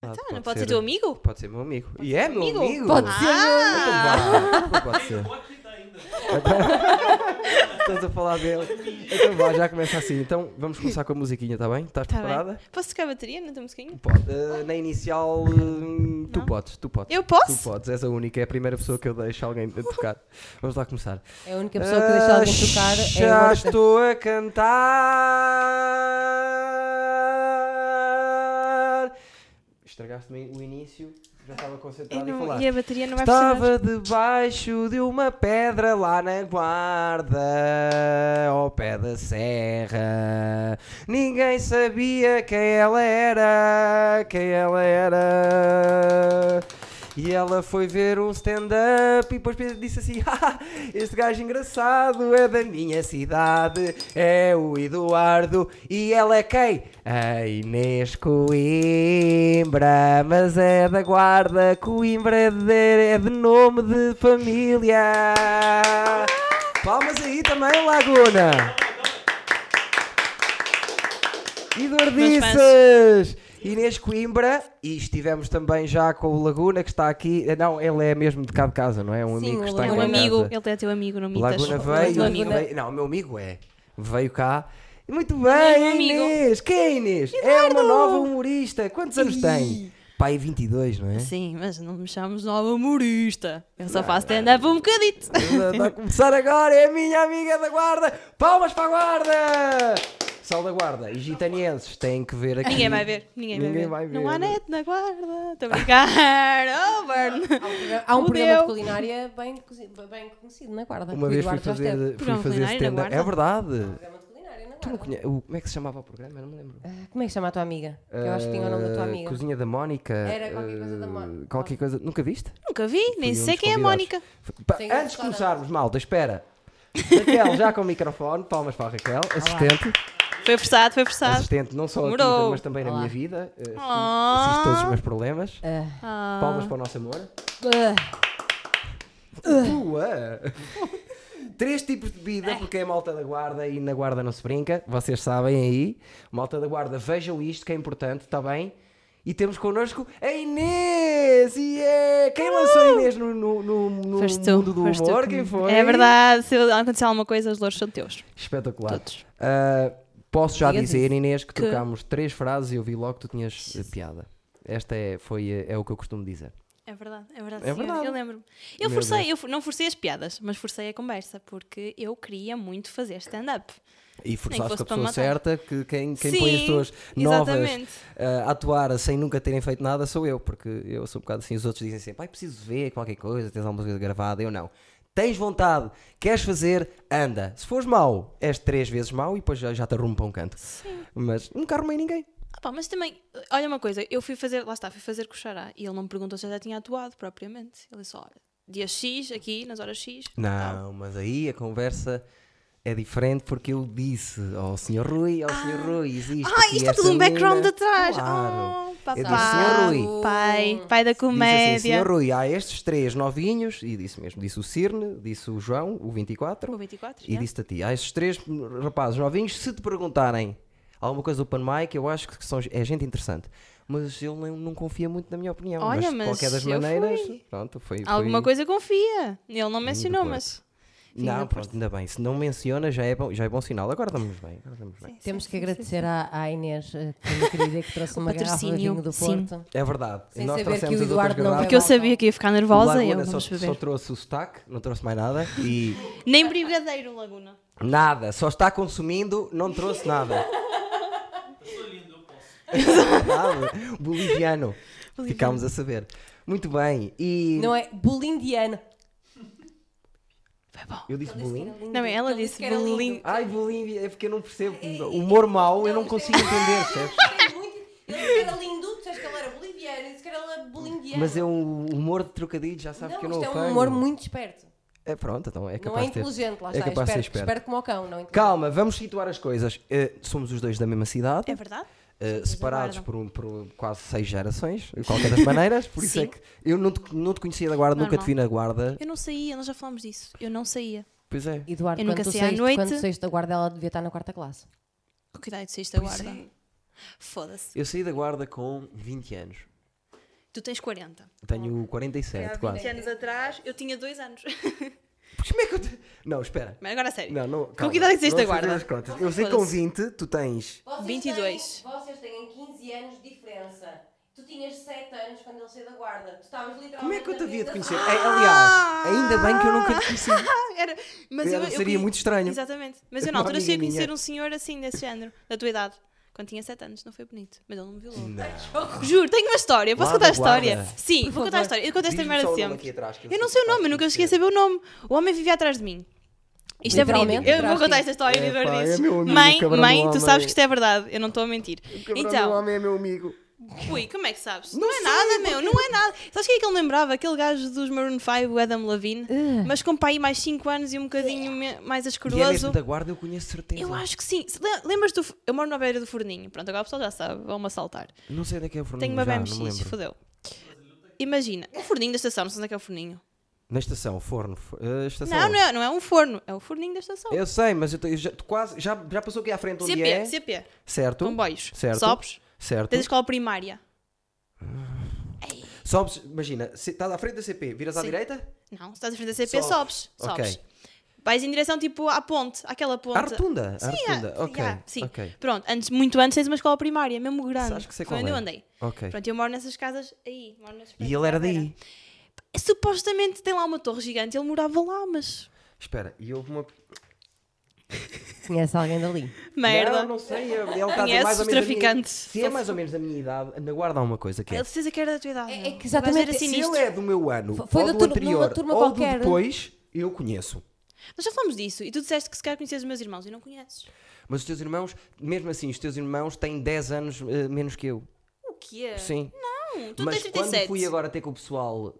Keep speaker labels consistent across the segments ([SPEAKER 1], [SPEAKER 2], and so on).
[SPEAKER 1] Ah,
[SPEAKER 2] Tá, não pode ser teu amigo?
[SPEAKER 1] Pode ser meu amigo. e é meu
[SPEAKER 2] amigo?
[SPEAKER 1] amigo?
[SPEAKER 3] Pode ser
[SPEAKER 2] Ah!
[SPEAKER 1] Então vá, pode ser. Estás a falar dele. Então vá, já começa assim. Então vamos começar com a musiquinha, tá bem? Estás
[SPEAKER 2] Tá
[SPEAKER 1] preparada?
[SPEAKER 2] bem. Posso tocar a bateria na tua musiquinha?
[SPEAKER 1] Pode. Eh, na inicial, eh, tu
[SPEAKER 2] Não.
[SPEAKER 1] podes, tu podes.
[SPEAKER 2] Eu
[SPEAKER 1] Tu
[SPEAKER 2] posso?
[SPEAKER 1] podes, és a única, é a primeira pessoa que eu deixo alguém a tocar. Vamos lá começar.
[SPEAKER 3] É a única pessoa que deixa alguém tocar. É
[SPEAKER 1] Já
[SPEAKER 3] agora-
[SPEAKER 1] estou a cantar. Estragaste-me o início, já estava
[SPEAKER 2] Eu
[SPEAKER 1] concentrado em
[SPEAKER 2] não-
[SPEAKER 1] Tá falar.
[SPEAKER 2] e a bateria não vai funcionar.
[SPEAKER 1] Estava debaixo de uma pedra lá na guarda, ao pé da serra. Ninguém sabia quem ela era, quem ela era. E ela foi ver um stand-up e depois disse assim: ah, Este gajo engraçado é da minha cidade, é o Eduardo. E ela é quem? A Inês Coimbra, mas é da Guarda. Coimbra é de, é de nome de família. Palmas aí também, Laguna. Eduardices! Inês Coimbra, e estivemos também já com o Laguna, que está aqui. Eh, Não, ele é mesmo de cá de casa, não é? Um
[SPEAKER 3] Sim,
[SPEAKER 1] amigo que
[SPEAKER 3] o
[SPEAKER 1] está
[SPEAKER 2] É
[SPEAKER 1] em
[SPEAKER 2] um
[SPEAKER 3] Laguna.
[SPEAKER 1] casa.
[SPEAKER 2] amigo, ele é teu amigo, não mintas.
[SPEAKER 1] Laguna
[SPEAKER 2] Ele é teu
[SPEAKER 1] veio,
[SPEAKER 2] amigo.
[SPEAKER 1] veio- Não, o meu amigo é. Veio cá. Muito
[SPEAKER 2] é meu
[SPEAKER 1] bem,
[SPEAKER 2] amigo.
[SPEAKER 1] Inês! Quem é Inês? É uma nova humorista. Quantos anos tem? Pai, 22, não é?
[SPEAKER 2] Sim, mas não me chames nova humorista. Eu só faço stand-up um bocadito.
[SPEAKER 1] Está tá a começar agora, é a minha amiga da guarda. Palmas para a guarda! Pessoal da guarda, e gitanienses têm que ver aqui.
[SPEAKER 2] Ninguém vai ver. Ninguém,
[SPEAKER 1] Ninguém
[SPEAKER 2] vai,
[SPEAKER 1] vai
[SPEAKER 2] ver.
[SPEAKER 1] ver.
[SPEAKER 2] Não há net na guarda. Estou a brincar. Oh, Bern.
[SPEAKER 3] Há um programa
[SPEAKER 2] Fudeu.
[SPEAKER 3] de culinária bem, cozi- bem conhecido na guarda.
[SPEAKER 1] Uma
[SPEAKER 3] O
[SPEAKER 1] vez fui
[SPEAKER 3] Eduardo já esteve.
[SPEAKER 1] fazer, eh, fui
[SPEAKER 2] Programa
[SPEAKER 1] fazer
[SPEAKER 2] culinário na
[SPEAKER 1] stand-up. É verdade.
[SPEAKER 3] Programa de culinária na
[SPEAKER 1] Tu não
[SPEAKER 3] guarda.
[SPEAKER 1] conhe... o- Como é que se chamava o programa? Eu não me lembro.
[SPEAKER 3] Como é que chama a tua amiga? Eu acho que tinha o nome da tua
[SPEAKER 1] Ah,
[SPEAKER 3] amiga.
[SPEAKER 1] Cozinha da Mónica.
[SPEAKER 3] Era qualquer coisa da
[SPEAKER 1] ah,
[SPEAKER 3] Mónica.
[SPEAKER 1] Qualquer coisa. Nunca viste?
[SPEAKER 2] Nunca vi, nem
[SPEAKER 1] Fui um
[SPEAKER 2] sei
[SPEAKER 1] dos
[SPEAKER 2] quem é a
[SPEAKER 1] convidados.
[SPEAKER 2] Mónica.
[SPEAKER 1] F- pa-
[SPEAKER 3] Tem um
[SPEAKER 1] Antes de
[SPEAKER 3] restaurante.
[SPEAKER 1] começarmos, malta, espera. Raquel já com o microfone, palmas para a Raquel, assistente,
[SPEAKER 2] Foi forçado, foi forçado.
[SPEAKER 1] assistente não só aqui,
[SPEAKER 2] Demorou.
[SPEAKER 1] mas também na
[SPEAKER 3] Olá.
[SPEAKER 1] minha vida, eh,
[SPEAKER 2] Olá.
[SPEAKER 1] assiste todos os meus problemas,
[SPEAKER 3] Ah,
[SPEAKER 2] Ah.
[SPEAKER 1] palmas para o nosso amor.
[SPEAKER 3] ah,
[SPEAKER 2] Ah.
[SPEAKER 1] Tua! Três tipos de bebida, porque é malta da guarda e na guarda não se brinca, vocês sabem aí. Malta da guarda, vejam isto que é importante, está bem? E temos connosco a Inês! E é Quem lançou a Inês no, no, no- no
[SPEAKER 2] Foste tu,
[SPEAKER 1] mundo do
[SPEAKER 2] foste tu
[SPEAKER 1] humor?
[SPEAKER 2] que-
[SPEAKER 1] Quem foi?
[SPEAKER 2] É verdade, se acontecer alguma coisa, os louros são teus.
[SPEAKER 1] Espetacular.
[SPEAKER 2] Todos.
[SPEAKER 1] Ah, posso já
[SPEAKER 3] Diga-te
[SPEAKER 1] dizer, Inês, que,
[SPEAKER 2] Que-
[SPEAKER 1] tocámos três frases e eu vi logo que tu tinhas eh, piada. Esta é, foi, eh, é o que eu costumo dizer.
[SPEAKER 2] É verdade, é verdade.
[SPEAKER 1] É
[SPEAKER 2] senhora,
[SPEAKER 1] verdade.
[SPEAKER 2] Eu lembro-me. Eu
[SPEAKER 1] Meu
[SPEAKER 2] forcei, eu for- não forcei as piadas, mas forcei a conversa, porque eu queria muito fazer stand-up.
[SPEAKER 1] E forçaste
[SPEAKER 2] fosse
[SPEAKER 1] com a
[SPEAKER 2] para
[SPEAKER 1] pessoa
[SPEAKER 2] matar.
[SPEAKER 1] certa, que quem, quem
[SPEAKER 2] Sim,
[SPEAKER 1] põe as pessoas novas
[SPEAKER 2] Exatamente.
[SPEAKER 1] ah, a atuar sem nunca terem feito nada sou eu, porque eu sou um bocado assim. Os outros dizem sempre: "Ai, preciso ver qualquer coisa, tens alguma coisa gravada. Eu não. Tens vontade, queres fazer, anda. Se fores mau, és três vezes mau e depois já, já te arrumo para um canto.
[SPEAKER 2] Sim.
[SPEAKER 1] Mas nunca arrumei ninguém.
[SPEAKER 2] Ah pá, mas também, olha uma coisa, eu fui fazer, lá está, fui fazer com o Xará e ele não me perguntou se eu já tinha atuado propriamente. Ele disse: olha, dia X, aqui, nas horas X. tal.
[SPEAKER 1] Não, mas aí a conversa é diferente porque eu disse ao Sr. Rui, ao Sr. Rui, existe.
[SPEAKER 2] Ah,
[SPEAKER 1] aqui
[SPEAKER 2] isto é
[SPEAKER 1] esta
[SPEAKER 2] tudo um background
[SPEAKER 1] menina.
[SPEAKER 2] de trás.
[SPEAKER 1] Claro.
[SPEAKER 2] Oh, papá.
[SPEAKER 1] Eu disse, "Senhor Rui."
[SPEAKER 2] Pai, pai da comédia.
[SPEAKER 1] Disse assim, Sr. Rui, há estes três novinhos, e disse mesmo, disse o Cirne, disse o João, o 24,
[SPEAKER 2] O 24,
[SPEAKER 1] e
[SPEAKER 2] já?
[SPEAKER 1] disse-te a ti, há estes três rapazes novinhos, se te perguntarem alguma coisa do Pan Mike, eu acho que são, é gente interessante. Mas ele não, não confia muito na minha opinião.
[SPEAKER 2] Olha,
[SPEAKER 1] mas, de
[SPEAKER 2] mas
[SPEAKER 1] qualquer das
[SPEAKER 2] eu
[SPEAKER 1] maneiras,
[SPEAKER 2] fui.
[SPEAKER 1] pronto, foi.
[SPEAKER 2] Alguma
[SPEAKER 1] foi-
[SPEAKER 2] coisa confia. Ele não mencionou,
[SPEAKER 1] Ainda
[SPEAKER 2] mas. Sim,
[SPEAKER 1] Não,
[SPEAKER 2] ainda
[SPEAKER 1] pronto, ainda bem. Se não menciona, já é bom, já é bom sinal. Agora estamos bem. Agora estamos bem.
[SPEAKER 3] Temos que agradecer à, à Inês, eh, que me querida, que trouxe uma garrafa de
[SPEAKER 2] patrocínio,
[SPEAKER 3] vinho do
[SPEAKER 2] sim.
[SPEAKER 3] Porto.
[SPEAKER 1] É verdade.
[SPEAKER 3] Sem
[SPEAKER 1] E nós
[SPEAKER 3] saber que
[SPEAKER 1] trouxemos
[SPEAKER 3] o
[SPEAKER 1] as outras
[SPEAKER 3] Eduardo não
[SPEAKER 1] garrafas.
[SPEAKER 3] vai
[SPEAKER 2] Porque é eu sabia que ia ficar nervosa e eu
[SPEAKER 1] então. Laguna
[SPEAKER 2] vamos
[SPEAKER 1] só, só
[SPEAKER 2] beber.
[SPEAKER 1] trouxe o sotaque, não trouxe mais nada e
[SPEAKER 2] Nem brigadeiro, Laguna.
[SPEAKER 1] nada, só está consumindo, não trouxe nada. Nada. Boliviano. Ficámos a saber. Muito bem. E
[SPEAKER 3] Não é? Bolindiano.
[SPEAKER 2] Foi bom.
[SPEAKER 1] eu disse bullying.
[SPEAKER 2] Não, ela disse bolinho.
[SPEAKER 1] Ai, Bolívia, é porque eu não percebo. O
[SPEAKER 3] é,
[SPEAKER 1] humor mau eu não consigo entender, percebes?
[SPEAKER 3] Ele disse que era lindo, tu disseste que ele era boliviano, disse que era bolindiano.
[SPEAKER 1] Mas é um humor de trocadilho, já sabes que eu não
[SPEAKER 3] isto é um
[SPEAKER 1] apanho.
[SPEAKER 3] humor muito esperto.
[SPEAKER 1] É pronto, então é
[SPEAKER 3] não é
[SPEAKER 1] capaz de ter.
[SPEAKER 3] inteligente, lá
[SPEAKER 1] é
[SPEAKER 3] está. É
[SPEAKER 1] capaz de
[SPEAKER 3] esperto,
[SPEAKER 1] ser
[SPEAKER 3] esperto.
[SPEAKER 1] esperto.
[SPEAKER 3] como o cão, não é inteligente.
[SPEAKER 1] Calma, vamos situar as coisas. Eh, somos os dois da mesma cidade.
[SPEAKER 2] É verdade?
[SPEAKER 1] Uh, separados
[SPEAKER 2] aguardam.
[SPEAKER 1] por, um- por quase seis gerações, de qualquer das maneiras, por isso
[SPEAKER 2] Sim.
[SPEAKER 1] é que eu não te, não te conhecia da guarda, nunca
[SPEAKER 2] Normal.
[SPEAKER 1] te vi na guarda.
[SPEAKER 2] Eu não saía, nós já falámos disso. Eu não saía.
[SPEAKER 1] Pois é.
[SPEAKER 3] Eduardo,
[SPEAKER 2] Eu
[SPEAKER 3] quando
[SPEAKER 2] nunca
[SPEAKER 3] tu
[SPEAKER 2] sei à
[SPEAKER 3] saíste,
[SPEAKER 2] noite.
[SPEAKER 3] quando saíste da guarda, ela devia estar na quarta classe.
[SPEAKER 2] é Com que idade saíste da guarda? Foda-se.
[SPEAKER 1] Eu saí da guarda com 20 anos.
[SPEAKER 2] Tu tens 40.
[SPEAKER 1] Tenho 47, quase.
[SPEAKER 2] 20 anos atrás, eu tinha 2 anos.
[SPEAKER 1] Mas como é que eu. te- Não, espera.
[SPEAKER 2] Mas agora a sério.
[SPEAKER 1] Não, não.
[SPEAKER 2] que idade é que tens
[SPEAKER 1] vamos
[SPEAKER 2] da guarda?
[SPEAKER 1] fazer as contas. Eu sei que com 20 tu tens.
[SPEAKER 3] Vocês
[SPEAKER 2] 22.
[SPEAKER 3] Têm, vocês têm 15 anos de diferença. Tu tinhas 7 anos quando ele saiu da guarda. Tu estavas literalmente.
[SPEAKER 1] Como é que eu te
[SPEAKER 3] na
[SPEAKER 1] havia
[SPEAKER 3] vida-
[SPEAKER 1] de conhecer?
[SPEAKER 2] Ah!
[SPEAKER 1] É, aliás, ainda bem que eu nunca te conheci.
[SPEAKER 2] Era, mas
[SPEAKER 1] Era-
[SPEAKER 2] eu, eu
[SPEAKER 1] seria
[SPEAKER 2] conhe-
[SPEAKER 1] muito estranho. é.
[SPEAKER 2] Exatamente. Mas eu
[SPEAKER 1] Uma
[SPEAKER 2] na altura cheguei a
[SPEAKER 1] amiga minha.
[SPEAKER 2] conhecer um senhor assim, desse género, da tua idade. Quando tinha 7 anos, não foi bonito. Mas ele não me violou.
[SPEAKER 1] Não.
[SPEAKER 2] Juro, tenho uma história. Posso
[SPEAKER 1] Guarda,
[SPEAKER 2] contar a história?
[SPEAKER 1] guarda.
[SPEAKER 2] Sim, vou contar a história. Eu conto esta
[SPEAKER 1] Diz-me só
[SPEAKER 2] merda
[SPEAKER 1] o nome aqui
[SPEAKER 2] sempre.
[SPEAKER 1] atrás, que
[SPEAKER 2] Eu não sei o nome, eu
[SPEAKER 1] que
[SPEAKER 2] nunca
[SPEAKER 1] vais
[SPEAKER 2] cheguei a saber o nome. O homem vivia atrás de mim. Isto é verídico.
[SPEAKER 3] Literalmente,
[SPEAKER 2] Eu vou
[SPEAKER 3] atrás de
[SPEAKER 2] contar
[SPEAKER 3] ti.
[SPEAKER 2] esta história e
[SPEAKER 1] Epá,
[SPEAKER 2] Viver
[SPEAKER 1] é
[SPEAKER 2] dizes.
[SPEAKER 1] meu amigo,
[SPEAKER 2] Mãe,
[SPEAKER 1] cabrão do
[SPEAKER 2] mãe, tu
[SPEAKER 1] homem.
[SPEAKER 2] sabes que isto é verdade. Eu não estou a mentir.
[SPEAKER 1] Cabrão,
[SPEAKER 2] Então,
[SPEAKER 1] O homem é meu amigo.
[SPEAKER 2] Ui, como é que sabes? Não,
[SPEAKER 1] Não
[SPEAKER 2] é
[SPEAKER 1] sei,
[SPEAKER 2] nada, meu, não é nada. Sabes quem é que ele lembrava? Aquele gajo dos Maroon 5, o Adam Levine,
[SPEAKER 3] É.
[SPEAKER 2] mas com pai mais 5 anos e um bocadinho me- mais
[SPEAKER 1] E é mesmo
[SPEAKER 2] asqueroso.
[SPEAKER 1] da guarda, eu conheço certeza.
[SPEAKER 2] Eu acho que sim. Se le- Lembras do. Eu moro na beira do forninho. Pronto, agora o pessoal já sabe, vão-me assaltar.
[SPEAKER 1] Não sei onde é que é o Fernando.
[SPEAKER 2] Tenho uma
[SPEAKER 1] já, não me
[SPEAKER 2] BMX,
[SPEAKER 1] lembro.
[SPEAKER 2] fodeu. Imagina, o forninho da estação, não sei onde é que é o forninho.
[SPEAKER 1] Na estação, forno. for- eh, estação.
[SPEAKER 2] Não, não é, não é um forno, é o forninho da estação.
[SPEAKER 1] Eu sei, mas eu, tô- eu já, tu quase. Já, já passou aqui à frente onde
[SPEAKER 2] CP,
[SPEAKER 1] é?
[SPEAKER 2] CP.
[SPEAKER 1] Certo.
[SPEAKER 2] Comboios.
[SPEAKER 1] Certo.
[SPEAKER 2] Sobes.
[SPEAKER 1] Certo.
[SPEAKER 2] Tens a escola primária.
[SPEAKER 1] Sobes, imagina, se- estás à frente da CP, viras à
[SPEAKER 2] Sim.
[SPEAKER 1] direita?
[SPEAKER 2] Não, se estás a frente da CP,
[SPEAKER 1] Sobes.
[SPEAKER 2] sobes.
[SPEAKER 1] Ok.
[SPEAKER 2] Sobes. Vais em direção tipo à ponte, àquela
[SPEAKER 1] À
[SPEAKER 2] ponte.
[SPEAKER 1] rotunda. à
[SPEAKER 2] Sim,
[SPEAKER 1] rotunda.
[SPEAKER 2] há-
[SPEAKER 1] ok.
[SPEAKER 2] há, sim.
[SPEAKER 1] Ok.
[SPEAKER 2] Pronto, antes, muito antes tens uma escola primária, mesmo grande.
[SPEAKER 1] Acho que sei
[SPEAKER 2] Foi
[SPEAKER 1] qual
[SPEAKER 2] onde
[SPEAKER 1] é.
[SPEAKER 2] eu andei.
[SPEAKER 1] Ok.
[SPEAKER 2] Pronto, eu moro nessas casas aí. Moro nessas
[SPEAKER 1] E ele era daí.
[SPEAKER 2] Supostamente tem lá uma torre gigante, ele morava lá, mas.
[SPEAKER 1] Espera, e houve uma.
[SPEAKER 4] Conhece alguém dali?
[SPEAKER 2] Merda.
[SPEAKER 1] Não, não sei. Ele está a dizer
[SPEAKER 2] Conheces
[SPEAKER 1] mais ou menos.
[SPEAKER 2] os
[SPEAKER 1] a Minha...
[SPEAKER 2] traficantes?
[SPEAKER 1] Se é mais ou menos da minha idade, na guarda há uma coisa que é.
[SPEAKER 2] Ele precisa que era da tua idade.
[SPEAKER 4] É-
[SPEAKER 2] meu.
[SPEAKER 4] é que
[SPEAKER 2] Vais ver
[SPEAKER 4] exatamente-
[SPEAKER 2] assim
[SPEAKER 4] se
[SPEAKER 1] Se
[SPEAKER 2] nisto.
[SPEAKER 1] ele é do meu ano,
[SPEAKER 4] Fo- foi
[SPEAKER 1] ou
[SPEAKER 4] da
[SPEAKER 1] do
[SPEAKER 4] turma-
[SPEAKER 1] anterior,
[SPEAKER 4] numa turma
[SPEAKER 1] ou
[SPEAKER 4] qualquer.
[SPEAKER 1] do depois, eu conheço.
[SPEAKER 4] é-
[SPEAKER 2] Nós já falámos disso e tu disseste que se calhar conheces os meus irmãos e não conheces.
[SPEAKER 1] Mas os teus irmãos, mesmo assim, os teus irmãos têm 10 anos eh, menos que eu.
[SPEAKER 2] O que é?
[SPEAKER 1] Sim.
[SPEAKER 2] Não, tu
[SPEAKER 1] Mas quando
[SPEAKER 2] tens 37.
[SPEAKER 1] fui agora ter com o pessoal,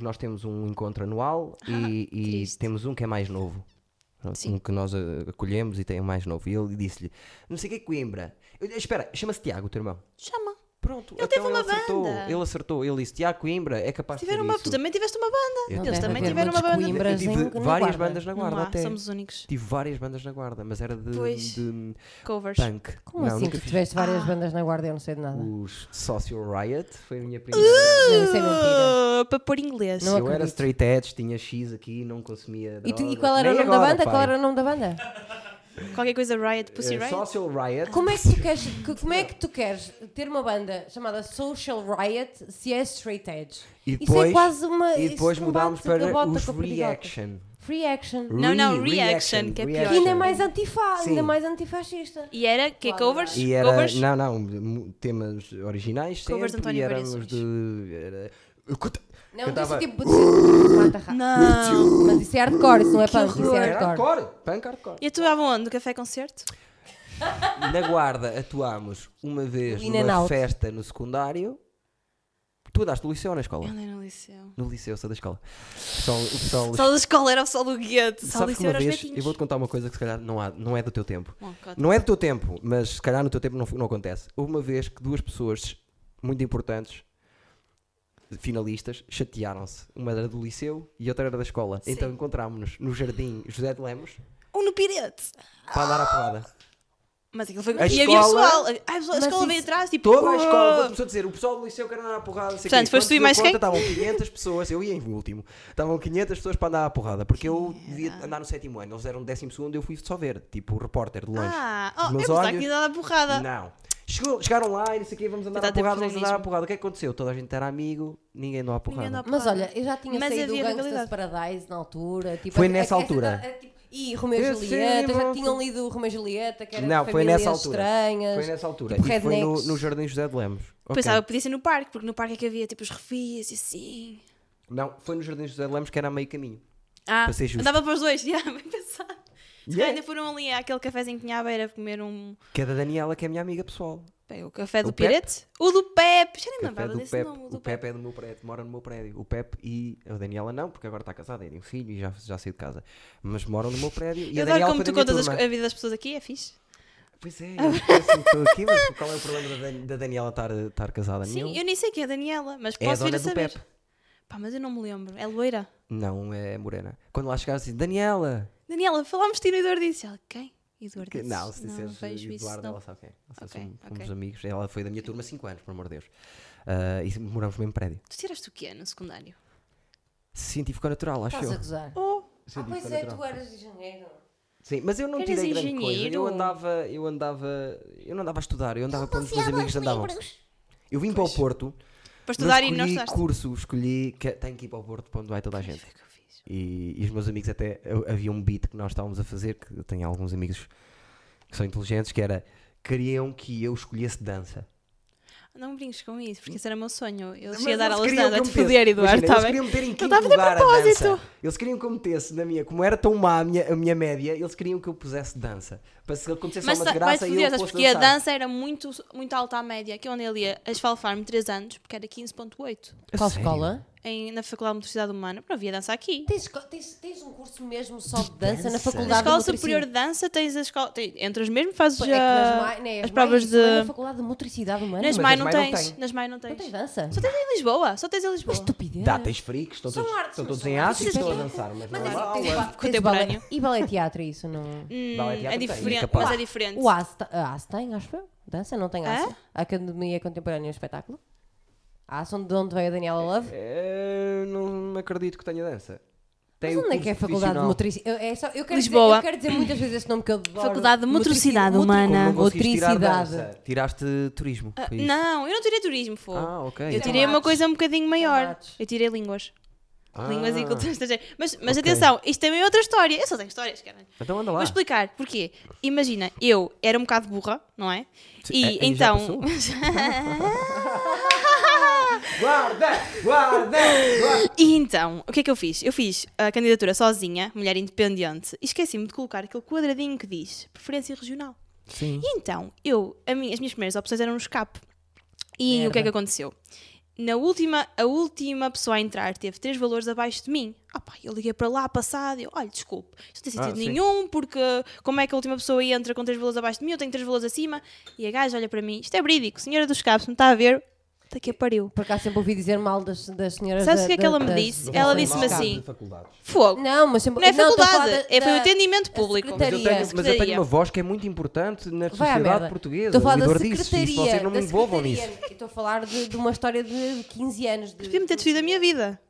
[SPEAKER 1] nós temos um encontro anual
[SPEAKER 2] Ah,
[SPEAKER 1] e, e temos um que é mais novo. Pronto, Um que nós eh, acolhemos e tem um mais novo. E ele disse-lhe: Não sei o que é Coimbra. Eu, espera, chama-se Tiago, o teu irmão.
[SPEAKER 2] Chama.
[SPEAKER 1] Pronto,
[SPEAKER 2] Ele teve uma
[SPEAKER 1] acertou.
[SPEAKER 2] banda.
[SPEAKER 1] Ele acertou. Ele disse: Tiago Coimbra é capaz de ser.
[SPEAKER 2] Tiveram uma...
[SPEAKER 1] isso."
[SPEAKER 2] Tu também tiveste uma banda.
[SPEAKER 1] Eu
[SPEAKER 2] Eles
[SPEAKER 1] também.
[SPEAKER 2] também
[SPEAKER 1] Deve
[SPEAKER 2] tiveram
[SPEAKER 4] haver
[SPEAKER 2] uma
[SPEAKER 4] muitos
[SPEAKER 2] banda.
[SPEAKER 4] Coimbras.
[SPEAKER 1] Eu tive
[SPEAKER 4] em- na
[SPEAKER 1] várias
[SPEAKER 4] Guarda.
[SPEAKER 1] bandas na guarda
[SPEAKER 2] não há,
[SPEAKER 1] até.
[SPEAKER 2] somos os únicos.
[SPEAKER 1] Tive várias bandas na guarda, mas era de,
[SPEAKER 2] Pois.
[SPEAKER 1] de
[SPEAKER 2] Covers.
[SPEAKER 1] punk.
[SPEAKER 4] Como
[SPEAKER 1] não,
[SPEAKER 4] assim?
[SPEAKER 1] nunca
[SPEAKER 4] Tu
[SPEAKER 1] fiz.
[SPEAKER 4] tiveste várias bandas na guarda e eu não sei de nada.
[SPEAKER 1] Os Social Riot foi a minha primeira.
[SPEAKER 4] Não, isso é mentira.
[SPEAKER 2] Ah, para pôr inglês.
[SPEAKER 4] Não
[SPEAKER 1] eu era
[SPEAKER 4] acredito.
[SPEAKER 1] straight edge, tinha X aqui, não consumia.
[SPEAKER 4] E, tu- e
[SPEAKER 1] droga.
[SPEAKER 4] qual era o
[SPEAKER 1] Nem
[SPEAKER 4] nome da
[SPEAKER 1] agora,
[SPEAKER 4] banda?
[SPEAKER 1] pai.
[SPEAKER 4] Qual era o nome da banda?
[SPEAKER 2] Qualquer coisa Riot, Pussy
[SPEAKER 1] Eh,
[SPEAKER 2] Riot.
[SPEAKER 1] Social Riot.
[SPEAKER 4] Como é que tu queres, que- como é que tu queres ter uma banda chamada Social Riot se é straight edge?
[SPEAKER 1] E
[SPEAKER 4] isso
[SPEAKER 1] depois-
[SPEAKER 4] é quase uma
[SPEAKER 1] E
[SPEAKER 4] isso
[SPEAKER 1] depois
[SPEAKER 4] combate
[SPEAKER 1] mudámos para
[SPEAKER 4] gabota
[SPEAKER 1] os
[SPEAKER 4] com a perdigota.
[SPEAKER 1] Reaction.
[SPEAKER 4] Free action.
[SPEAKER 2] Não, não,
[SPEAKER 1] Re-
[SPEAKER 2] Reaction, que é pior.
[SPEAKER 4] E ainda mais antifa,
[SPEAKER 1] Sim.
[SPEAKER 4] ainda mais antifascista.
[SPEAKER 2] E era que
[SPEAKER 4] Claro.
[SPEAKER 2] covers?
[SPEAKER 1] E era,
[SPEAKER 2] covers?
[SPEAKER 1] não, não, mu- temas originais
[SPEAKER 2] Covers de
[SPEAKER 1] sempre, e
[SPEAKER 2] António
[SPEAKER 1] éramos
[SPEAKER 2] Variações.
[SPEAKER 1] de... Era, eu canta-
[SPEAKER 4] Não,
[SPEAKER 1] cantava-
[SPEAKER 4] isso é tipo mata rato.
[SPEAKER 2] Não.
[SPEAKER 4] Mas isso é hardcore, isso não é punk, isso é
[SPEAKER 1] Era
[SPEAKER 4] hardcore.
[SPEAKER 1] hardcore, punk hardcore.
[SPEAKER 2] E atuavam onde? No café concerto?
[SPEAKER 1] Na guarda atuámos uma vez
[SPEAKER 4] In and
[SPEAKER 1] numa
[SPEAKER 4] out.
[SPEAKER 1] festa no secundário. Tu andaste no liceu ou na
[SPEAKER 2] Eu
[SPEAKER 1] escola?
[SPEAKER 2] andei no liceu.
[SPEAKER 1] No liceu, sou da escola. Pessoal, o pessoal...
[SPEAKER 2] O pessoal da escola era o pessoal do gueto. O pessoal do
[SPEAKER 1] Sabes que
[SPEAKER 2] liceu
[SPEAKER 1] uma
[SPEAKER 2] era os
[SPEAKER 1] vez, eu
[SPEAKER 2] betinhos.
[SPEAKER 1] vou-te contar uma coisa que se calhar não, há, não é do teu tempo.
[SPEAKER 2] Bom, conta.
[SPEAKER 1] Não é do teu tempo, mas se calhar no teu tempo não, não acontece. Houve uma vez que duas pessoas muito importantes, finalistas, chatearam-se. Uma era do liceu e outra era da escola. Então encontrámos-nos no jardim José de Lemos
[SPEAKER 2] Ou Um no pirete.
[SPEAKER 1] para dar a porrada.
[SPEAKER 2] Mas aquilo foi...
[SPEAKER 1] A
[SPEAKER 2] e havia
[SPEAKER 1] escola-
[SPEAKER 2] pessoal. Ai, A, escola
[SPEAKER 4] Mas isso-
[SPEAKER 2] veio atrás, tipo...
[SPEAKER 1] Toda a
[SPEAKER 2] "Oh!"
[SPEAKER 1] escola depois começou a dizer: o pessoal do liceu quer andar à porrada. não sei o quê.
[SPEAKER 2] Portanto, foste
[SPEAKER 1] Quando
[SPEAKER 2] tu
[SPEAKER 1] se
[SPEAKER 2] e
[SPEAKER 1] deu
[SPEAKER 2] mais
[SPEAKER 1] conta,
[SPEAKER 2] quem?
[SPEAKER 1] Estavam 500 pessoas, eu ia em último. Estavam 500 pessoas para andar à porrada, porque eu devia andar no sétimo ano. Eles eram no décimo segundo, eu fui só ver, tipo repórter de longe.
[SPEAKER 2] Ah,
[SPEAKER 1] Os
[SPEAKER 2] oh, eu
[SPEAKER 1] meus
[SPEAKER 2] pensava
[SPEAKER 1] olhos-
[SPEAKER 2] que ia dar a porrada.
[SPEAKER 1] Não. Chegou- chegaram lá e não sei o quê, vamos andar
[SPEAKER 2] Tentar
[SPEAKER 1] à
[SPEAKER 2] ter
[SPEAKER 1] porrada, vamos andar à
[SPEAKER 2] protagonismo.
[SPEAKER 1] porrada. O que é que aconteceu? Toda a gente era amigo, ninguém andou à porrada.
[SPEAKER 2] Ninguém dá a
[SPEAKER 4] Mas
[SPEAKER 2] porrada.
[SPEAKER 4] olha, eu já tinha
[SPEAKER 2] Mas
[SPEAKER 4] saído do
[SPEAKER 2] havia
[SPEAKER 4] Gangsta's
[SPEAKER 2] rivalidade.
[SPEAKER 4] Paradise na altura. Tipo,
[SPEAKER 1] Foi
[SPEAKER 4] a- a-
[SPEAKER 1] nessa
[SPEAKER 4] essa
[SPEAKER 1] altura.
[SPEAKER 4] da- é tipo, e Romeu e
[SPEAKER 1] Eu
[SPEAKER 4] Julieta,
[SPEAKER 1] sempre
[SPEAKER 4] já
[SPEAKER 1] vou-
[SPEAKER 4] tinham lido o Romeu e Julieta, que era
[SPEAKER 1] Não,
[SPEAKER 4] de
[SPEAKER 1] foi nessa
[SPEAKER 4] famílias
[SPEAKER 1] altura.
[SPEAKER 4] estranhas.
[SPEAKER 1] Foi nessa altura.
[SPEAKER 4] tipo
[SPEAKER 1] e foi no,
[SPEAKER 4] rednecks.
[SPEAKER 1] no Jardim José de Lemos. Ok.
[SPEAKER 2] Pensava que podia ser no parque, porque no parque é que havia tipo os refis e assim.
[SPEAKER 1] Não, foi no Jardim José de Lemos que era a meio caminho.
[SPEAKER 2] Ah,
[SPEAKER 1] Para ser justo.
[SPEAKER 2] andava para os dois. Yeah, bem pensado. Se calhar
[SPEAKER 1] Yeah.
[SPEAKER 2] Ainda foram ali àquele cafezinho que tinha à beira comer um...
[SPEAKER 1] Que é da Daniela, que é a minha amiga pessoal.
[SPEAKER 2] Bem, o café do
[SPEAKER 1] O Pepe?
[SPEAKER 2] Pirete? O do Pepe! Já nem me
[SPEAKER 1] Que é
[SPEAKER 2] lembrava
[SPEAKER 1] do
[SPEAKER 2] desse
[SPEAKER 1] Pepe.
[SPEAKER 2] nome. o
[SPEAKER 1] O
[SPEAKER 2] do
[SPEAKER 1] Pepe é do meu prédio, mora no meu prédio. O Pepe e a Daniela não, porque agora está casada, tem um filho e já, já saiu de casa. Mas moram no meu prédio. E
[SPEAKER 2] Eu
[SPEAKER 1] a
[SPEAKER 2] adoro
[SPEAKER 1] Daniela
[SPEAKER 2] como
[SPEAKER 1] foi
[SPEAKER 2] tu
[SPEAKER 1] da minha
[SPEAKER 2] contas as
[SPEAKER 1] turma.
[SPEAKER 2] co- a vida das pessoas aqui, é fixe.
[SPEAKER 1] Pois é, eu esqueço-me que estou aqui, mas qual é o problema da, Dan- da Daniela estar, estar casada?
[SPEAKER 2] Sim,
[SPEAKER 1] Nenhum.
[SPEAKER 2] eu nem sei quem é a Daniela, mas
[SPEAKER 1] É a
[SPEAKER 2] posso vir
[SPEAKER 1] dona
[SPEAKER 2] a
[SPEAKER 1] do
[SPEAKER 2] saber.
[SPEAKER 1] Pepe.
[SPEAKER 2] Pá, mas eu não me lembro. É loira.
[SPEAKER 1] Não, é morena. Quando lá chegares assim, Daniela,
[SPEAKER 2] Daniela, falámos de ti no Eduardo disse. Ela, quem? Eduardo
[SPEAKER 1] Que-
[SPEAKER 2] disse.
[SPEAKER 1] não, se disseres
[SPEAKER 2] vejo isso,
[SPEAKER 1] Eduardo,
[SPEAKER 2] não.
[SPEAKER 1] ela sabe quem. é. Ela sabe,
[SPEAKER 2] Ok,
[SPEAKER 1] são- fomos
[SPEAKER 2] ok.
[SPEAKER 1] amigos. Ela foi da minha turma há 5 anos, por amor de Deus. Ah, e moramos no mesmo prédio.
[SPEAKER 2] Tu tiraste o quê no secundário?
[SPEAKER 1] Científico natural, acho
[SPEAKER 4] Estás a
[SPEAKER 1] eu.
[SPEAKER 4] gozar.
[SPEAKER 2] Oh.
[SPEAKER 3] Ah,
[SPEAKER 1] Científico
[SPEAKER 3] pois é,
[SPEAKER 1] natural.
[SPEAKER 3] tu eras engenheiro.
[SPEAKER 1] Sim, mas eu não
[SPEAKER 2] Eras
[SPEAKER 1] tirei grande coisa.
[SPEAKER 2] engenheiro?
[SPEAKER 1] Eu andava, eu andava, eu não andava a estudar, eu andava para onde os meus amigos andavam. Eu vim para o Porto,
[SPEAKER 2] Para
[SPEAKER 1] não
[SPEAKER 2] estudar e não
[SPEAKER 1] escolhi
[SPEAKER 2] estudaste.
[SPEAKER 1] curso, escolhi que tenho que ir para o Porto para onde vai toda a gente.
[SPEAKER 2] Foi o que eu fiz.
[SPEAKER 1] E, e os meus amigos até eu- havia um beat que nós estávamos a fazer, que eu tenho alguns amigos que são inteligentes, que era queriam que eu escolhesse dança.
[SPEAKER 2] Não brinques com isso, porque esse era o meu sonho. Eu
[SPEAKER 1] Mas
[SPEAKER 2] cheguei a dar
[SPEAKER 1] eles
[SPEAKER 2] aulas de
[SPEAKER 1] queriam que
[SPEAKER 2] nada de
[SPEAKER 1] eu metesse-
[SPEAKER 2] poder, Eduardo,
[SPEAKER 1] imagina,
[SPEAKER 2] está
[SPEAKER 1] Eles
[SPEAKER 2] bem?
[SPEAKER 1] queriam meter em quinto
[SPEAKER 2] estava de
[SPEAKER 1] lugar a
[SPEAKER 2] propósito.
[SPEAKER 1] dança. Eles queriam que eu metesse na minha, como era tão má a minha, a minha média, eles queriam que eu pusesse dança. Para se acontecesse
[SPEAKER 2] Mas
[SPEAKER 1] alguma
[SPEAKER 2] sa- vai-te
[SPEAKER 1] desgraça e
[SPEAKER 2] foder,
[SPEAKER 1] eu
[SPEAKER 2] sabes,
[SPEAKER 1] fosse
[SPEAKER 2] porque a
[SPEAKER 1] dançar.
[SPEAKER 2] dança era muito, muito alta à média. Que eu andei ali a esfalfar-me 3 anos, porque era 15.8
[SPEAKER 1] A
[SPEAKER 4] Qual
[SPEAKER 1] sério?
[SPEAKER 4] escola?
[SPEAKER 2] em- na Faculdade de Motricidade Humana, porque não havia dança aqui.
[SPEAKER 4] Tens, esco- tens, tens um curso mesmo só de dança,
[SPEAKER 1] dança?
[SPEAKER 4] na faculdade
[SPEAKER 2] Na Escola
[SPEAKER 4] de motricidade?
[SPEAKER 2] Superior de Dança tens a escola. Tem, entras mesmo, fazes
[SPEAKER 4] Pô, é que nas
[SPEAKER 2] já
[SPEAKER 4] mai- né,
[SPEAKER 2] as
[SPEAKER 4] as
[SPEAKER 2] provas
[SPEAKER 4] mais-
[SPEAKER 2] de.
[SPEAKER 4] não é na faculdade de motricidade humana.
[SPEAKER 2] Nas
[SPEAKER 1] Mas
[SPEAKER 2] MAI
[SPEAKER 1] nas
[SPEAKER 2] não
[SPEAKER 1] Mai não
[SPEAKER 2] tens.
[SPEAKER 1] tem.
[SPEAKER 2] Nas MAI não
[SPEAKER 4] Não tens
[SPEAKER 2] tens.
[SPEAKER 4] dança?
[SPEAKER 2] Só tens em Lisboa, só tens em
[SPEAKER 4] Mas
[SPEAKER 2] Lisboa.
[SPEAKER 4] estupidez.
[SPEAKER 1] Dá, tens freaks, estão
[SPEAKER 3] São
[SPEAKER 1] todos,
[SPEAKER 3] artes,
[SPEAKER 1] estão
[SPEAKER 3] mas
[SPEAKER 1] todos
[SPEAKER 3] são
[SPEAKER 1] em
[SPEAKER 3] artes.
[SPEAKER 1] atos e estão a
[SPEAKER 4] Sim.
[SPEAKER 1] dançar. Mas,
[SPEAKER 4] Mas
[SPEAKER 1] não
[SPEAKER 4] é
[SPEAKER 1] há
[SPEAKER 4] que tens
[SPEAKER 1] aula.
[SPEAKER 4] ba- tens
[SPEAKER 2] Contemporâneo.
[SPEAKER 4] balé- E balé teatro, é isso não...
[SPEAKER 2] Hum,
[SPEAKER 1] Balé teatro tem,
[SPEAKER 2] é diferente,
[SPEAKER 1] capaz.
[SPEAKER 2] mas é diferente.
[SPEAKER 4] O AS, te- a AS tem, acho eu. Dança, não tem AS.
[SPEAKER 2] É?
[SPEAKER 4] A Academia Contemporânea de Espetáculo. A AS onde, de onde veio a Daniela Love.
[SPEAKER 1] É, não acredito que tenha dança. Tem
[SPEAKER 4] Mas
[SPEAKER 1] o
[SPEAKER 4] onde é que é a
[SPEAKER 1] curso
[SPEAKER 4] faculdade de
[SPEAKER 1] profissional.
[SPEAKER 4] motricidade? Eu, é só- eu quero Dizer,
[SPEAKER 2] Lisboa.
[SPEAKER 4] eu quero dizer muitas vezes esse nome que eu adoro.
[SPEAKER 2] Faculdade de Motricidade
[SPEAKER 4] Motrici-
[SPEAKER 2] Humana.
[SPEAKER 1] Como não conseguiste tirar
[SPEAKER 4] Motricidade.
[SPEAKER 1] dança? Tiraste turismo.
[SPEAKER 2] Ah,
[SPEAKER 1] foi isso?
[SPEAKER 2] não, eu não tirei turismo, foi.
[SPEAKER 1] Ah, ok.
[SPEAKER 2] Eu
[SPEAKER 4] é
[SPEAKER 1] Então-
[SPEAKER 2] tirei uma
[SPEAKER 4] artes.
[SPEAKER 2] coisa um bocadinho maior.
[SPEAKER 4] artes.
[SPEAKER 2] Eu tirei línguas.
[SPEAKER 1] Ah,
[SPEAKER 2] Línguas e cultura estrangeira. Mas, mas
[SPEAKER 1] Ok.
[SPEAKER 2] atenção, isto também é outra história. Eu só tenho histórias, caralho.
[SPEAKER 1] Então anda
[SPEAKER 2] Vou
[SPEAKER 1] lá.
[SPEAKER 2] explicar porquê. Imagina, eu era um bocado burra, não é?
[SPEAKER 1] é-
[SPEAKER 2] E
[SPEAKER 1] aí já
[SPEAKER 2] então.
[SPEAKER 1] Guarda! Guarda! guarda.
[SPEAKER 2] e então, o que é que eu fiz? Eu fiz a candidatura sozinha, mulher independente, e esqueci-me de colocar aquele quadradinho que diz preferência regional.
[SPEAKER 1] Sim.
[SPEAKER 2] E então, eu, a minha- as minhas primeiras opções eram no escape. E o que é que aconteceu? Na última, a última pessoa a entrar teve três valores abaixo de mim. Ah pá, eu liguei para lá passado, eu, olha, desculpe, isto não tem
[SPEAKER 1] Ah,
[SPEAKER 2] sentido
[SPEAKER 1] sim.
[SPEAKER 2] nenhum, porque como é que a última pessoa entra com três valores abaixo de mim, eu tenho três valores acima, e a gaja olha para mim, isto é verídico, senhora dos capos, me está a ver, daqui a pariu.
[SPEAKER 4] Por acaso sempre ouvi dizer mal das, das senhoras
[SPEAKER 2] Sabes
[SPEAKER 4] da-
[SPEAKER 2] o que é que
[SPEAKER 4] da-
[SPEAKER 2] ela me
[SPEAKER 4] das-
[SPEAKER 2] disse?
[SPEAKER 4] das-
[SPEAKER 2] Ela
[SPEAKER 1] Não sei
[SPEAKER 2] disse-me
[SPEAKER 1] mal
[SPEAKER 2] assim-
[SPEAKER 1] de faculdades.
[SPEAKER 2] Fogo!
[SPEAKER 4] Não, mas sempre...
[SPEAKER 2] Não é
[SPEAKER 4] estou a falar
[SPEAKER 2] faculdade,
[SPEAKER 4] da-
[SPEAKER 2] é, foi o
[SPEAKER 4] da-
[SPEAKER 2] atendimento público.
[SPEAKER 1] Mas eu,
[SPEAKER 4] Secretaria.
[SPEAKER 1] tenho, mas eu tenho
[SPEAKER 2] Secretaria.
[SPEAKER 1] uma voz que é muito importante na
[SPEAKER 4] Vai à merda.
[SPEAKER 1] sociedade portuguesa.
[SPEAKER 4] Estou a falar
[SPEAKER 1] o
[SPEAKER 4] da
[SPEAKER 1] Eduardo disse
[SPEAKER 4] secretaria.
[SPEAKER 1] isso, vocês não me
[SPEAKER 4] da
[SPEAKER 1] envolvam
[SPEAKER 4] secretaria.
[SPEAKER 1] nisso.
[SPEAKER 4] Estou a falar de, de uma história de 15 anos. De,
[SPEAKER 2] Podia-me ter decidido a minha vida.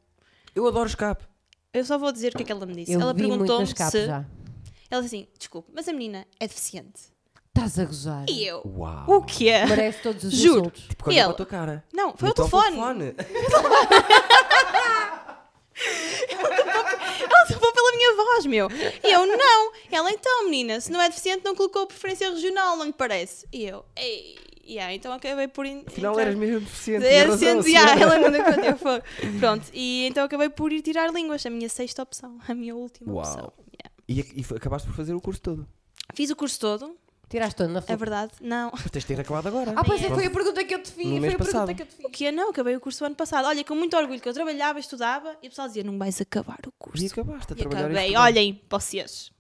[SPEAKER 1] Eu adoro escape.
[SPEAKER 2] Eu só vou dizer o que é que ela me disse.
[SPEAKER 4] Eu
[SPEAKER 2] ela
[SPEAKER 4] vi muito
[SPEAKER 2] perguntou-me
[SPEAKER 4] nas capas
[SPEAKER 2] se...
[SPEAKER 4] já.
[SPEAKER 2] Ela disse assim, desculpe, mas a menina é deficiente.
[SPEAKER 4] Estás a gozar.
[SPEAKER 2] E é. eu,
[SPEAKER 1] Uau.
[SPEAKER 2] o que é?
[SPEAKER 4] Merece todos os
[SPEAKER 2] Juro.
[SPEAKER 4] insultos.
[SPEAKER 1] Tipo, olha
[SPEAKER 2] ele-
[SPEAKER 1] para a tua cara. Então,
[SPEAKER 2] Não, foi o
[SPEAKER 1] Muito ao
[SPEAKER 2] telefone. Então. Ela topou pela minha voz, meu. E eu, não. Ela, então, menina, se não é deficiente, não colocou preferência regional, não lhe parece? E eu, ei. Yeah, então acabei por. in-
[SPEAKER 1] Afinal,
[SPEAKER 2] entrar-
[SPEAKER 1] eras mesmo deficiente.
[SPEAKER 2] É,
[SPEAKER 1] tinha razão,
[SPEAKER 2] sendo-
[SPEAKER 1] senhora.
[SPEAKER 2] yeah, ela não deu conta, eu fogo. Pronto, e então acabei por ir tirar línguas, a minha sexta opção, a minha última
[SPEAKER 1] Uau.
[SPEAKER 2] opção. Yeah.
[SPEAKER 1] E, e f- acabaste por fazer o curso todo.
[SPEAKER 2] Fiz o curso todo,
[SPEAKER 4] Tiraste todo na
[SPEAKER 2] é
[SPEAKER 4] faculdade.
[SPEAKER 2] verdade? Não.
[SPEAKER 1] Mas tens de ter acabado agora. Então,
[SPEAKER 4] Ah, pois é,
[SPEAKER 1] Pronto.
[SPEAKER 4] foi a pergunta que eu te fiz.
[SPEAKER 1] No
[SPEAKER 4] Foi
[SPEAKER 1] mês
[SPEAKER 4] a pergunta
[SPEAKER 1] passado.
[SPEAKER 4] que eu te fiz.
[SPEAKER 2] O que é? Não, acabei o curso o ano passado. Olha, com muito orgulho, que eu trabalhava, estudava e o pessoal dizia: não vais acabar o curso.
[SPEAKER 1] E acabaste a
[SPEAKER 2] E
[SPEAKER 1] trabalhar e
[SPEAKER 2] acabei,
[SPEAKER 1] estudar.
[SPEAKER 2] olhem, vocês.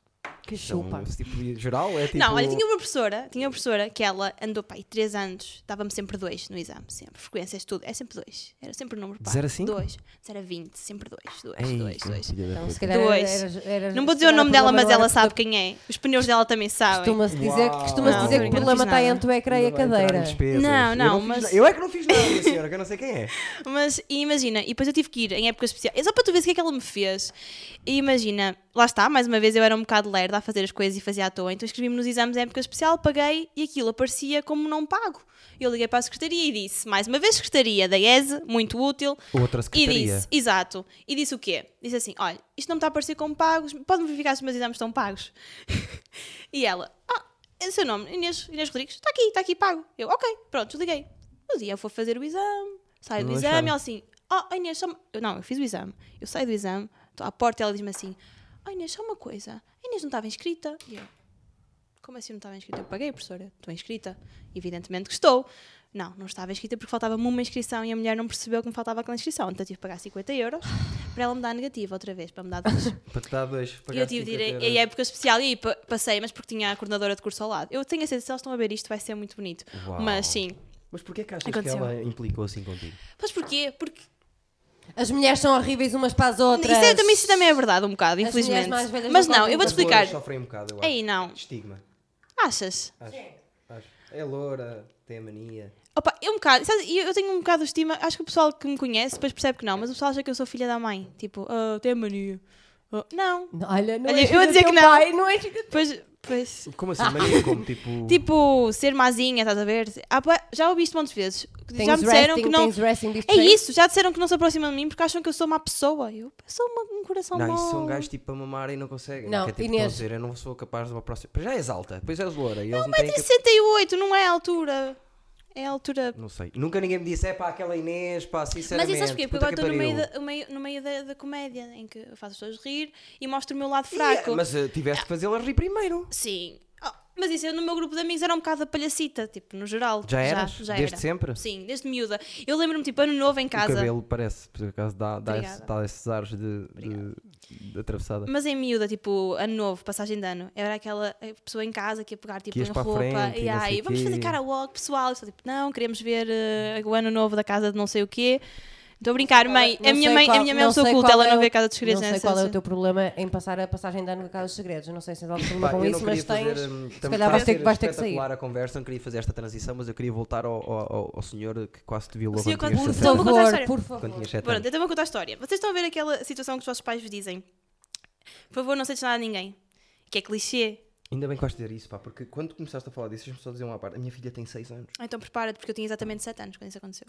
[SPEAKER 4] Que
[SPEAKER 1] Então,
[SPEAKER 4] chupa.
[SPEAKER 1] esse tipo de geral é tipo...
[SPEAKER 2] Não, olha, tinha um uma professora, tinha uma professora que ela andou para aí 3 anos, dava-me sempre 2 no exame, sempre. Frequências, tudo, é sempre 2. Era sempre o número par.
[SPEAKER 1] zero a cinco?
[SPEAKER 2] 2. 0 a 20, sempre 2, 2,
[SPEAKER 1] Ei,
[SPEAKER 2] 2,
[SPEAKER 1] que
[SPEAKER 2] 2.
[SPEAKER 1] É filha da
[SPEAKER 4] Então, se
[SPEAKER 1] puta.
[SPEAKER 4] calhar
[SPEAKER 2] Dois.
[SPEAKER 4] eras- eras-
[SPEAKER 2] Não vou
[SPEAKER 4] se
[SPEAKER 2] dizer o
[SPEAKER 4] calhar
[SPEAKER 2] nome dela,
[SPEAKER 4] problema
[SPEAKER 2] mas
[SPEAKER 4] não era
[SPEAKER 2] ela
[SPEAKER 4] tu-
[SPEAKER 2] sabe quem é. Os pneus dela também sabem.
[SPEAKER 4] Costuma-se dizer,
[SPEAKER 1] Uau.
[SPEAKER 4] costumas
[SPEAKER 2] Não,
[SPEAKER 4] dizer que o
[SPEAKER 2] não
[SPEAKER 4] problema
[SPEAKER 2] fiz
[SPEAKER 4] está
[SPEAKER 2] nada.
[SPEAKER 4] entre o ecrã e a
[SPEAKER 1] Ainda vai entrar em
[SPEAKER 4] cadeira.
[SPEAKER 1] despesas.
[SPEAKER 2] Não,
[SPEAKER 1] Eu
[SPEAKER 2] não,
[SPEAKER 1] fiz
[SPEAKER 2] mas-
[SPEAKER 1] na- Eu é que não fiz nada, minha senhora, que eu não sei quem é.
[SPEAKER 2] Mas e imagina, e depois eu tive que ir em época especial. É só para tu veres o que é que ela me fez. E imagina, lá está, mais uma vez eu era um bocado lerda a fazer as coisas e fazia à toa. Então escrevi-me nos exames em época especial, paguei e aquilo aparecia como não pago. Eu liguei para a secretaria e disse, mais uma vez, secretaria da IESE, muito útil.
[SPEAKER 1] Outra
[SPEAKER 2] E
[SPEAKER 1] secretaria.
[SPEAKER 2] disse, exato. E disse o quê? Disse assim: olha, isto não me está a parecer como pagos, pode-me verificar se os meus exames estão pagos. e ela, ah, é o seu nome, Inês, Inês Rodrigues, está aqui, está aqui pago. Eu, ok, pronto, desliguei. No dia eu vou fazer o exame, saio do
[SPEAKER 1] Não
[SPEAKER 2] exame,
[SPEAKER 1] deixaram.
[SPEAKER 2] ela assim, oh Inês, só uma... eu, não, eu fiz o exame, eu saio do exame, estou à porta e ela diz-me assim, oh Inês, só uma coisa, a Inês não estava inscrita. E eu, como assim eu não estava inscrita? Eu paguei, professora. Estou inscrita. Evidentemente que estou. Não, não estava inscrita porque faltava-me uma inscrição e a mulher não percebeu que me faltava aquela inscrição. Então tive que pagar 50 euros para ela me dar a negativa outra vez, para me dar dois.
[SPEAKER 1] Para te dar dois.
[SPEAKER 2] E eu tive de ir a- a época especial e aí pa- passei, mas porque tinha a coordenadora de curso ao lado. Eu tenho a certeza, se elas estão a ver isto, vai ser muito bonito.
[SPEAKER 1] Uau.
[SPEAKER 2] Mas sim.
[SPEAKER 1] Mas porquê que achas
[SPEAKER 2] Aconteceu.
[SPEAKER 1] que ela implicou assim contigo?
[SPEAKER 2] Mas porquê? Porque
[SPEAKER 4] As mulheres são horríveis umas para as outras.
[SPEAKER 2] isso, é, também, isso também é verdade, um bocado,
[SPEAKER 4] As
[SPEAKER 2] infelizmente.
[SPEAKER 4] mulheres mais velhas
[SPEAKER 2] Mas
[SPEAKER 4] não
[SPEAKER 2] não,
[SPEAKER 4] podem
[SPEAKER 2] eu vou-te
[SPEAKER 1] As loiras
[SPEAKER 2] explicar.
[SPEAKER 1] sofrem um bocado, eu acho.
[SPEAKER 2] Aí não.
[SPEAKER 1] Estigma.
[SPEAKER 2] Achas?
[SPEAKER 1] Acho. acho. É loura, tem mania.
[SPEAKER 2] Opa, eu um bocado, sabes, eu eu tenho um bocado de estima, acho que o pessoal que me conhece depois percebe que não, mas o pessoal acha que eu sou filha da mãe. Tipo, ah, tem mania. Ah, não.
[SPEAKER 4] Olha, não
[SPEAKER 2] Olha,
[SPEAKER 4] és
[SPEAKER 2] eu a
[SPEAKER 4] filha do
[SPEAKER 2] dizer
[SPEAKER 4] teu
[SPEAKER 2] que não.
[SPEAKER 4] pai, não és filha do-
[SPEAKER 2] Pois, pois.
[SPEAKER 1] Como assim? Mania como tipo.
[SPEAKER 2] Tipo, ser mazinha, estás a ver? Ah, pá, já ouvi isto montes de vezes. já
[SPEAKER 4] Tens
[SPEAKER 2] me disseram
[SPEAKER 4] resting-
[SPEAKER 2] que não.
[SPEAKER 4] tens resting
[SPEAKER 2] É
[SPEAKER 4] display.
[SPEAKER 2] isso, já disseram que não se aproximam de mim porque acham que eu sou má pessoa. Eu sou uma- um coração
[SPEAKER 1] Não,
[SPEAKER 2] mau.
[SPEAKER 1] isso são gajos tipo a mamar e não conseguem.
[SPEAKER 4] Não,
[SPEAKER 1] que é tipo,
[SPEAKER 4] Inês.
[SPEAKER 1] estão a dizer, eu não sou capaz de uma próxima. Pois já és alta, depois és loura. E eles não, têm que...
[SPEAKER 2] 68, não é a altura. É a altura.
[SPEAKER 1] Não sei. Nunca ninguém me disse, é pá, aquela Inês, pá,
[SPEAKER 2] Mas
[SPEAKER 1] sinceramente.
[SPEAKER 2] isso sabes porquê? Porque
[SPEAKER 1] puta
[SPEAKER 2] agora
[SPEAKER 1] que
[SPEAKER 2] estou no meio,
[SPEAKER 1] pariu.
[SPEAKER 2] da, no meio- no meio da, da comédia, em que eu faço as pessoas rir e mostro o meu lado
[SPEAKER 1] Yeah,
[SPEAKER 2] fraco.
[SPEAKER 1] mas eh, tiveste de fazê-la rir primeiro.
[SPEAKER 2] Sim. Oh, mas isso eu no meu grupo de amigos era um bocado a palhacita, tipo, no geral.
[SPEAKER 1] Já eras?
[SPEAKER 2] Já, já
[SPEAKER 1] Desde
[SPEAKER 2] era.
[SPEAKER 1] sempre?
[SPEAKER 2] Sim, desde miúda. Eu lembro-me, tipo, ano novo em
[SPEAKER 1] O
[SPEAKER 2] casa.
[SPEAKER 1] cabelo parece, por acaso, dá, dá, esse-
[SPEAKER 2] Obrigada.
[SPEAKER 1] dá esses ares de, de, de atravessada.
[SPEAKER 2] Mas em miúda, tipo, ano novo, passagem de ano, eu era aquela eh, pessoa em casa que ia pegar tipo,
[SPEAKER 1] Que ias
[SPEAKER 2] em
[SPEAKER 1] para a
[SPEAKER 2] roupa
[SPEAKER 1] frente e
[SPEAKER 2] e
[SPEAKER 1] não sei
[SPEAKER 2] aí,
[SPEAKER 1] o
[SPEAKER 2] vamos fazer
[SPEAKER 1] quê."
[SPEAKER 2] karaoke, pessoal. Eu só, tipo, não, queremos ver eh, o ano novo da casa de não sei o quê. Estou a brincar, mãe.
[SPEAKER 4] Não
[SPEAKER 2] a minha
[SPEAKER 4] sei
[SPEAKER 2] mãe,
[SPEAKER 4] qual-
[SPEAKER 2] a minha mãe é
[SPEAKER 4] não
[SPEAKER 2] o seu
[SPEAKER 4] sei
[SPEAKER 2] culto,
[SPEAKER 4] qual
[SPEAKER 2] ela
[SPEAKER 4] é
[SPEAKER 2] não
[SPEAKER 4] o-
[SPEAKER 2] vê a casa dos segredos,
[SPEAKER 4] Não
[SPEAKER 2] né,
[SPEAKER 4] sei qual é o
[SPEAKER 2] Sansa?
[SPEAKER 4] teu problema em passar a passagem de ano na Casa dos Segredos. Eu Não sei se tens algum
[SPEAKER 1] Pá,
[SPEAKER 4] problema
[SPEAKER 1] eu
[SPEAKER 4] com
[SPEAKER 1] não
[SPEAKER 4] isso, mas
[SPEAKER 1] queria fazer,
[SPEAKER 4] tens.
[SPEAKER 1] hum,
[SPEAKER 4] Se
[SPEAKER 1] tam-
[SPEAKER 4] calhar
[SPEAKER 1] para
[SPEAKER 4] vais ter,
[SPEAKER 1] ser
[SPEAKER 4] vais ter que sair.
[SPEAKER 1] espetacular a conversa, não queria fazer esta transição, mas eu queria voltar ao, ao, ao- ao senhor que quase te violou
[SPEAKER 2] O senhor
[SPEAKER 1] quando
[SPEAKER 2] quase-
[SPEAKER 1] tinhas
[SPEAKER 4] Por
[SPEAKER 2] Então vou
[SPEAKER 1] sete
[SPEAKER 2] contar a
[SPEAKER 4] favor,
[SPEAKER 2] história.
[SPEAKER 4] por
[SPEAKER 1] anos. Quando
[SPEAKER 4] favor.
[SPEAKER 1] tinhas sete
[SPEAKER 2] Pronto,
[SPEAKER 1] anos.
[SPEAKER 2] então vou contar a história. Vocês estão a ver aquela situação que os vossos pais vos dizem: Por favor, não sentes nada a ninguém. Que é clichê.
[SPEAKER 1] Ainda bem que vais dizer isso, pá, porque quando começaste a falar disso, deixa-me só dizer uma parte. A minha filha tem 6 anos.
[SPEAKER 2] Ah, Então prepara-te, porque eu tinha exatamente 7 anos quando isso aconteceu.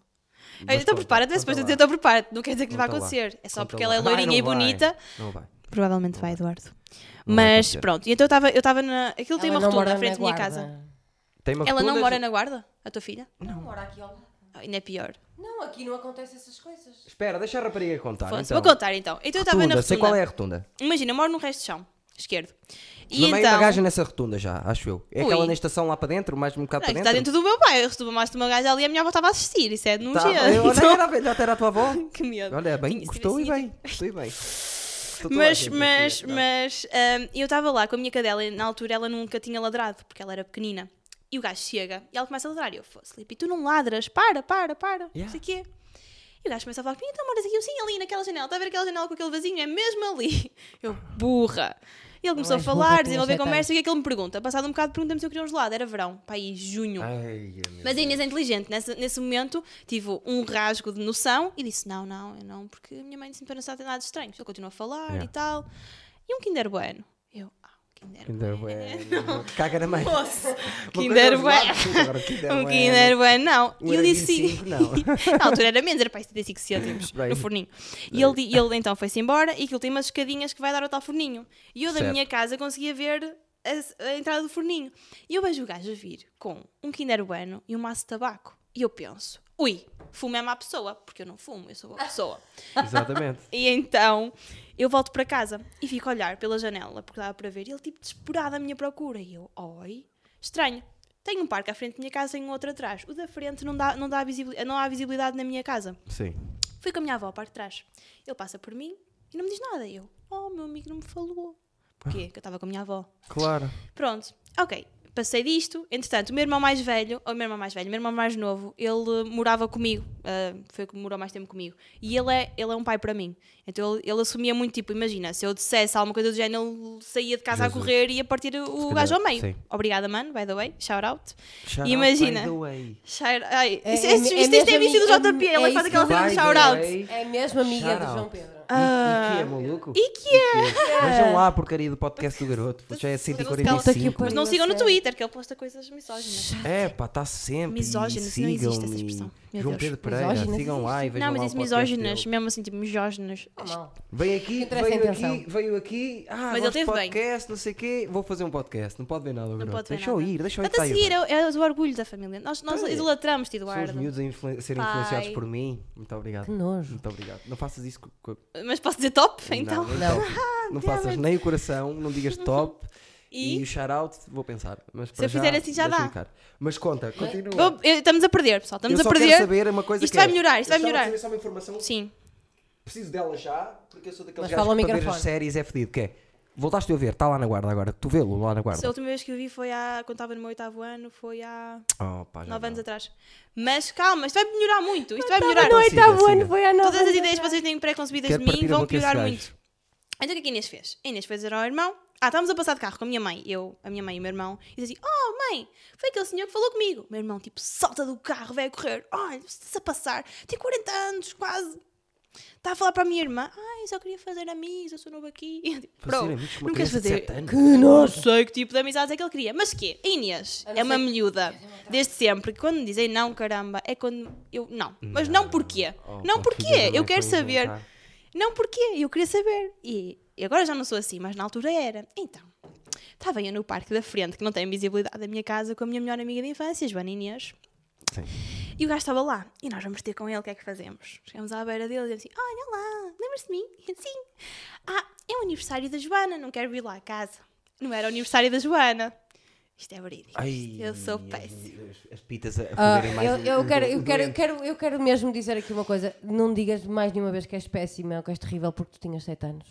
[SPEAKER 2] Ah,
[SPEAKER 1] Mas
[SPEAKER 2] então
[SPEAKER 1] conta,
[SPEAKER 2] prepara-te,
[SPEAKER 1] conta
[SPEAKER 2] depois eu
[SPEAKER 1] lá.
[SPEAKER 2] dizer, então prepara-te. Não quer dizer que lhe vai
[SPEAKER 1] Conta tá lá.
[SPEAKER 2] acontecer. É só
[SPEAKER 1] Conta
[SPEAKER 2] porque
[SPEAKER 1] lá.
[SPEAKER 2] ela é
[SPEAKER 1] Ai,
[SPEAKER 2] loirinha
[SPEAKER 1] não
[SPEAKER 2] e
[SPEAKER 1] vai.
[SPEAKER 2] bonita.
[SPEAKER 1] Não vai.
[SPEAKER 2] Provavelmente vai, Eduardo.
[SPEAKER 1] Não vai
[SPEAKER 2] Mas
[SPEAKER 1] acontecer.
[SPEAKER 2] pronto, e então eu estava eu estava na. Aquilo tem
[SPEAKER 4] Ela
[SPEAKER 2] uma
[SPEAKER 4] não
[SPEAKER 2] rotunda
[SPEAKER 4] mora
[SPEAKER 2] à frente da
[SPEAKER 4] na
[SPEAKER 2] minha casa.
[SPEAKER 4] guarda.
[SPEAKER 1] Tem uma
[SPEAKER 2] Ela não
[SPEAKER 1] rotunda-
[SPEAKER 2] mora na guarda, a tua filha?
[SPEAKER 3] Não mora aqui ao lado.
[SPEAKER 2] Ainda é pior.
[SPEAKER 3] Não, aqui não acontecem essas coisas.
[SPEAKER 1] Espera, deixa a rapariga contar.
[SPEAKER 2] Foda-se.
[SPEAKER 1] então.
[SPEAKER 2] Vou contar então. Então eu estava na
[SPEAKER 1] Rotunda, sei qual é
[SPEAKER 2] rotunda.
[SPEAKER 1] a rotunda.
[SPEAKER 2] Imagina, eu moro no resto de chão, esquerdo. E
[SPEAKER 1] No meio da
[SPEAKER 2] então-
[SPEAKER 1] gaja nessa rotunda já, acho eu. É
[SPEAKER 2] Ui.
[SPEAKER 1] aquela na estação lá para dentro, mais um bocado
[SPEAKER 2] Não,
[SPEAKER 1] para
[SPEAKER 2] é que
[SPEAKER 1] dentro.
[SPEAKER 2] está dentro do meu pai. Eu recebi mais de uma gaja ali e a minha avó estava a assistir. Isso é de
[SPEAKER 1] Tá,
[SPEAKER 2] nojento.
[SPEAKER 1] eu- Olha, era, a velha, até era a tua avó.
[SPEAKER 2] Que medo.
[SPEAKER 1] Olha, bem,
[SPEAKER 2] Tinha- assim
[SPEAKER 1] gostou e
[SPEAKER 2] tinha-
[SPEAKER 1] bem. Gostou e bem. Gostou toda a
[SPEAKER 2] Mas,
[SPEAKER 1] gente, é minha
[SPEAKER 2] mas,
[SPEAKER 1] filha.
[SPEAKER 2] mas, hum, eu estava lá com a minha cadela e na altura ela nunca tinha ladrado, porque ela era pequenina. E o gajo chega e ela começa a ladrar. E eu, "Fô, Sleepy, tu não ladras, para, para, para,
[SPEAKER 1] Yeah.
[SPEAKER 2] não sei o quê. E o gajo começa a falar comigo, então moras aqui, eu sim, ali naquela janela, está a ver aquela janela com aquele vasinho, é mesmo ali. Eu, burra. E ele
[SPEAKER 1] é
[SPEAKER 2] começou a
[SPEAKER 4] és burra,
[SPEAKER 2] falar,
[SPEAKER 4] tinhas
[SPEAKER 2] desenvolver
[SPEAKER 4] sete anos.
[SPEAKER 2] conversa, e o que é que ele me pergunta? Passado um bocado pergunta-me se eu queria um gelado, era verão, para aí junho.
[SPEAKER 1] Ah, Ai, meu
[SPEAKER 2] Mas a Inês é inteligente. Nesse, nesse momento tive um rasgo de noção e disse: Não, não, eu não, porque a minha mãe disse-me para não estar nada de estranho. Ele continua a falar
[SPEAKER 1] Yeah.
[SPEAKER 2] e tal. E um Kinder Bueno. Eu, ah, um Kinder Bueno.
[SPEAKER 1] Kinder Bueno. Caga na mãe.
[SPEAKER 2] Moço,
[SPEAKER 1] Uma
[SPEAKER 2] Kinder
[SPEAKER 1] coisa aos lados,
[SPEAKER 2] Bueno.
[SPEAKER 1] tudo agora, Kinder
[SPEAKER 2] Um
[SPEAKER 1] Bueno.
[SPEAKER 2] Kinder Bueno, não.
[SPEAKER 1] Um
[SPEAKER 2] E eu
[SPEAKER 1] era
[SPEAKER 2] disse:
[SPEAKER 1] 25, não.
[SPEAKER 2] Na altura era menos, era para aí 75 cêntimos
[SPEAKER 1] Bem.
[SPEAKER 2] no forninho. E ele, di- ele então foi-se embora e aquilo tem umas escadinhas que vai dar ao tal forninho. E eu da
[SPEAKER 1] Certo.
[SPEAKER 2] minha casa conseguia ver a, a entrada do forninho. E eu vejo o gajo a vir com um Kinder Bueno e um maço de tabaco. E eu penso: Ui, fumo é má pessoa, porque eu não fumo, eu sou boa pessoa.
[SPEAKER 1] Exatamente.
[SPEAKER 2] E então eu volto para casa e fico a olhar pela janela, porque dava para ver, e ele tipo desesperado à minha procura. E eu, oi, estranho. Tenho um parque à frente da minha casa e um outro atrás. O da frente não, dá, não, dá visibilidade, não há visibilidade na minha casa.
[SPEAKER 1] Sim.
[SPEAKER 2] Fui com a minha avó ao parque de trás. Ele passa por mim e não me diz nada. E eu, oh, meu amigo não me falou. Porquê? Que eu estava com a minha avó.
[SPEAKER 1] Claro.
[SPEAKER 2] Pronto, ok. Passei disto. Entretanto, o meu irmão mais velho, ou o meu irmão mais velho, o meu irmão mais novo, ele eh, morava comigo. ah, foi o que morou mais tempo comigo. E ele é, ele é um pai para mim. Então ele, ele assumia muito, tipo, imagina, se eu dissesse alguma coisa do género, ele saía de casa
[SPEAKER 1] Jesus.
[SPEAKER 2] a correr e ia partir o
[SPEAKER 1] calhar,
[SPEAKER 2] gajo ao meio.
[SPEAKER 1] sim.
[SPEAKER 2] Obrigada, mano, by the way. Shout out.
[SPEAKER 1] Shout out,
[SPEAKER 2] Imagina.
[SPEAKER 1] by the way.
[SPEAKER 2] Shout Ai,
[SPEAKER 4] É-
[SPEAKER 2] isto,
[SPEAKER 4] é-
[SPEAKER 2] isto,
[SPEAKER 4] é
[SPEAKER 2] isto, isto é
[SPEAKER 4] mesmo
[SPEAKER 2] vestido
[SPEAKER 4] a
[SPEAKER 2] do
[SPEAKER 4] mim-
[SPEAKER 2] JP.
[SPEAKER 4] é
[SPEAKER 2] Ela
[SPEAKER 4] isso
[SPEAKER 2] faz aquela cena
[SPEAKER 1] By
[SPEAKER 2] de
[SPEAKER 1] the
[SPEAKER 2] shout out. Ah,
[SPEAKER 1] way.
[SPEAKER 4] É mesmo amiga do
[SPEAKER 1] Shout
[SPEAKER 4] João
[SPEAKER 1] out.
[SPEAKER 4] Pedro.
[SPEAKER 1] E, e que é, maluco? E que é? Vejam lá a porcaria do podcast do garoto.
[SPEAKER 2] Tá
[SPEAKER 1] Já é
[SPEAKER 2] Puta
[SPEAKER 4] que o
[SPEAKER 1] 145.
[SPEAKER 4] pariu.
[SPEAKER 2] Mas não sigam no
[SPEAKER 4] Sério.
[SPEAKER 2] Twitter, que ele posta coisas misóginas.
[SPEAKER 1] É, pá, está sempre.
[SPEAKER 2] Misógino,
[SPEAKER 1] e
[SPEAKER 2] isso não existe, essa
[SPEAKER 1] sigam-me.
[SPEAKER 2] expressão. Meu
[SPEAKER 1] João
[SPEAKER 2] Deus.
[SPEAKER 1] Pedro Pereira,
[SPEAKER 4] Misógino,
[SPEAKER 1] sigam
[SPEAKER 4] isso
[SPEAKER 1] lá e vejam
[SPEAKER 2] Não, mas
[SPEAKER 1] lá
[SPEAKER 2] isso
[SPEAKER 1] o podcast
[SPEAKER 2] misóginas,
[SPEAKER 1] dele.
[SPEAKER 2] mesmo assim, tipo, misóginas.
[SPEAKER 4] Normal.
[SPEAKER 1] Veio aqui,
[SPEAKER 4] interessa a
[SPEAKER 1] veio
[SPEAKER 4] intenção.
[SPEAKER 1] aqui, veio aqui. Ah,
[SPEAKER 2] Mas ele
[SPEAKER 1] gosto de
[SPEAKER 2] teve bem.
[SPEAKER 1] podcast, não sei o quê. Vou fazer um podcast. Não pode ver nada,
[SPEAKER 2] Não
[SPEAKER 1] garoto.
[SPEAKER 2] pode ver
[SPEAKER 1] Deixa eu
[SPEAKER 2] nada.
[SPEAKER 1] ir, deixa eu ir.
[SPEAKER 2] Está-te a
[SPEAKER 1] tá aí,
[SPEAKER 2] seguir,
[SPEAKER 1] vai.
[SPEAKER 2] é, é o orgulho da família. Nós, nós
[SPEAKER 1] Tá aí.
[SPEAKER 2] idolatramos-te,
[SPEAKER 1] São os
[SPEAKER 2] Eduardo.
[SPEAKER 1] miúdos a influen- serem
[SPEAKER 2] Pai.
[SPEAKER 1] influenciados por mim. Muito obrigado.
[SPEAKER 4] Que nojo.
[SPEAKER 1] Muito obrigado. Não faças isso co- co-
[SPEAKER 2] Mas posso dizer top, então?
[SPEAKER 1] Não,
[SPEAKER 4] Não.
[SPEAKER 1] top. Não faças nem o coração, não digas top. E,
[SPEAKER 2] E?
[SPEAKER 1] o shout-out, vou pensar. Mas
[SPEAKER 2] eu
[SPEAKER 1] para já,
[SPEAKER 2] fizer assim já
[SPEAKER 1] deixa
[SPEAKER 2] dá.
[SPEAKER 1] ficar. Mas conta, continua.
[SPEAKER 2] Vou- eu- estamos a perder, pessoal. Estamos
[SPEAKER 1] Eu
[SPEAKER 2] a
[SPEAKER 1] só
[SPEAKER 2] perder.
[SPEAKER 1] quero saber uma coisa
[SPEAKER 2] Isto
[SPEAKER 1] que
[SPEAKER 2] vai
[SPEAKER 1] é,
[SPEAKER 2] melhorar, isto
[SPEAKER 1] eu
[SPEAKER 2] vai
[SPEAKER 1] só
[SPEAKER 2] melhorar.
[SPEAKER 1] Quero saber só uma informação,
[SPEAKER 2] Sim.
[SPEAKER 1] preciso dela já, porque eu sou daqueles
[SPEAKER 4] Mas
[SPEAKER 1] gajos
[SPEAKER 4] fala ao
[SPEAKER 1] que para ver as
[SPEAKER 4] microfone.
[SPEAKER 1] séries é fedido, que é, voltaste a ver, está lá na guarda agora, tu vê-lo lá na
[SPEAKER 2] Se a
[SPEAKER 1] guarda.
[SPEAKER 2] última vez que eu vi foi há. Quando estava no meu oitavo ano, foi há
[SPEAKER 1] Oh, pá, já
[SPEAKER 2] nove
[SPEAKER 1] não.
[SPEAKER 2] anos atrás. Mas calma, isto vai melhorar muito.
[SPEAKER 1] Tá
[SPEAKER 2] Isto vai melhorar.
[SPEAKER 4] Estava no
[SPEAKER 1] Siga,
[SPEAKER 4] oitavo
[SPEAKER 1] siga.
[SPEAKER 4] é ano, foi à nova.
[SPEAKER 2] Todas as ideias que vocês têm pré-concebidas de
[SPEAKER 1] Quero
[SPEAKER 2] mim
[SPEAKER 1] partir a
[SPEAKER 2] vão
[SPEAKER 1] boca a esse
[SPEAKER 2] piorar
[SPEAKER 1] gajo.
[SPEAKER 2] muito. Então o que é que a Inês fez? A Inês foi dizer ao irmão Ah, estávamos a passar de carro com a minha mãe, eu, a minha mãe e o meu irmão, e diz assim: Oh, mãe, foi aquele senhor que falou comigo. O meu irmão, tipo, salta do carro, vai a correr. Olha, está-se a passar, tem 40 anos, quase. Está a falar para a minha irmã: Ai, só queria fazer amigos, eu sou novo aqui. E eu digo,
[SPEAKER 1] Fazer
[SPEAKER 2] Bro,
[SPEAKER 1] amigos com uma
[SPEAKER 2] não queres
[SPEAKER 1] criança de
[SPEAKER 2] fazer.
[SPEAKER 1] sete anos?
[SPEAKER 2] Que não sei que tipo de amizades é que ele queria. Mas quê? A Inês
[SPEAKER 4] não
[SPEAKER 2] é uma
[SPEAKER 4] ser que-
[SPEAKER 2] miúda, desde sempre, que quando me dizem não, caramba, é quando eu. Não, mas não porquê.
[SPEAKER 1] Oh,
[SPEAKER 2] não
[SPEAKER 1] pá,
[SPEAKER 2] porquê,
[SPEAKER 1] fizeram
[SPEAKER 2] eu
[SPEAKER 1] bem
[SPEAKER 2] quero
[SPEAKER 1] para
[SPEAKER 2] saber.
[SPEAKER 1] inventar.
[SPEAKER 2] Não porquê, eu queria saber. E e agora já não sou assim, mas na altura era. Então, estava eu no parque da frente, que não tem visibilidade da minha casa, com a minha melhor amiga de infância, Joana Inês.
[SPEAKER 1] Sim.
[SPEAKER 2] E o gajo estava lá. E nós vamos ter com ele, o que é que fazemos? Chegamos à beira dele e dizemos assim: Olha lá, lembras-te de mim? E ele, Sim. Ah, é o aniversário da Joana, não quero ir lá a casa. Não era o aniversário da Joana. Isto é verídico.
[SPEAKER 1] Ai,
[SPEAKER 2] eu sou
[SPEAKER 1] as-
[SPEAKER 2] péssima.
[SPEAKER 1] As, as pitas a
[SPEAKER 4] Ah,
[SPEAKER 1] fundirem mais. um
[SPEAKER 4] eu,
[SPEAKER 1] o-
[SPEAKER 4] eu
[SPEAKER 1] o-
[SPEAKER 4] quero,
[SPEAKER 1] o
[SPEAKER 4] eu, quero, eu,
[SPEAKER 1] doente.
[SPEAKER 4] quero, eu quero mesmo dizer aqui uma coisa. Não digas mais nenhuma vez que és péssima ou que és terrível porque tu tinhas 7 anos.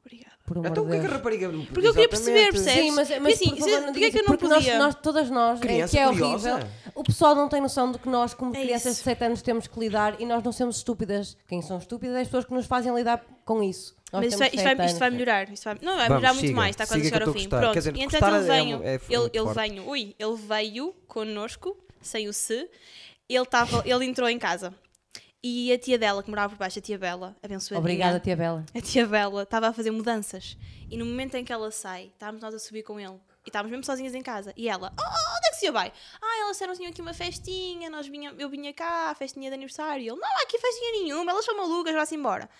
[SPEAKER 2] Obrigada.
[SPEAKER 4] Por amor
[SPEAKER 1] Então o
[SPEAKER 4] de
[SPEAKER 1] que é que a
[SPEAKER 4] Deus.
[SPEAKER 1] rapariga.
[SPEAKER 2] Porque eu queria perceber,
[SPEAKER 1] Exatamente.
[SPEAKER 2] percebes?
[SPEAKER 4] Sim, mas,
[SPEAKER 2] Porque
[SPEAKER 4] mas
[SPEAKER 2] assim,
[SPEAKER 4] por
[SPEAKER 2] se-
[SPEAKER 4] favor, não
[SPEAKER 2] porque é
[SPEAKER 4] digas
[SPEAKER 2] que eu
[SPEAKER 4] isso,
[SPEAKER 2] não
[SPEAKER 4] porque nós,
[SPEAKER 2] podia?
[SPEAKER 4] nós, todas nós, é,
[SPEAKER 1] Criança
[SPEAKER 4] que é
[SPEAKER 1] curiosa.
[SPEAKER 4] horrível. O pessoal não tem noção de que nós, como
[SPEAKER 2] É
[SPEAKER 4] crianças
[SPEAKER 2] isso.
[SPEAKER 4] de 7 anos, temos que lidar e nós não somos estúpidas. Quem são estúpidas é as pessoas que nos fazem lidar com isso. Nós
[SPEAKER 2] Mas isto
[SPEAKER 4] temos
[SPEAKER 2] vai, isto,
[SPEAKER 4] 7
[SPEAKER 2] vai, isto vai
[SPEAKER 4] anos.
[SPEAKER 2] melhorar. Isto vai, não,
[SPEAKER 1] Vamos,
[SPEAKER 2] vai melhorar muito
[SPEAKER 1] siga,
[SPEAKER 2] mais. Está quase a
[SPEAKER 1] siga que
[SPEAKER 2] chegar
[SPEAKER 1] eu
[SPEAKER 2] ao
[SPEAKER 1] tô a
[SPEAKER 2] fim.
[SPEAKER 1] gostar.
[SPEAKER 2] Pronto.
[SPEAKER 1] Quer dizer,
[SPEAKER 2] e entretanto
[SPEAKER 1] gostar
[SPEAKER 2] ele
[SPEAKER 1] é um-
[SPEAKER 2] veio.
[SPEAKER 1] é
[SPEAKER 2] ele,
[SPEAKER 1] muito
[SPEAKER 2] ele
[SPEAKER 1] forte.
[SPEAKER 2] veio. Ui, ele veio connosco, sem o se. Ele, tava, ele entrou em casa. E a tia dela, que morava por baixo, a tia Bela, abençoadinha.
[SPEAKER 4] Obrigada, tia Bela.
[SPEAKER 2] A tia Bela estava a fazer mudanças. E no momento em que ela sai, estávamos nós a subir com ele. E estávamos mesmo sozinhas em casa. E ela, oh, oh, onde é que o senhor vai? Ah, elas disseram que tinham aqui uma festinha, nós vinha, eu vinha cá, a festinha de aniversário. E ele, não há aqui festinha nenhuma, elas são malucas, vá-se embora.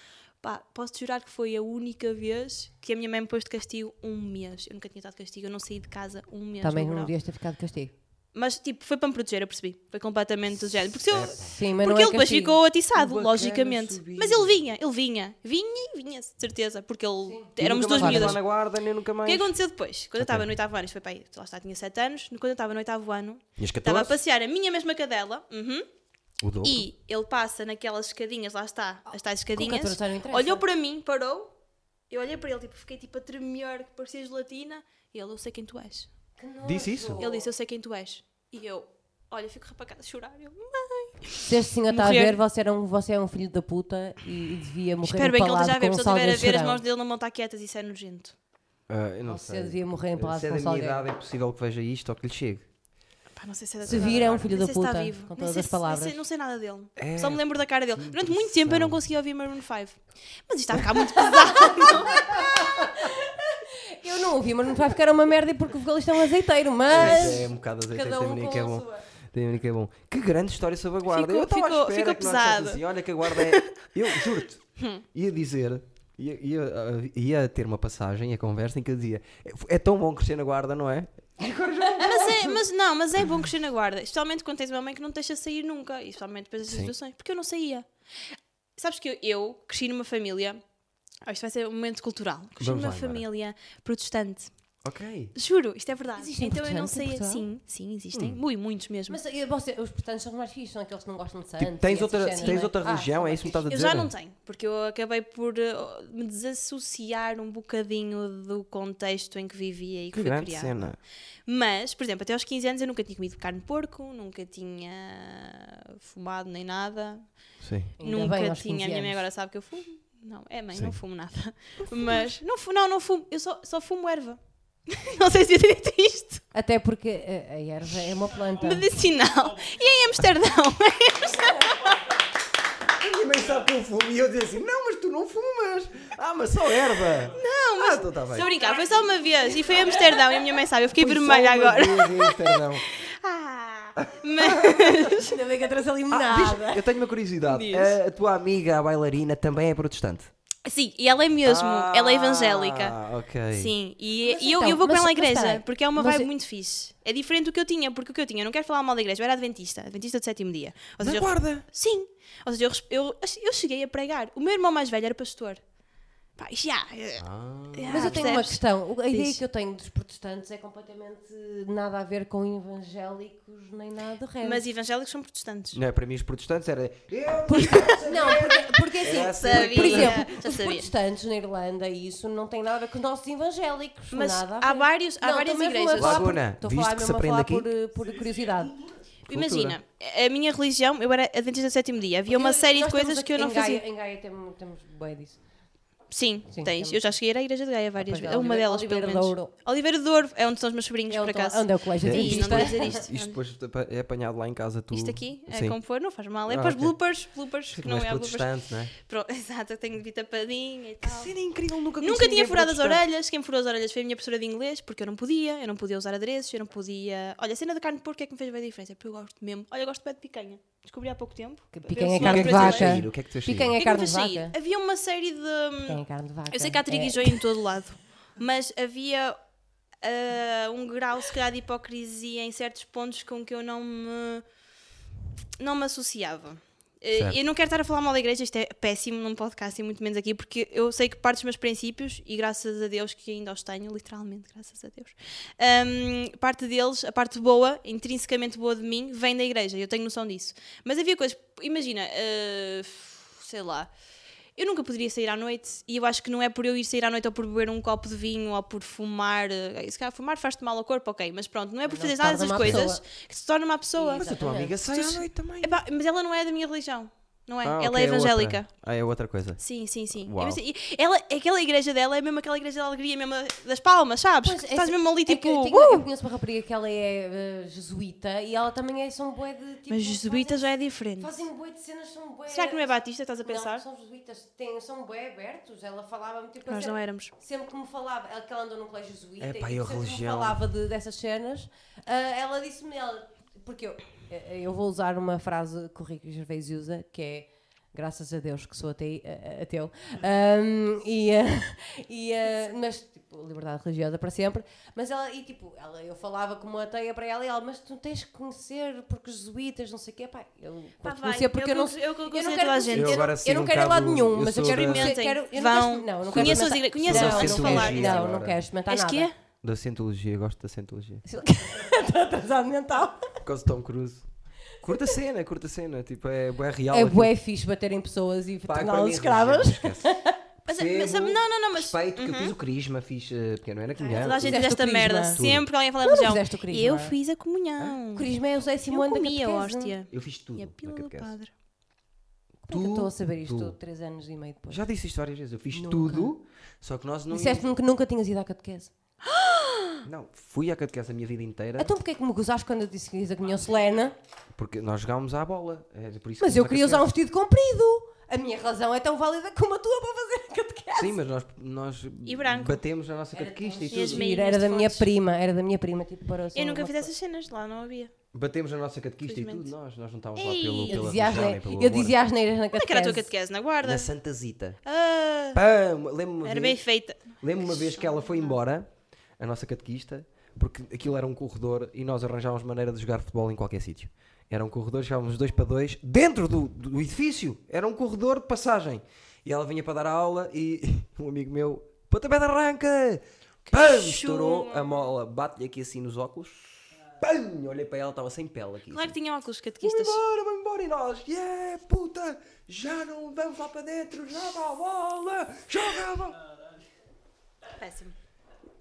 [SPEAKER 2] Pá, posso-te jurar que foi a única vez que a minha mãe me pôs de castigo um mês. Eu nunca tinha estado de castigo, eu não saí de casa um mês.
[SPEAKER 4] Também
[SPEAKER 2] no
[SPEAKER 4] não
[SPEAKER 2] verão.
[SPEAKER 4] devias ter ficado de castigo.
[SPEAKER 2] Mas, tipo, foi para me proteger, eu percebi. Foi completamente do género. Porque se eu...
[SPEAKER 4] Sim, mas
[SPEAKER 2] Porque ele
[SPEAKER 4] não é
[SPEAKER 2] depois
[SPEAKER 4] castigo.
[SPEAKER 2] ficou atiçado,
[SPEAKER 1] Bacana
[SPEAKER 2] logicamente.
[SPEAKER 1] subir.
[SPEAKER 2] Mas ele vinha, ele vinha. Vinha e vinha, de certeza. Porque ele.
[SPEAKER 1] E
[SPEAKER 2] Éramos
[SPEAKER 1] nunca
[SPEAKER 2] duas
[SPEAKER 1] mais
[SPEAKER 2] miúdas.
[SPEAKER 1] lá na guarda, nem nunca
[SPEAKER 2] O
[SPEAKER 1] mais.
[SPEAKER 2] que é aconteceu depois? Quando eu estava no oitavo ano, isto foi para aí, lá está, tinha 7 anos. Quando eu estava no oitavo ano,
[SPEAKER 1] Tinhas
[SPEAKER 2] estava a
[SPEAKER 1] 14?
[SPEAKER 2] passear a minha mesma cadela. uhum,
[SPEAKER 1] O dobro.
[SPEAKER 2] e ele passa naquelas escadinhas, lá está, as tais escadinhas.
[SPEAKER 4] 14 já não interessa.
[SPEAKER 2] olhou para mim, parou. Eu olhei para ele, tipo, fiquei tipo a tremer, que parecia gelatina. E ele, eu sei quem tu és.
[SPEAKER 1] Disse isso?
[SPEAKER 2] Ele disse, eu sei quem tu és. E eu, olha, fico rapacada a chorar. Eu,
[SPEAKER 4] Se este senhor está a
[SPEAKER 2] Morrer.
[SPEAKER 4] ver, você, era um, você é um filho da puta e devia morrer
[SPEAKER 2] Espero bem que ele
[SPEAKER 4] empalado
[SPEAKER 2] esteja a ver, porque se
[SPEAKER 4] com um
[SPEAKER 2] ele
[SPEAKER 4] salgueiro
[SPEAKER 2] estiver a ver, as
[SPEAKER 4] chorão.
[SPEAKER 2] mãos dele não vão estar quietas, isso é nojento.
[SPEAKER 1] Ah, eu não
[SPEAKER 4] Você
[SPEAKER 1] sei.
[SPEAKER 4] devia morrer empalado
[SPEAKER 1] Se é
[SPEAKER 4] com um
[SPEAKER 1] da minha
[SPEAKER 4] salgueiro.
[SPEAKER 1] idade, é possível que veja isto ou que lhe chegue.
[SPEAKER 2] Pá, não sei se é da
[SPEAKER 4] Se
[SPEAKER 2] tua
[SPEAKER 4] vir,
[SPEAKER 2] idade
[SPEAKER 4] é um
[SPEAKER 2] agora.
[SPEAKER 4] filho
[SPEAKER 2] Nem
[SPEAKER 4] da
[SPEAKER 2] sei se está
[SPEAKER 4] puta,
[SPEAKER 2] vivo.
[SPEAKER 4] com
[SPEAKER 2] Nem
[SPEAKER 4] todas
[SPEAKER 2] sei
[SPEAKER 4] as
[SPEAKER 2] se-
[SPEAKER 4] palavras.
[SPEAKER 2] Nem sei, não sei nada dele.
[SPEAKER 1] É,
[SPEAKER 2] Só me lembro da cara dele. Durante muito
[SPEAKER 1] impressão.
[SPEAKER 2] tempo eu não conseguia ouvir Maroon 5. Mas isto está a ficar muito pesado.
[SPEAKER 4] Eu não ouvi, mas não vai ficar uma merda porque o vocalista é um azeiteiro, mas.
[SPEAKER 1] É, um bocado azeite,
[SPEAKER 4] Cada
[SPEAKER 1] tem
[SPEAKER 4] um
[SPEAKER 1] menino
[SPEAKER 4] com
[SPEAKER 1] que é
[SPEAKER 4] a
[SPEAKER 1] bom.
[SPEAKER 4] sua.
[SPEAKER 1] Tem menino que é bom. Que grande história sobre a guarda.
[SPEAKER 2] Ficou-
[SPEAKER 1] eu estava à
[SPEAKER 2] ficou-
[SPEAKER 1] espera
[SPEAKER 2] ficou
[SPEAKER 1] que nós dissesse
[SPEAKER 2] pesado.
[SPEAKER 1] assim, olha que a guarda é... Eu juro-te, ia dizer... Ia, ia, ia ter uma passagem, a conversa em que eu dizia é, é tão bom crescer na guarda, não é?
[SPEAKER 2] mas, é, mas não, mas é bom crescer na guarda. Especialmente quando tens uma mãe que não te deixa sair nunca. E especialmente depois dessas
[SPEAKER 1] Sim.
[SPEAKER 2] situações. Porque eu não saía. Sabes que eu, eu cresci numa família. Ah, isto vai ser um momento cultural. Cresci
[SPEAKER 1] Vamos
[SPEAKER 2] numa
[SPEAKER 1] lá, Mara.
[SPEAKER 2] família protestante.
[SPEAKER 1] Ok.
[SPEAKER 2] Juro, isto é verdade.
[SPEAKER 4] Existem
[SPEAKER 2] então eu não
[SPEAKER 4] protestantes
[SPEAKER 2] saía.
[SPEAKER 4] em Portugal?
[SPEAKER 2] Sim, sim,
[SPEAKER 1] Hum.
[SPEAKER 2] existem. Muito, muitos mesmo.
[SPEAKER 4] Mas eh, você- os portantes são os mais fixos, são aqueles que não gostam de santos.
[SPEAKER 1] Tipo, tens
[SPEAKER 4] e essas
[SPEAKER 1] outra,
[SPEAKER 2] assim,
[SPEAKER 4] cenas,
[SPEAKER 1] tens
[SPEAKER 4] não é?
[SPEAKER 1] outra
[SPEAKER 4] Ah,
[SPEAKER 1] religião, é isso que me estás a
[SPEAKER 2] Eu
[SPEAKER 1] dizer?
[SPEAKER 2] já não tenho, porque eu acabei por eh, me desassociar um bocadinho do contexto em que vivia e que,
[SPEAKER 1] Que
[SPEAKER 2] fui
[SPEAKER 1] grande
[SPEAKER 2] criada.
[SPEAKER 1] cena.
[SPEAKER 2] Mas, por exemplo, até aos 15 anos eu nunca tinha comido carne de porco, nunca tinha fumado nem nada,
[SPEAKER 1] Sim.
[SPEAKER 4] Ainda
[SPEAKER 2] nunca
[SPEAKER 4] bem, aos
[SPEAKER 2] tinha.
[SPEAKER 4] 15
[SPEAKER 2] A minha mãe
[SPEAKER 4] anos.
[SPEAKER 2] agora sabe que eu fumo. Não, é mãe,
[SPEAKER 1] Sim.
[SPEAKER 2] não fumo nada. Mas, não, fu- não, não fumo, eu só, só fumo erva. Não sei se é direito isto.
[SPEAKER 4] Até porque eh, a erva é uma planta.
[SPEAKER 2] Medicinal. E em Amsterdão?
[SPEAKER 1] Ninguém bem sabe que eu fumo. E eu dizia assim: Não, mas tu não fumas. Ah, mas só erva. Não, mas. Ah, então está bem.
[SPEAKER 2] Estou a brincar, foi só uma vez e foi em Amsterdão e a minha mãe sabe, eu fiquei
[SPEAKER 1] Fui só
[SPEAKER 2] vermelha
[SPEAKER 1] uma
[SPEAKER 2] agora.
[SPEAKER 1] vez então, em Amsterdão.
[SPEAKER 2] Ah, mas
[SPEAKER 4] Ainda bem que eu trouxe a
[SPEAKER 1] Ah, diz- eu tenho uma curiosidade.
[SPEAKER 2] Diz.
[SPEAKER 1] A, a tua amiga, a bailarina, também é protestante.
[SPEAKER 2] sim, e ela é mesmo,
[SPEAKER 1] Ah,
[SPEAKER 2] ela é evangélica.
[SPEAKER 1] ok.
[SPEAKER 2] Sim, e,
[SPEAKER 4] Mas
[SPEAKER 2] e eu,
[SPEAKER 4] então,
[SPEAKER 2] eu vou com
[SPEAKER 4] mas-
[SPEAKER 2] ela à
[SPEAKER 4] mas
[SPEAKER 2] igreja,
[SPEAKER 4] espera aí,
[SPEAKER 2] porque é uma
[SPEAKER 4] mas
[SPEAKER 2] vibe
[SPEAKER 4] eu-
[SPEAKER 2] muito fixe. É diferente do que eu tinha, porque o que eu tinha, eu não quero falar mal da igreja, eu era adventista, adventista do sétimo dia. Ou
[SPEAKER 1] Da
[SPEAKER 2] seja, eu-
[SPEAKER 1] guarda.
[SPEAKER 2] sim, ou seja, eu, res- eu, eu cheguei a pregar. O meu irmão mais velho era pastor. Pá, já. eh,
[SPEAKER 1] Ah.
[SPEAKER 4] Mas eu tenho uma questão. O- A ideia
[SPEAKER 2] Diz.
[SPEAKER 4] que eu tenho dos protestantes é completamente nada a ver com evangélicos nem nada do resto.
[SPEAKER 2] Mas evangélicos são protestantes.
[SPEAKER 1] Não é para mim os protestantes era. Eu
[SPEAKER 4] Não, porque, porque assim,
[SPEAKER 1] Era assim.
[SPEAKER 4] por exemplo,
[SPEAKER 2] Sabia, já
[SPEAKER 4] os
[SPEAKER 2] sabia.
[SPEAKER 4] protestantes na Irlanda e isso não tem nada a ver com os nossos evangélicos.
[SPEAKER 2] Mas
[SPEAKER 4] nada a
[SPEAKER 2] há
[SPEAKER 4] ver.
[SPEAKER 2] vários- há
[SPEAKER 4] Não,
[SPEAKER 2] várias
[SPEAKER 4] também é vou
[SPEAKER 2] igrejas.
[SPEAKER 4] falar por-
[SPEAKER 1] Laguna,
[SPEAKER 4] estou a
[SPEAKER 1] viste
[SPEAKER 4] falar
[SPEAKER 1] que se
[SPEAKER 4] mesmo a
[SPEAKER 1] aprende
[SPEAKER 4] falar
[SPEAKER 1] aqui?
[SPEAKER 4] por, eh, por curiosidade.
[SPEAKER 1] Cultura.
[SPEAKER 2] Imagina, a minha religião, eu era adventista do sétimo dia, havia uma
[SPEAKER 4] Eu-
[SPEAKER 2] série de
[SPEAKER 4] nós temos
[SPEAKER 2] coisas
[SPEAKER 4] aqui
[SPEAKER 2] que eu não
[SPEAKER 4] em Gaia-
[SPEAKER 2] fazia.
[SPEAKER 4] Em Gaia temos, temos bem disso.
[SPEAKER 2] Sim,
[SPEAKER 4] Sim,
[SPEAKER 2] tens.
[SPEAKER 4] é-
[SPEAKER 2] Eu já cheguei a ir à Igreja de Gaia várias
[SPEAKER 4] Ah, pois é,
[SPEAKER 2] vezes. A uma
[SPEAKER 4] Oliveira-
[SPEAKER 2] delas, pelo
[SPEAKER 4] Oliveira de
[SPEAKER 2] menos.
[SPEAKER 4] Ouro.
[SPEAKER 2] Oliveira de Ouro é onde estão os meus sobrinhos,
[SPEAKER 4] É
[SPEAKER 2] por
[SPEAKER 4] onde-
[SPEAKER 2] acaso.
[SPEAKER 4] onde é o colégio
[SPEAKER 2] Ih,
[SPEAKER 4] de
[SPEAKER 2] não vou dizer isto.
[SPEAKER 1] Isto depois é apanhado lá em casa tu.
[SPEAKER 2] Isto aqui é
[SPEAKER 1] Sim.
[SPEAKER 2] como for, não faz mal. É
[SPEAKER 1] Ah,
[SPEAKER 2] para os
[SPEAKER 1] ok.
[SPEAKER 2] bloopers, bloopers, que
[SPEAKER 1] Fico
[SPEAKER 2] não
[SPEAKER 1] mais
[SPEAKER 2] é bloopers.
[SPEAKER 1] protestante, não é?
[SPEAKER 2] Pronto, exato, eu tenho de vir tapadinha e
[SPEAKER 1] Que
[SPEAKER 2] tal.
[SPEAKER 1] cena incrível, nunca conheci
[SPEAKER 2] Nunca tinha
[SPEAKER 1] ninguém
[SPEAKER 2] furado as
[SPEAKER 1] protestante.
[SPEAKER 2] orelhas. Quem furou as orelhas foi a minha professora de inglês, porque eu não podia, eu não podia usar adereços, eu não podia. Olha, a cena da carne de porco é que me fez ver a diferença, porque eu gosto mesmo. Olha, eu gosto bem de picanha. Descobri há pouco tempo.
[SPEAKER 4] Que
[SPEAKER 2] Ver
[SPEAKER 4] picanha
[SPEAKER 2] se
[SPEAKER 4] é
[SPEAKER 2] uma
[SPEAKER 4] carne de
[SPEAKER 2] diferença
[SPEAKER 1] Picanha é
[SPEAKER 4] vaca.
[SPEAKER 1] giro, o que é que tu achas?
[SPEAKER 4] Picanha
[SPEAKER 2] O que
[SPEAKER 4] é
[SPEAKER 2] é que
[SPEAKER 4] carne
[SPEAKER 2] me
[SPEAKER 4] de
[SPEAKER 2] fez sair?
[SPEAKER 4] vaca.
[SPEAKER 2] Havia uma série de. hum,
[SPEAKER 4] Picanha é carne de vaca.
[SPEAKER 2] Eu sei que há
[SPEAKER 4] É-
[SPEAKER 2] triguijou em todo lado, mas havia ah, um grau, se calhar, de hipocrisia em certos pontos com que eu não me, não me associava. Eh,
[SPEAKER 1] Certo.
[SPEAKER 2] Eu não quero estar a falar mal da igreja, isto é péssimo num podcast e muito menos aqui, porque eu sei que parte dos meus princípios, e graças a Deus que ainda os tenho, literalmente, graças a Deus, ahm, parte deles, a parte boa, intrinsecamente boa de mim, vem da igreja, eu tenho noção disso. Mas havia coisas, imagina, ah, sei lá, eu nunca poderia sair à noite e eu acho que não é por eu ir sair à noite ou por beber um copo de vinho ou por fumar. eh, Se calhar fumar faz-te mal ao corpo, ok, mas pronto, não é por
[SPEAKER 4] Não
[SPEAKER 2] fazer
[SPEAKER 4] se
[SPEAKER 2] nada
[SPEAKER 4] torna
[SPEAKER 2] dessas
[SPEAKER 4] uma pessoa.
[SPEAKER 2] coisas que se torna uma pessoa.
[SPEAKER 1] Mas a tua
[SPEAKER 4] Exatamente.
[SPEAKER 1] amiga sai à
[SPEAKER 2] Tu-
[SPEAKER 1] noite também.
[SPEAKER 2] Epá, mas ela não é da minha religião, não é?
[SPEAKER 1] Ah,
[SPEAKER 2] ela
[SPEAKER 1] ok,
[SPEAKER 2] é evangélica.
[SPEAKER 1] outra. Ah, é outra coisa.
[SPEAKER 2] Sim, sim, sim.
[SPEAKER 1] Uau.
[SPEAKER 2] Eu pensei- e ela, aquela igreja dela é mesmo aquela igreja da alegria, mesmo das palmas, sabes?
[SPEAKER 4] Pois,
[SPEAKER 2] Que
[SPEAKER 4] é-
[SPEAKER 2] Estás mesmo ali
[SPEAKER 4] é que
[SPEAKER 2] tipo.
[SPEAKER 4] eu, tenho- eu conheço uma rapariga que ela é eh, jesuíta e ela também é são bué de tipo.
[SPEAKER 2] Mas jesuíta
[SPEAKER 4] fazem-
[SPEAKER 2] já é diferente.
[SPEAKER 4] Fazem bué de cenas, são bué.
[SPEAKER 2] Será que não é batista? Estás a
[SPEAKER 4] Não,
[SPEAKER 2] pensar?
[SPEAKER 4] são jesuítas, têm, são bué abertos. Ela falava-me tipo.
[SPEAKER 2] Nós
[SPEAKER 4] assim,
[SPEAKER 2] não éramos.
[SPEAKER 4] Sempre que me falava, ela que ela andou num colégio jesuíta,
[SPEAKER 1] Epá,
[SPEAKER 4] e
[SPEAKER 1] e a
[SPEAKER 4] tipo, sempre que me
[SPEAKER 1] religião?
[SPEAKER 4] falava de- dessas cenas, ah, ela disse-me, ela, porque eu, eh, eu vou usar uma frase que o Rico Gervais usa, que é graças a Deus que sou atei, a- a- ateu, Ahm, e, ah, e, ah, mas tipo, liberdade religiosa para sempre, mas ela, e tipo, ela, eu falava como ateia para ela e ela, mas tu tens que conhecer porque os jesuítas, não sei o quê, pá, eu
[SPEAKER 2] Pá,
[SPEAKER 4] vou
[SPEAKER 2] vai,
[SPEAKER 4] conhecer porque
[SPEAKER 2] eu
[SPEAKER 4] Tá eu, não,
[SPEAKER 2] con- eu con- aconselho
[SPEAKER 4] quero
[SPEAKER 2] toda a
[SPEAKER 4] conhecer-
[SPEAKER 2] gente.
[SPEAKER 1] Eu
[SPEAKER 4] eu não,
[SPEAKER 1] agora
[SPEAKER 4] eu não
[SPEAKER 1] sinto um
[SPEAKER 4] quero ir a
[SPEAKER 1] bocado-
[SPEAKER 4] lado nenhum,
[SPEAKER 1] eu
[SPEAKER 4] mas eu
[SPEAKER 1] sou
[SPEAKER 4] quero
[SPEAKER 1] da-
[SPEAKER 4] experimentar, quero, eu
[SPEAKER 2] Vão,
[SPEAKER 4] não quero, não, não quero
[SPEAKER 2] conheçam as
[SPEAKER 4] experimentar-
[SPEAKER 2] igre- conheçam
[SPEAKER 4] não,
[SPEAKER 1] a
[SPEAKER 4] não quero-
[SPEAKER 1] Cientologia
[SPEAKER 4] não, não
[SPEAKER 1] agora.
[SPEAKER 4] quero experimentar
[SPEAKER 2] És
[SPEAKER 4] nada.
[SPEAKER 2] que é?
[SPEAKER 1] Da Cientologia, gosto da Cientologia.
[SPEAKER 4] Estou atrasado mental.
[SPEAKER 1] Por causa do Tom Cruise. Curta a cena, curta a cena. Tipo, é bué real.
[SPEAKER 4] É
[SPEAKER 1] aquilo.
[SPEAKER 4] bué fixe bater em pessoas e
[SPEAKER 1] Pá, para
[SPEAKER 4] torná-las
[SPEAKER 1] mim,
[SPEAKER 4] escravas.
[SPEAKER 1] esquece.
[SPEAKER 2] Mas, é,
[SPEAKER 1] Percebo,
[SPEAKER 2] mas- não, não, não, mas. Uhum.
[SPEAKER 1] Respeito, que eu fiz o crisma, fiz eh, pequeno, era criança.
[SPEAKER 2] Toda a gente é
[SPEAKER 4] Fizeste
[SPEAKER 2] desta
[SPEAKER 4] o crisma.
[SPEAKER 2] merda.
[SPEAKER 4] Tudo.
[SPEAKER 2] Sempre que alguém fala
[SPEAKER 4] Não, é? não
[SPEAKER 2] religião.
[SPEAKER 4] fizeste o crisma.
[SPEAKER 2] Eu fiz a comunhão.
[SPEAKER 4] O Crisma é o Zé
[SPEAKER 2] Eu
[SPEAKER 4] Simone da
[SPEAKER 2] comi a
[SPEAKER 4] catequese. é?
[SPEAKER 2] hóstia.
[SPEAKER 1] Eu fiz tudo.
[SPEAKER 2] E a
[SPEAKER 1] na
[SPEAKER 2] pílula do
[SPEAKER 1] catequese.
[SPEAKER 2] padre.
[SPEAKER 4] Como é que eu
[SPEAKER 1] Tudo,
[SPEAKER 4] estou a saber isto
[SPEAKER 1] tudo.
[SPEAKER 4] três anos e meio depois?
[SPEAKER 1] Já disse isto várias vezes. Eu fiz
[SPEAKER 4] Nunca.
[SPEAKER 1] tudo, só que nós não.
[SPEAKER 4] Disseste-me que nunca tinhas ido à catequese.
[SPEAKER 1] Não, fui à catequese a minha vida inteira
[SPEAKER 4] Então porquê é que me gozaste quando eu disse que ias a comunhão solene?
[SPEAKER 1] porque nós jogámos à bola. Era por isso
[SPEAKER 4] Mas
[SPEAKER 1] que
[SPEAKER 4] eu
[SPEAKER 1] fomos à
[SPEAKER 4] queria usar um
[SPEAKER 1] catequese.
[SPEAKER 4] vestido comprido. A minha razão é tão válida como a tua para fazer a
[SPEAKER 2] um
[SPEAKER 4] catequese.
[SPEAKER 1] Sim, mas nós, nós
[SPEAKER 2] E branco.
[SPEAKER 1] batemos na nossa catequista e
[SPEAKER 2] E as
[SPEAKER 1] tudo.
[SPEAKER 2] meias
[SPEAKER 4] Giro, era da
[SPEAKER 2] de
[SPEAKER 4] minha
[SPEAKER 2] fotos.
[SPEAKER 4] prima, era da minha prima, tipo para
[SPEAKER 2] Eu nunca fiz essas cenas, lá não havia.
[SPEAKER 1] Batemos na nossa catequista e
[SPEAKER 2] Felizmente.
[SPEAKER 1] tudo. Nós, nós não estávamos lá
[SPEAKER 2] Ei,
[SPEAKER 1] pelo,
[SPEAKER 4] Eu
[SPEAKER 1] pela
[SPEAKER 4] dizia as
[SPEAKER 1] religião nem
[SPEAKER 4] neiras,
[SPEAKER 1] pelo
[SPEAKER 4] eu
[SPEAKER 1] amor.
[SPEAKER 4] dizia as neiras na
[SPEAKER 2] Como é que era a tua
[SPEAKER 4] catequese.
[SPEAKER 2] catequese? Na guarda?
[SPEAKER 1] Na Santa Zita.
[SPEAKER 2] Ah,
[SPEAKER 1] Pam! Lembro-me uma
[SPEAKER 2] era
[SPEAKER 1] vez-
[SPEAKER 2] bem feita.
[SPEAKER 1] Lembro-me uma vez que ela foi embora, a nossa catequista, porque aquilo era um corredor e nós arranjávamos maneira de jogar futebol em qualquer sítio. Era um corredor, chegávamos dois para dois, dentro do, do edifício. Era um corredor de passagem. E ela vinha para dar a aula e um amigo meu, pontapé de arranca! Pam! Estourou a mola, bate-lhe aqui assim nos óculos. Pam! Olhei para ela, estava sem pele aqui.
[SPEAKER 2] Claro que tinha
[SPEAKER 1] Vamos
[SPEAKER 2] óculos catequistas.
[SPEAKER 1] embora, vamos embora e nós. Yeah, puta! Já não vamos lá para dentro, joga a bola! Joga a bola!
[SPEAKER 2] Péssimo.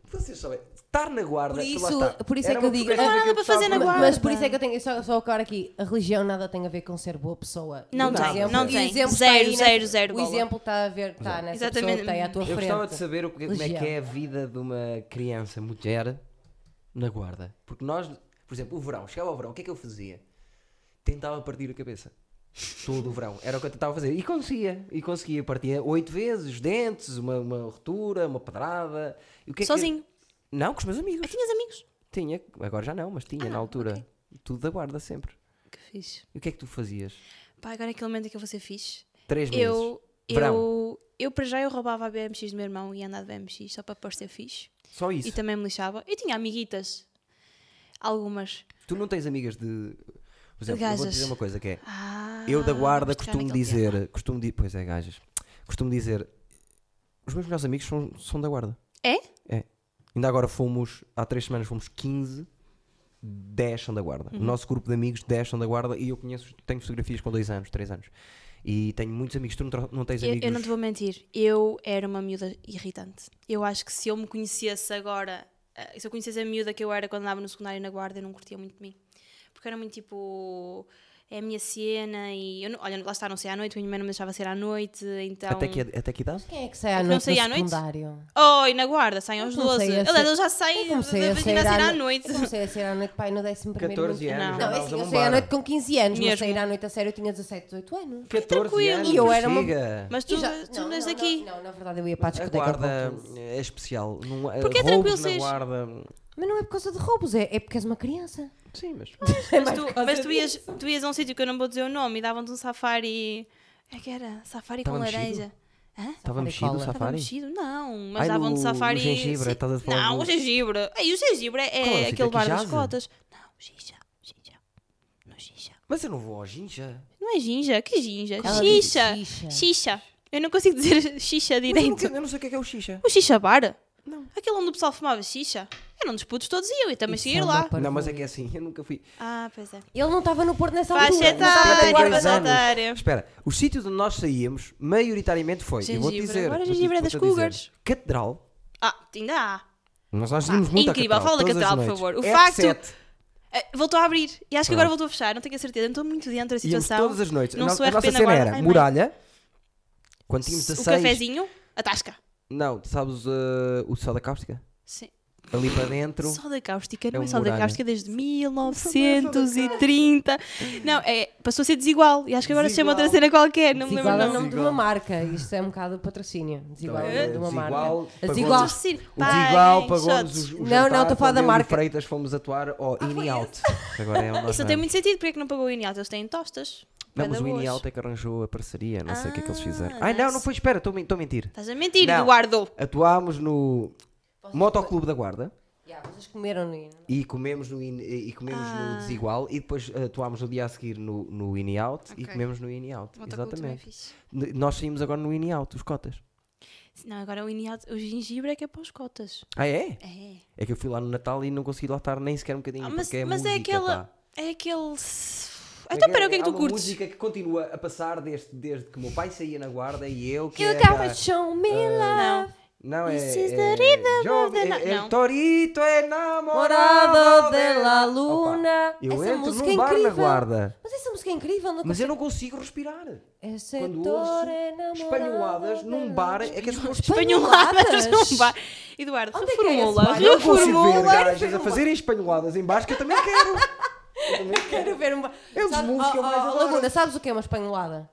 [SPEAKER 1] Vocês sabem, estar na guarda.
[SPEAKER 4] Por isso-
[SPEAKER 1] lá está,
[SPEAKER 4] por isso é
[SPEAKER 1] era
[SPEAKER 4] que eu
[SPEAKER 1] uma
[SPEAKER 4] digo-
[SPEAKER 1] conversa
[SPEAKER 4] Não
[SPEAKER 1] que
[SPEAKER 4] há
[SPEAKER 1] eu
[SPEAKER 2] nada para fazer
[SPEAKER 1] gostava
[SPEAKER 2] na
[SPEAKER 1] muito.
[SPEAKER 2] guarda.
[SPEAKER 4] Mas por isso é que eu tenho, eu só, só agora aqui, a religião nada tem a ver com ser boa pessoa.
[SPEAKER 2] Não
[SPEAKER 4] O
[SPEAKER 1] tem, não
[SPEAKER 4] o
[SPEAKER 2] tem.
[SPEAKER 4] exemplo
[SPEAKER 2] Zero,
[SPEAKER 4] está aí
[SPEAKER 2] zero,
[SPEAKER 4] nessa-
[SPEAKER 2] zero
[SPEAKER 4] O
[SPEAKER 2] bola.
[SPEAKER 4] exemplo está a ver, está nessa
[SPEAKER 2] Exatamente.
[SPEAKER 4] pessoa que tem à tua
[SPEAKER 1] Eu
[SPEAKER 4] frente.
[SPEAKER 1] gostava de saber o que- como é que é a
[SPEAKER 4] Legião.
[SPEAKER 1] vida de uma criança, mulher, na guarda. Porque nós, por exemplo, o verão, chegava ao verão, o que é que eu fazia? Tentava partir a cabeça. Todo o verão. Era o que eu tentava fazer. E conseguia. E conseguia. Partia oito vezes, os dentes, uma, uma rotura, uma pedrada. E o que é que-
[SPEAKER 2] Sozinho.
[SPEAKER 1] Não, com os meus amigos.
[SPEAKER 2] Ah, tinhas amigos?
[SPEAKER 1] Tinha, agora já não, mas tinha na altura. Tudo da guarda sempre.
[SPEAKER 2] Que fixe.
[SPEAKER 1] E o que é que tu fazias?
[SPEAKER 2] Pá, agora é aquele momento em que eu vou ser fixe.
[SPEAKER 1] Três meses.
[SPEAKER 2] Eu,
[SPEAKER 1] Verão.
[SPEAKER 2] eu, eu para já eu roubava a BMX do meu irmão e ia andar de BMX só para parecer fixe.
[SPEAKER 1] Só isso.
[SPEAKER 2] E também me lixava. Eu tinha amiguitas. Algumas.
[SPEAKER 1] Tu não tens amigas de. Por exemplo, eu vou-te
[SPEAKER 2] gajas.
[SPEAKER 1] dizer uma coisa que é.
[SPEAKER 2] Ah,
[SPEAKER 1] eu da guarda
[SPEAKER 2] vamos pegar
[SPEAKER 1] costumo
[SPEAKER 2] naquele
[SPEAKER 1] dizer.
[SPEAKER 2] tema.
[SPEAKER 1] Costumo di pois é, gajas. Costumo dizer. Os meus melhores amigos são, são da guarda.
[SPEAKER 2] É?
[SPEAKER 1] É. Ainda agora fomos. Há três semanas fomos 15. 10 são da guarda.
[SPEAKER 2] Uhum.
[SPEAKER 1] O nosso grupo de amigos, 10 são da guarda. E eu conheço. Tenho fotografias com dois anos, três anos. E tenho muitos amigos. Tu não, tro- não tens
[SPEAKER 2] Eu,
[SPEAKER 1] amigos.
[SPEAKER 2] eu não te vou mentir, eu era uma miúda irritante. Eu acho que se eu me conhecesse agora, eh, se eu conhecesse a miúda que eu era quando andava no secundário na guarda, eu não curtia muito de mim. Porque eu era muito tipo. é a minha cena e eu não- olha, lá está, não sei à noite, o minha mãe não me deixava sair à noite, então.
[SPEAKER 1] Até, que, até que idade?
[SPEAKER 4] Quem é que sai à
[SPEAKER 2] Eu não
[SPEAKER 4] noite
[SPEAKER 2] saía
[SPEAKER 4] no
[SPEAKER 2] à noite?
[SPEAKER 4] secundário?
[SPEAKER 2] Oh, e na guarda, saem
[SPEAKER 4] Eu
[SPEAKER 2] aos
[SPEAKER 4] comecei
[SPEAKER 2] 12.
[SPEAKER 4] a
[SPEAKER 2] Eles
[SPEAKER 4] sair-
[SPEAKER 2] eles já saem
[SPEAKER 4] Eu
[SPEAKER 2] da
[SPEAKER 4] comecei
[SPEAKER 2] vagina
[SPEAKER 4] a
[SPEAKER 2] a
[SPEAKER 4] sair
[SPEAKER 2] sair à noite.
[SPEAKER 4] Eu comecei a sair à noite, pai, no 11 primeiro
[SPEAKER 1] 14 anos.
[SPEAKER 2] Não.
[SPEAKER 4] Não, é
[SPEAKER 1] andavas
[SPEAKER 4] assim,
[SPEAKER 1] a
[SPEAKER 4] eu saí
[SPEAKER 1] bombar.
[SPEAKER 4] à noite com 15 anos, mas
[SPEAKER 2] Mesmo.
[SPEAKER 4] sair à noite a sério eu tinha 17, 18 anos.
[SPEAKER 1] 14
[SPEAKER 2] Tranquilo.
[SPEAKER 1] anos.
[SPEAKER 4] E eu era uma-
[SPEAKER 1] Siga.
[SPEAKER 2] Mas
[SPEAKER 4] E
[SPEAKER 2] tu,
[SPEAKER 4] já-
[SPEAKER 2] tu não és
[SPEAKER 4] não,
[SPEAKER 2] daqui.
[SPEAKER 4] Não, na verdade eu ia para a
[SPEAKER 1] A
[SPEAKER 4] discoteca
[SPEAKER 1] guarda
[SPEAKER 4] com 15.
[SPEAKER 1] é especial. Não, é-
[SPEAKER 2] Porque é
[SPEAKER 1] roubos
[SPEAKER 2] tranquilo,
[SPEAKER 1] na
[SPEAKER 2] vocês-
[SPEAKER 1] guarda.
[SPEAKER 4] Mas não é por causa de roubos, é, é porque és uma criança.
[SPEAKER 1] Sim, mas.
[SPEAKER 2] é Mas, tu, mas tu, ias, tu ias a um sítio que eu não vou dizer o nome e davam-te um safari. É que era? Safari
[SPEAKER 1] Tava
[SPEAKER 2] com
[SPEAKER 1] mexido?
[SPEAKER 2] laranja. Hã?
[SPEAKER 1] Estava mexido o
[SPEAKER 4] cola.
[SPEAKER 2] Estava
[SPEAKER 1] safari?
[SPEAKER 2] mexido? Não,
[SPEAKER 1] Ai,
[SPEAKER 2] mas davam
[SPEAKER 1] o-
[SPEAKER 2] de safari.
[SPEAKER 1] o gengibre,
[SPEAKER 2] sim.
[SPEAKER 1] estás a falar
[SPEAKER 2] Não,
[SPEAKER 1] do-
[SPEAKER 2] o gengibre. Ei, o gengibre é,
[SPEAKER 1] Qual é o sítio?
[SPEAKER 2] aquele
[SPEAKER 1] Aqui
[SPEAKER 2] bar das
[SPEAKER 1] jazz?
[SPEAKER 2] cotas. Não, xixa, xixa. Não, xixa.
[SPEAKER 1] Mas eu não vou ao ginja.
[SPEAKER 2] Não é ginja? Que ginja?
[SPEAKER 4] Ela disse
[SPEAKER 2] xixa.
[SPEAKER 4] xixa.
[SPEAKER 2] Xixa. Eu não consigo dizer xixa
[SPEAKER 1] Mas eu, não,
[SPEAKER 2] direito.
[SPEAKER 1] eu não sei o que é, que é o xixa.
[SPEAKER 2] O xixa bar?
[SPEAKER 1] Não.
[SPEAKER 2] Aquele onde o pessoal fumava xixa? Eram dos putos todos e eu, e também
[SPEAKER 4] Isso
[SPEAKER 2] cheguei
[SPEAKER 4] é uma
[SPEAKER 2] lá.
[SPEAKER 4] par-
[SPEAKER 1] Não, mas é que é assim, eu nunca fui.
[SPEAKER 2] Ah, pois é.
[SPEAKER 4] Ele não estava no Porto nessa
[SPEAKER 2] Faz
[SPEAKER 4] altura. não estava
[SPEAKER 1] etária,
[SPEAKER 4] no
[SPEAKER 2] etário,
[SPEAKER 4] Guarda
[SPEAKER 1] guarda-nada.
[SPEAKER 2] faz
[SPEAKER 1] faz
[SPEAKER 4] Nada.
[SPEAKER 2] etário.
[SPEAKER 1] Espera, o sítio onde nós saíamos, maioritariamente foi. E vou-te
[SPEAKER 2] Gengibre.
[SPEAKER 1] dizer.
[SPEAKER 2] Agora
[SPEAKER 1] vou-te-
[SPEAKER 2] gengibre é das
[SPEAKER 1] vou-te dizer,
[SPEAKER 2] cougars.
[SPEAKER 1] Catedral.
[SPEAKER 2] Ah, ainda há.
[SPEAKER 1] Nós nós vimos
[SPEAKER 2] Ah,
[SPEAKER 1] muito à
[SPEAKER 2] incrível.
[SPEAKER 1] catedral,
[SPEAKER 2] Fala da
[SPEAKER 1] todas as
[SPEAKER 2] catedral, por
[SPEAKER 1] noites.
[SPEAKER 2] favor. O
[SPEAKER 1] F7,
[SPEAKER 2] Ah, Voltou a abrir. E acho que
[SPEAKER 1] Ah.
[SPEAKER 2] agora voltou a fechar. Não tenho a certeza. Não estou muito dentro da
[SPEAKER 1] Íamos
[SPEAKER 2] situação.
[SPEAKER 1] todas as noites.
[SPEAKER 2] Não
[SPEAKER 1] a, no-
[SPEAKER 2] sou
[SPEAKER 1] a nossa
[SPEAKER 2] RP na
[SPEAKER 1] cena
[SPEAKER 2] guarda.
[SPEAKER 1] era
[SPEAKER 2] Ai, mãe.
[SPEAKER 1] muralha. Quando tínhamos
[SPEAKER 2] o
[SPEAKER 1] 16.
[SPEAKER 2] cafezinho, a tasca.
[SPEAKER 1] Não, tu sabes eh, o sal da cáustica?
[SPEAKER 2] Sim.
[SPEAKER 1] Ali para dentro.
[SPEAKER 2] Soda cáustica,
[SPEAKER 1] É
[SPEAKER 2] não é,
[SPEAKER 1] o
[SPEAKER 2] soda
[SPEAKER 1] muralha.
[SPEAKER 2] cáustica desde 1930. Não, é, passou a ser desigual. E acho que agora se chama outra
[SPEAKER 1] Desigual.
[SPEAKER 2] cena qualquer. Não me lembro
[SPEAKER 4] Desigual é
[SPEAKER 2] o
[SPEAKER 4] o
[SPEAKER 2] nome.
[SPEAKER 4] nome de uma marca. Isto é um bocado patrocínio. Desigual é o nome de uma
[SPEAKER 1] Desigual,
[SPEAKER 4] marca.
[SPEAKER 1] pagou-nos-
[SPEAKER 4] Desigual.
[SPEAKER 2] Sim,
[SPEAKER 1] O desigual
[SPEAKER 2] paguem,
[SPEAKER 1] pagou-nos
[SPEAKER 2] shots.
[SPEAKER 1] os, os
[SPEAKER 4] Não, não,
[SPEAKER 1] jantar,
[SPEAKER 4] estou a falar da
[SPEAKER 1] quando eu e o
[SPEAKER 4] marca.
[SPEAKER 1] Freitas fomos atuar ao In e Out. que Agora é o nosso
[SPEAKER 2] Ah, Isso não tem
[SPEAKER 1] nome.
[SPEAKER 2] muito sentido. Porque é que não pagou o in-out? Eles têm tostas.
[SPEAKER 1] Não, mas
[SPEAKER 2] Bué da
[SPEAKER 1] o In
[SPEAKER 2] boas.
[SPEAKER 1] e Out é que arranjou a parceria. Não sei o que é que eles
[SPEAKER 2] Ah,
[SPEAKER 1] fizeram. Ai, não, não foi. Espera, estou a men- estou a mentir.
[SPEAKER 2] Estás a mentir,
[SPEAKER 1] Não.
[SPEAKER 2] Eduardo.
[SPEAKER 1] Atuámos no Motoclube da Guarda.
[SPEAKER 4] Ya, vocês comeram é? no
[SPEAKER 1] E comemos no, in, e comemos
[SPEAKER 2] Ah.
[SPEAKER 1] no desigual e depois eh, atuámos no dia a seguir no, no in e out e
[SPEAKER 2] Ok.
[SPEAKER 1] comemos no in e out.
[SPEAKER 2] Outra cultura é
[SPEAKER 1] Exatamente.
[SPEAKER 2] fixe.
[SPEAKER 1] N- Nós saímos agora no in e out, os cotas.
[SPEAKER 2] Não, agora o in-out, o gengibre é que é para os cotas.
[SPEAKER 1] Ah, é?
[SPEAKER 2] É.
[SPEAKER 1] É que eu fui lá no Natal e não consegui lá estar nem sequer um bocadinho.
[SPEAKER 2] Ah, mas
[SPEAKER 1] porque é
[SPEAKER 2] mas é
[SPEAKER 1] música,
[SPEAKER 2] aquela.
[SPEAKER 1] pá.
[SPEAKER 2] É aquele. Então, pera, o que é que
[SPEAKER 1] há
[SPEAKER 2] tu
[SPEAKER 1] uma
[SPEAKER 2] curtes?
[SPEAKER 1] música que continua a passar desde, desde que o meu pai saía na guarda e eu que
[SPEAKER 2] é
[SPEAKER 1] é
[SPEAKER 4] You
[SPEAKER 1] era-
[SPEAKER 4] got show me
[SPEAKER 2] Não.
[SPEAKER 4] love.
[SPEAKER 1] Não, é.
[SPEAKER 2] This is
[SPEAKER 1] é
[SPEAKER 2] the rhythm of
[SPEAKER 1] jovem,
[SPEAKER 2] the
[SPEAKER 1] é-
[SPEAKER 2] night.
[SPEAKER 1] é
[SPEAKER 2] Não.
[SPEAKER 1] Torito é namorado
[SPEAKER 4] Morado de
[SPEAKER 1] dela.
[SPEAKER 4] la luna.
[SPEAKER 1] eu
[SPEAKER 4] essa
[SPEAKER 1] entro
[SPEAKER 4] música
[SPEAKER 1] num
[SPEAKER 4] é
[SPEAKER 1] bar na
[SPEAKER 4] incrível.
[SPEAKER 1] Guarda.
[SPEAKER 4] Mas essa música é incrível. Não
[SPEAKER 1] Mas eu não consigo respirar.
[SPEAKER 4] Esse
[SPEAKER 1] quando
[SPEAKER 4] setor
[SPEAKER 1] ouço
[SPEAKER 4] é namorado
[SPEAKER 1] espanholadas num
[SPEAKER 4] dela.
[SPEAKER 1] bar é que as pessoas
[SPEAKER 2] um Espanholadas num bar. Eduardo,
[SPEAKER 4] Onde é que é esse
[SPEAKER 2] reformula.
[SPEAKER 4] bar?
[SPEAKER 1] eu consigo ver
[SPEAKER 4] Reformula,
[SPEAKER 1] gajas a
[SPEAKER 4] reformula.
[SPEAKER 1] fazerem espanholadas em baixo que eu também quero Eu também quero.
[SPEAKER 4] Quero ver um bar.
[SPEAKER 1] Eu
[SPEAKER 4] Sabe-
[SPEAKER 1] música,
[SPEAKER 4] Oh,
[SPEAKER 1] eu mais
[SPEAKER 4] oh,
[SPEAKER 1] adoro.
[SPEAKER 4] Laguna, sabes o que é uma espanholada?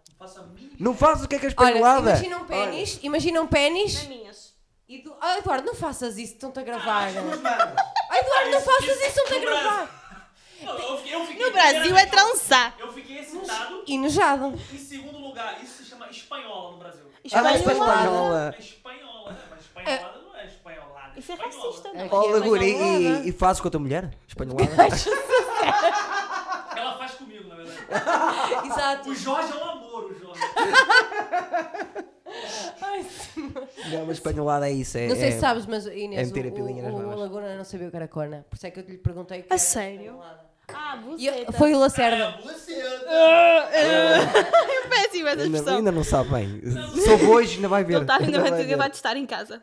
[SPEAKER 1] não fazes o que é que é
[SPEAKER 4] Olha,
[SPEAKER 1] espanholada
[SPEAKER 4] imagina um pênis, imagina um pênis.
[SPEAKER 2] minhas.
[SPEAKER 4] E tu... Ah, Eduardo, não faças isso, estão-te a gravar. Ah, Eduardo, não faças isso, estão-te a gravar.
[SPEAKER 5] Eu fiquei, eu fiquei
[SPEAKER 2] No Brasil é trançar.
[SPEAKER 5] Eu fiquei excitado.
[SPEAKER 4] E nojado.
[SPEAKER 5] Em segundo lugar, isso se chama espanhola no Brasil.
[SPEAKER 1] Ah, mas para
[SPEAKER 2] Espanholada.
[SPEAKER 1] espanhola
[SPEAKER 5] É espanhola, né? Mas espanholada não é espanholada.
[SPEAKER 2] Isso é
[SPEAKER 5] espanhola.
[SPEAKER 2] racista, não?
[SPEAKER 1] Oh,
[SPEAKER 4] Aqui é
[SPEAKER 1] Laguna,
[SPEAKER 4] espanholada.
[SPEAKER 1] e, e fazes com a tua mulher? Espanholada?
[SPEAKER 5] Ela faz comigo, na verdade.
[SPEAKER 4] Exato.
[SPEAKER 5] O Jorge é um amor, o Jorge.
[SPEAKER 4] Ai, sim.
[SPEAKER 1] não, mas espanholada é isso. É,
[SPEAKER 4] Não sei
[SPEAKER 1] é-
[SPEAKER 4] se sabes, mas Inês,
[SPEAKER 1] é meter a
[SPEAKER 4] o-
[SPEAKER 1] pilinha nas
[SPEAKER 4] o, o
[SPEAKER 1] babas.
[SPEAKER 4] Laguna não sabia o que era corna. Por isso é que eu lhe perguntei. o que era
[SPEAKER 2] sério?
[SPEAKER 4] espanholada.
[SPEAKER 2] Ah,
[SPEAKER 4] E eu- foi o Lacerda.
[SPEAKER 2] É péssima essa
[SPEAKER 1] Ainda,
[SPEAKER 2] expressão.
[SPEAKER 1] ainda não sabe bem. Soube hoje, ainda vai ver.
[SPEAKER 2] Não tá, ainda vai,
[SPEAKER 1] vai ver.
[SPEAKER 2] vai testar em casa.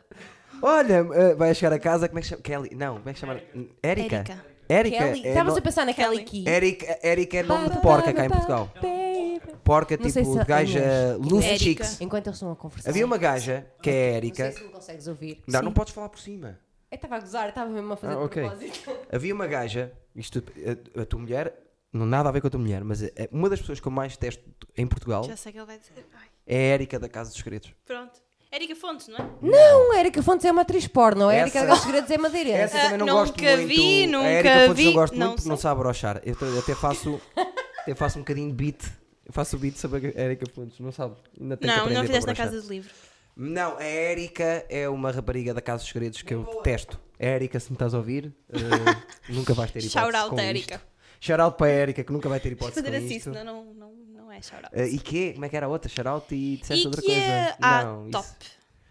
[SPEAKER 1] Olha, eh, vai chegar a casa, como é que chama? Kelly? Não, como é que chama? Érica.
[SPEAKER 2] Érica.
[SPEAKER 1] Érica.
[SPEAKER 4] Kelly.
[SPEAKER 1] é
[SPEAKER 4] Estavas
[SPEAKER 1] no-
[SPEAKER 4] a pensar na Kelly Key.
[SPEAKER 1] Érica, Érica é nome de porca cá em Portugal.
[SPEAKER 4] Baby.
[SPEAKER 1] Porca
[SPEAKER 4] Não sei
[SPEAKER 1] tipo
[SPEAKER 4] se- é
[SPEAKER 1] de gaja
[SPEAKER 4] Inês.
[SPEAKER 1] Lucy
[SPEAKER 2] Érica.
[SPEAKER 1] Chicks.
[SPEAKER 4] Enquanto eles estão a conversar.
[SPEAKER 1] Havia uma gaja que é
[SPEAKER 4] Não sei
[SPEAKER 1] Érica.
[SPEAKER 4] se me consegues ouvir.
[SPEAKER 1] Não,
[SPEAKER 4] Sim.
[SPEAKER 1] não podes falar por cima.
[SPEAKER 4] Eu estava a gozar, eu estava mesmo a fazer
[SPEAKER 1] Ah,
[SPEAKER 4] de
[SPEAKER 1] ok.
[SPEAKER 4] propósito.
[SPEAKER 1] Havia uma gaja, isto, a, a tua mulher, não nada a ver com a tua mulher, mas é- é uma das pessoas que eu mais testo em Portugal
[SPEAKER 2] Já sei que ele vai dizer. Ai,
[SPEAKER 1] é a Érica da Casa dos Segredos.
[SPEAKER 2] pronto. Érica Fontes, não é?
[SPEAKER 4] Não, Érica Fontes é uma atriz porno. A Érica
[SPEAKER 1] Essa-
[SPEAKER 4] dos Segredos é madeirense.
[SPEAKER 1] Essa
[SPEAKER 2] Ah,
[SPEAKER 1] também não
[SPEAKER 2] nunca
[SPEAKER 1] gosto muito.
[SPEAKER 2] vi,
[SPEAKER 1] a
[SPEAKER 2] nunca
[SPEAKER 1] Érica Fontes não
[SPEAKER 2] vi,
[SPEAKER 1] gosto
[SPEAKER 2] não
[SPEAKER 1] muito porque não
[SPEAKER 2] sei.
[SPEAKER 1] sabe brochar. Eu, te- eu até faço, até faço um bocadinho de beat. Eu faço o beat sobre a Érica Fontes, não sabe. Ainda tenho que
[SPEAKER 2] Não,
[SPEAKER 1] aprender
[SPEAKER 2] não
[SPEAKER 1] para
[SPEAKER 2] fizeste na
[SPEAKER 1] brochar.
[SPEAKER 2] casa de livro.
[SPEAKER 1] Não, a Érica é uma rapariga da Casa dos Segredos que eu detesto. Érica, se me estás a ouvir, eh, nunca vais ter hipótese.
[SPEAKER 2] Shout out
[SPEAKER 1] com
[SPEAKER 2] a
[SPEAKER 1] isto.
[SPEAKER 2] Érica.
[SPEAKER 1] Shout out para a Érica, que nunca vai ter hipótese.
[SPEAKER 2] Fazer
[SPEAKER 1] Com
[SPEAKER 2] assim,
[SPEAKER 1] isto.
[SPEAKER 2] senão não, não, não é chora.
[SPEAKER 1] Eh, e que? Como é que era a outra? Shout out e disseste
[SPEAKER 2] E
[SPEAKER 1] outra
[SPEAKER 2] que
[SPEAKER 1] coisa.
[SPEAKER 2] é a
[SPEAKER 1] não, isso-
[SPEAKER 2] top.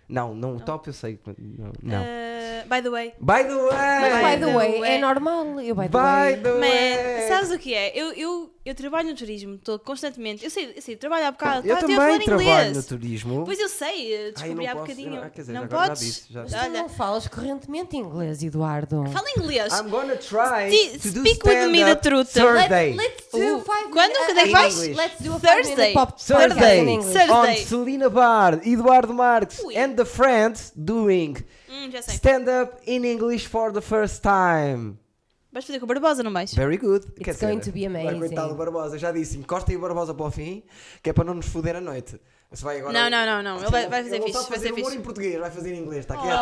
[SPEAKER 1] Não, não, top eu sei. Não. não.
[SPEAKER 2] Ah, by the way,
[SPEAKER 1] by the way!
[SPEAKER 4] Mas,
[SPEAKER 2] By
[SPEAKER 4] by the
[SPEAKER 2] the
[SPEAKER 1] é.
[SPEAKER 4] way,
[SPEAKER 2] way.
[SPEAKER 4] é normal. Eu, by the
[SPEAKER 1] By
[SPEAKER 4] way.
[SPEAKER 1] the
[SPEAKER 2] Man,
[SPEAKER 1] way!
[SPEAKER 2] sabes o que é? Eu, eu eu trabalho no turismo, estou constantemente. Eu sei, eu sei trabalho há bocado,
[SPEAKER 1] eu
[SPEAKER 2] estava até a
[SPEAKER 1] também
[SPEAKER 2] falar
[SPEAKER 1] trabalho
[SPEAKER 2] inglês.
[SPEAKER 1] no turismo.
[SPEAKER 2] Pois eu sei, eh,
[SPEAKER 1] Ai, eu
[SPEAKER 2] descobri há
[SPEAKER 1] não posso-
[SPEAKER 2] bocadinho.
[SPEAKER 1] Ah, quer dizer,
[SPEAKER 2] não
[SPEAKER 1] agora já
[SPEAKER 2] podes?
[SPEAKER 1] disse, já
[SPEAKER 4] Mas tu
[SPEAKER 2] Olha,
[SPEAKER 4] não falas correntemente inglês, Eduardo.
[SPEAKER 2] fala inglês.
[SPEAKER 1] I'm gonna try
[SPEAKER 2] Sti-
[SPEAKER 1] to do
[SPEAKER 2] speak with me the
[SPEAKER 1] stand-up
[SPEAKER 2] truth.
[SPEAKER 1] Thursday.
[SPEAKER 4] Let's
[SPEAKER 2] do
[SPEAKER 4] do
[SPEAKER 2] Uh, five
[SPEAKER 4] five
[SPEAKER 2] quando? minute- Quando é que
[SPEAKER 1] faz?
[SPEAKER 4] Let's do a five
[SPEAKER 2] Thursday.
[SPEAKER 4] minute pop
[SPEAKER 2] Thursday.
[SPEAKER 4] podcast in English.
[SPEAKER 2] Thursday.
[SPEAKER 1] on Celina Bard, Eduardo Marques
[SPEAKER 2] Ui.
[SPEAKER 1] and the friends doing
[SPEAKER 2] Hum, já sei.
[SPEAKER 1] stand up in English for the first time.
[SPEAKER 2] Vais fazer com o Barbosa, não vais?
[SPEAKER 1] Very good.
[SPEAKER 4] It's going to be
[SPEAKER 1] Vai, coitado
[SPEAKER 4] amazing.
[SPEAKER 1] do Barbosa, já disse, encosta aí o Barbosa para o fim, que é para não nos foder a noite. Se vai agora
[SPEAKER 2] Não, não, não, não, ele vai- vai fazer
[SPEAKER 1] não
[SPEAKER 2] fixe,
[SPEAKER 1] sabe
[SPEAKER 2] vai ser
[SPEAKER 1] humor
[SPEAKER 2] fixe.
[SPEAKER 1] em português, vai fazer em inglês, está
[SPEAKER 2] Oh,
[SPEAKER 1] quieto.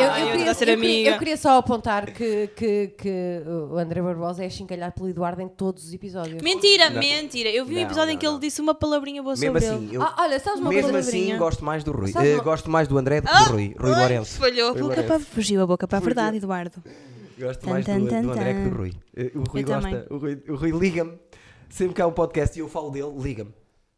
[SPEAKER 4] Eu, eu
[SPEAKER 2] eu
[SPEAKER 4] queria,
[SPEAKER 2] queria ser
[SPEAKER 4] eu queria-
[SPEAKER 2] amiga.
[SPEAKER 4] eu queria só apontar que, que, que o André Barbosa é chincalhado pelo Eduardo em todos os episódios.
[SPEAKER 2] Mentira,
[SPEAKER 1] Não.
[SPEAKER 2] mentira. Eu vi um
[SPEAKER 1] Não,
[SPEAKER 2] episódio em
[SPEAKER 1] não,
[SPEAKER 2] que ele
[SPEAKER 1] não.
[SPEAKER 2] disse uma palavrinha boa
[SPEAKER 1] Mesmo
[SPEAKER 2] sobre
[SPEAKER 1] assim,
[SPEAKER 2] ele.
[SPEAKER 1] eu,
[SPEAKER 4] Ah, olha, sabes uma
[SPEAKER 1] mesmo
[SPEAKER 4] palavrinha?
[SPEAKER 1] assim gosto mais do Rui.
[SPEAKER 4] Sabe
[SPEAKER 1] Eh,
[SPEAKER 4] uma-
[SPEAKER 1] Gosto mais do André do que
[SPEAKER 2] Ah!
[SPEAKER 1] do Rui. Rui
[SPEAKER 2] Ai,
[SPEAKER 1] Lourenço.
[SPEAKER 2] Falhou a
[SPEAKER 1] Rui
[SPEAKER 2] boca para...
[SPEAKER 1] Lourenço.
[SPEAKER 2] Fugiu a boca para a verdade, Eduardo.
[SPEAKER 1] Gosto
[SPEAKER 2] Tan,
[SPEAKER 1] mais do,
[SPEAKER 2] tan,
[SPEAKER 1] do
[SPEAKER 2] tan,
[SPEAKER 1] André que
[SPEAKER 2] tan.
[SPEAKER 1] do Rui. Eh, O Rui
[SPEAKER 2] Eu também.
[SPEAKER 1] gosta. O Rui, o Rui liga-me. Sempre que há um podcast e eu falo dele, liga-me.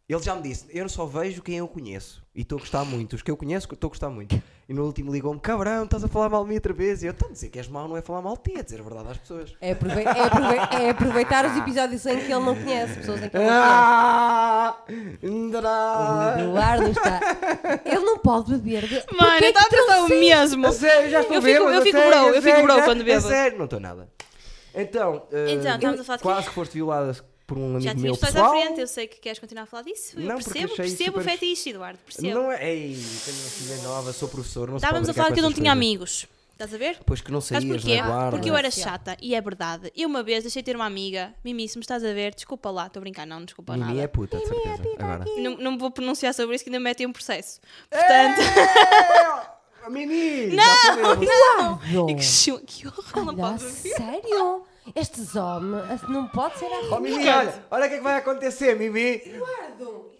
[SPEAKER 1] Ele já me disse: Eu só vejo quem eu conheço. E estou a gostar muito. Os que eu conheço, estou a gostar muito. E no último ligou-me: Cabrão, estás a falar mal de mim outra vez. E eu estou a dizer que és mau, não é falar mal de ti, é dizer a verdade às pessoas.
[SPEAKER 4] É, aprove- é aprove- é aproveitar os episódios em que ele não conhece, pessoas em que ele não conhece.
[SPEAKER 1] Ah!
[SPEAKER 4] O
[SPEAKER 1] Andará!
[SPEAKER 4] Eduardo está. Ele não pode beber. De...
[SPEAKER 2] Mano, eu estava a pensar o mesmo.
[SPEAKER 1] A sério, já estou
[SPEAKER 2] Eu fico-
[SPEAKER 1] bêbado,
[SPEAKER 2] eu
[SPEAKER 1] a
[SPEAKER 2] fico
[SPEAKER 1] sério,
[SPEAKER 2] brou,
[SPEAKER 1] a
[SPEAKER 2] eu fico
[SPEAKER 1] sério,
[SPEAKER 2] brou
[SPEAKER 1] já-
[SPEAKER 2] quando bebo.
[SPEAKER 1] A sério, não estou nada. Então, eh,
[SPEAKER 2] Então, estamos a falar de quê?
[SPEAKER 1] quase que foste violada por um
[SPEAKER 2] Já
[SPEAKER 1] amigo
[SPEAKER 2] tinha
[SPEAKER 1] meu
[SPEAKER 2] histórias à
[SPEAKER 1] pessoal.
[SPEAKER 2] frente, eu sei que queres continuar a falar disso. Eu
[SPEAKER 1] Não, porque
[SPEAKER 2] percebo,
[SPEAKER 1] achei
[SPEAKER 2] percebo o
[SPEAKER 1] super-
[SPEAKER 2] fetiche, Eduardo, percebo.
[SPEAKER 1] Não é. Ei, tenho uma filha nova, sou professor, não se
[SPEAKER 2] Estávamos a
[SPEAKER 1] pode brincar
[SPEAKER 2] falar
[SPEAKER 1] com
[SPEAKER 2] que eu não
[SPEAKER 1] estas
[SPEAKER 2] tinha
[SPEAKER 1] coisas.
[SPEAKER 2] amigos. Estás a ver?
[SPEAKER 1] Pois que não saías,
[SPEAKER 2] Sabes
[SPEAKER 1] não
[SPEAKER 2] porquê?
[SPEAKER 1] é? Guarda.
[SPEAKER 2] Porque eu era
[SPEAKER 4] Sim.
[SPEAKER 2] chata e é verdade. Eu uma vez deixei de ter uma amiga, Mimi, se me estás a ver, desculpa lá, estou a brincar, não, desculpa
[SPEAKER 1] Mimi
[SPEAKER 2] nada.
[SPEAKER 1] é puta, de certeza. Agora.
[SPEAKER 2] Não, não me vou pronunciar sobre isso que ainda me metem um processo. Portanto,
[SPEAKER 1] É, Mimi! Não!
[SPEAKER 2] não!
[SPEAKER 4] Eduardo!
[SPEAKER 2] E que, chu- que horror, não
[SPEAKER 4] Olha,
[SPEAKER 2] posso ver.
[SPEAKER 4] sério? Estes homens não pode ser
[SPEAKER 1] Oh,
[SPEAKER 4] arranjado.
[SPEAKER 1] Mimi, olha, olha o que é que vai acontecer, Mimi!
[SPEAKER 4] Eduardo!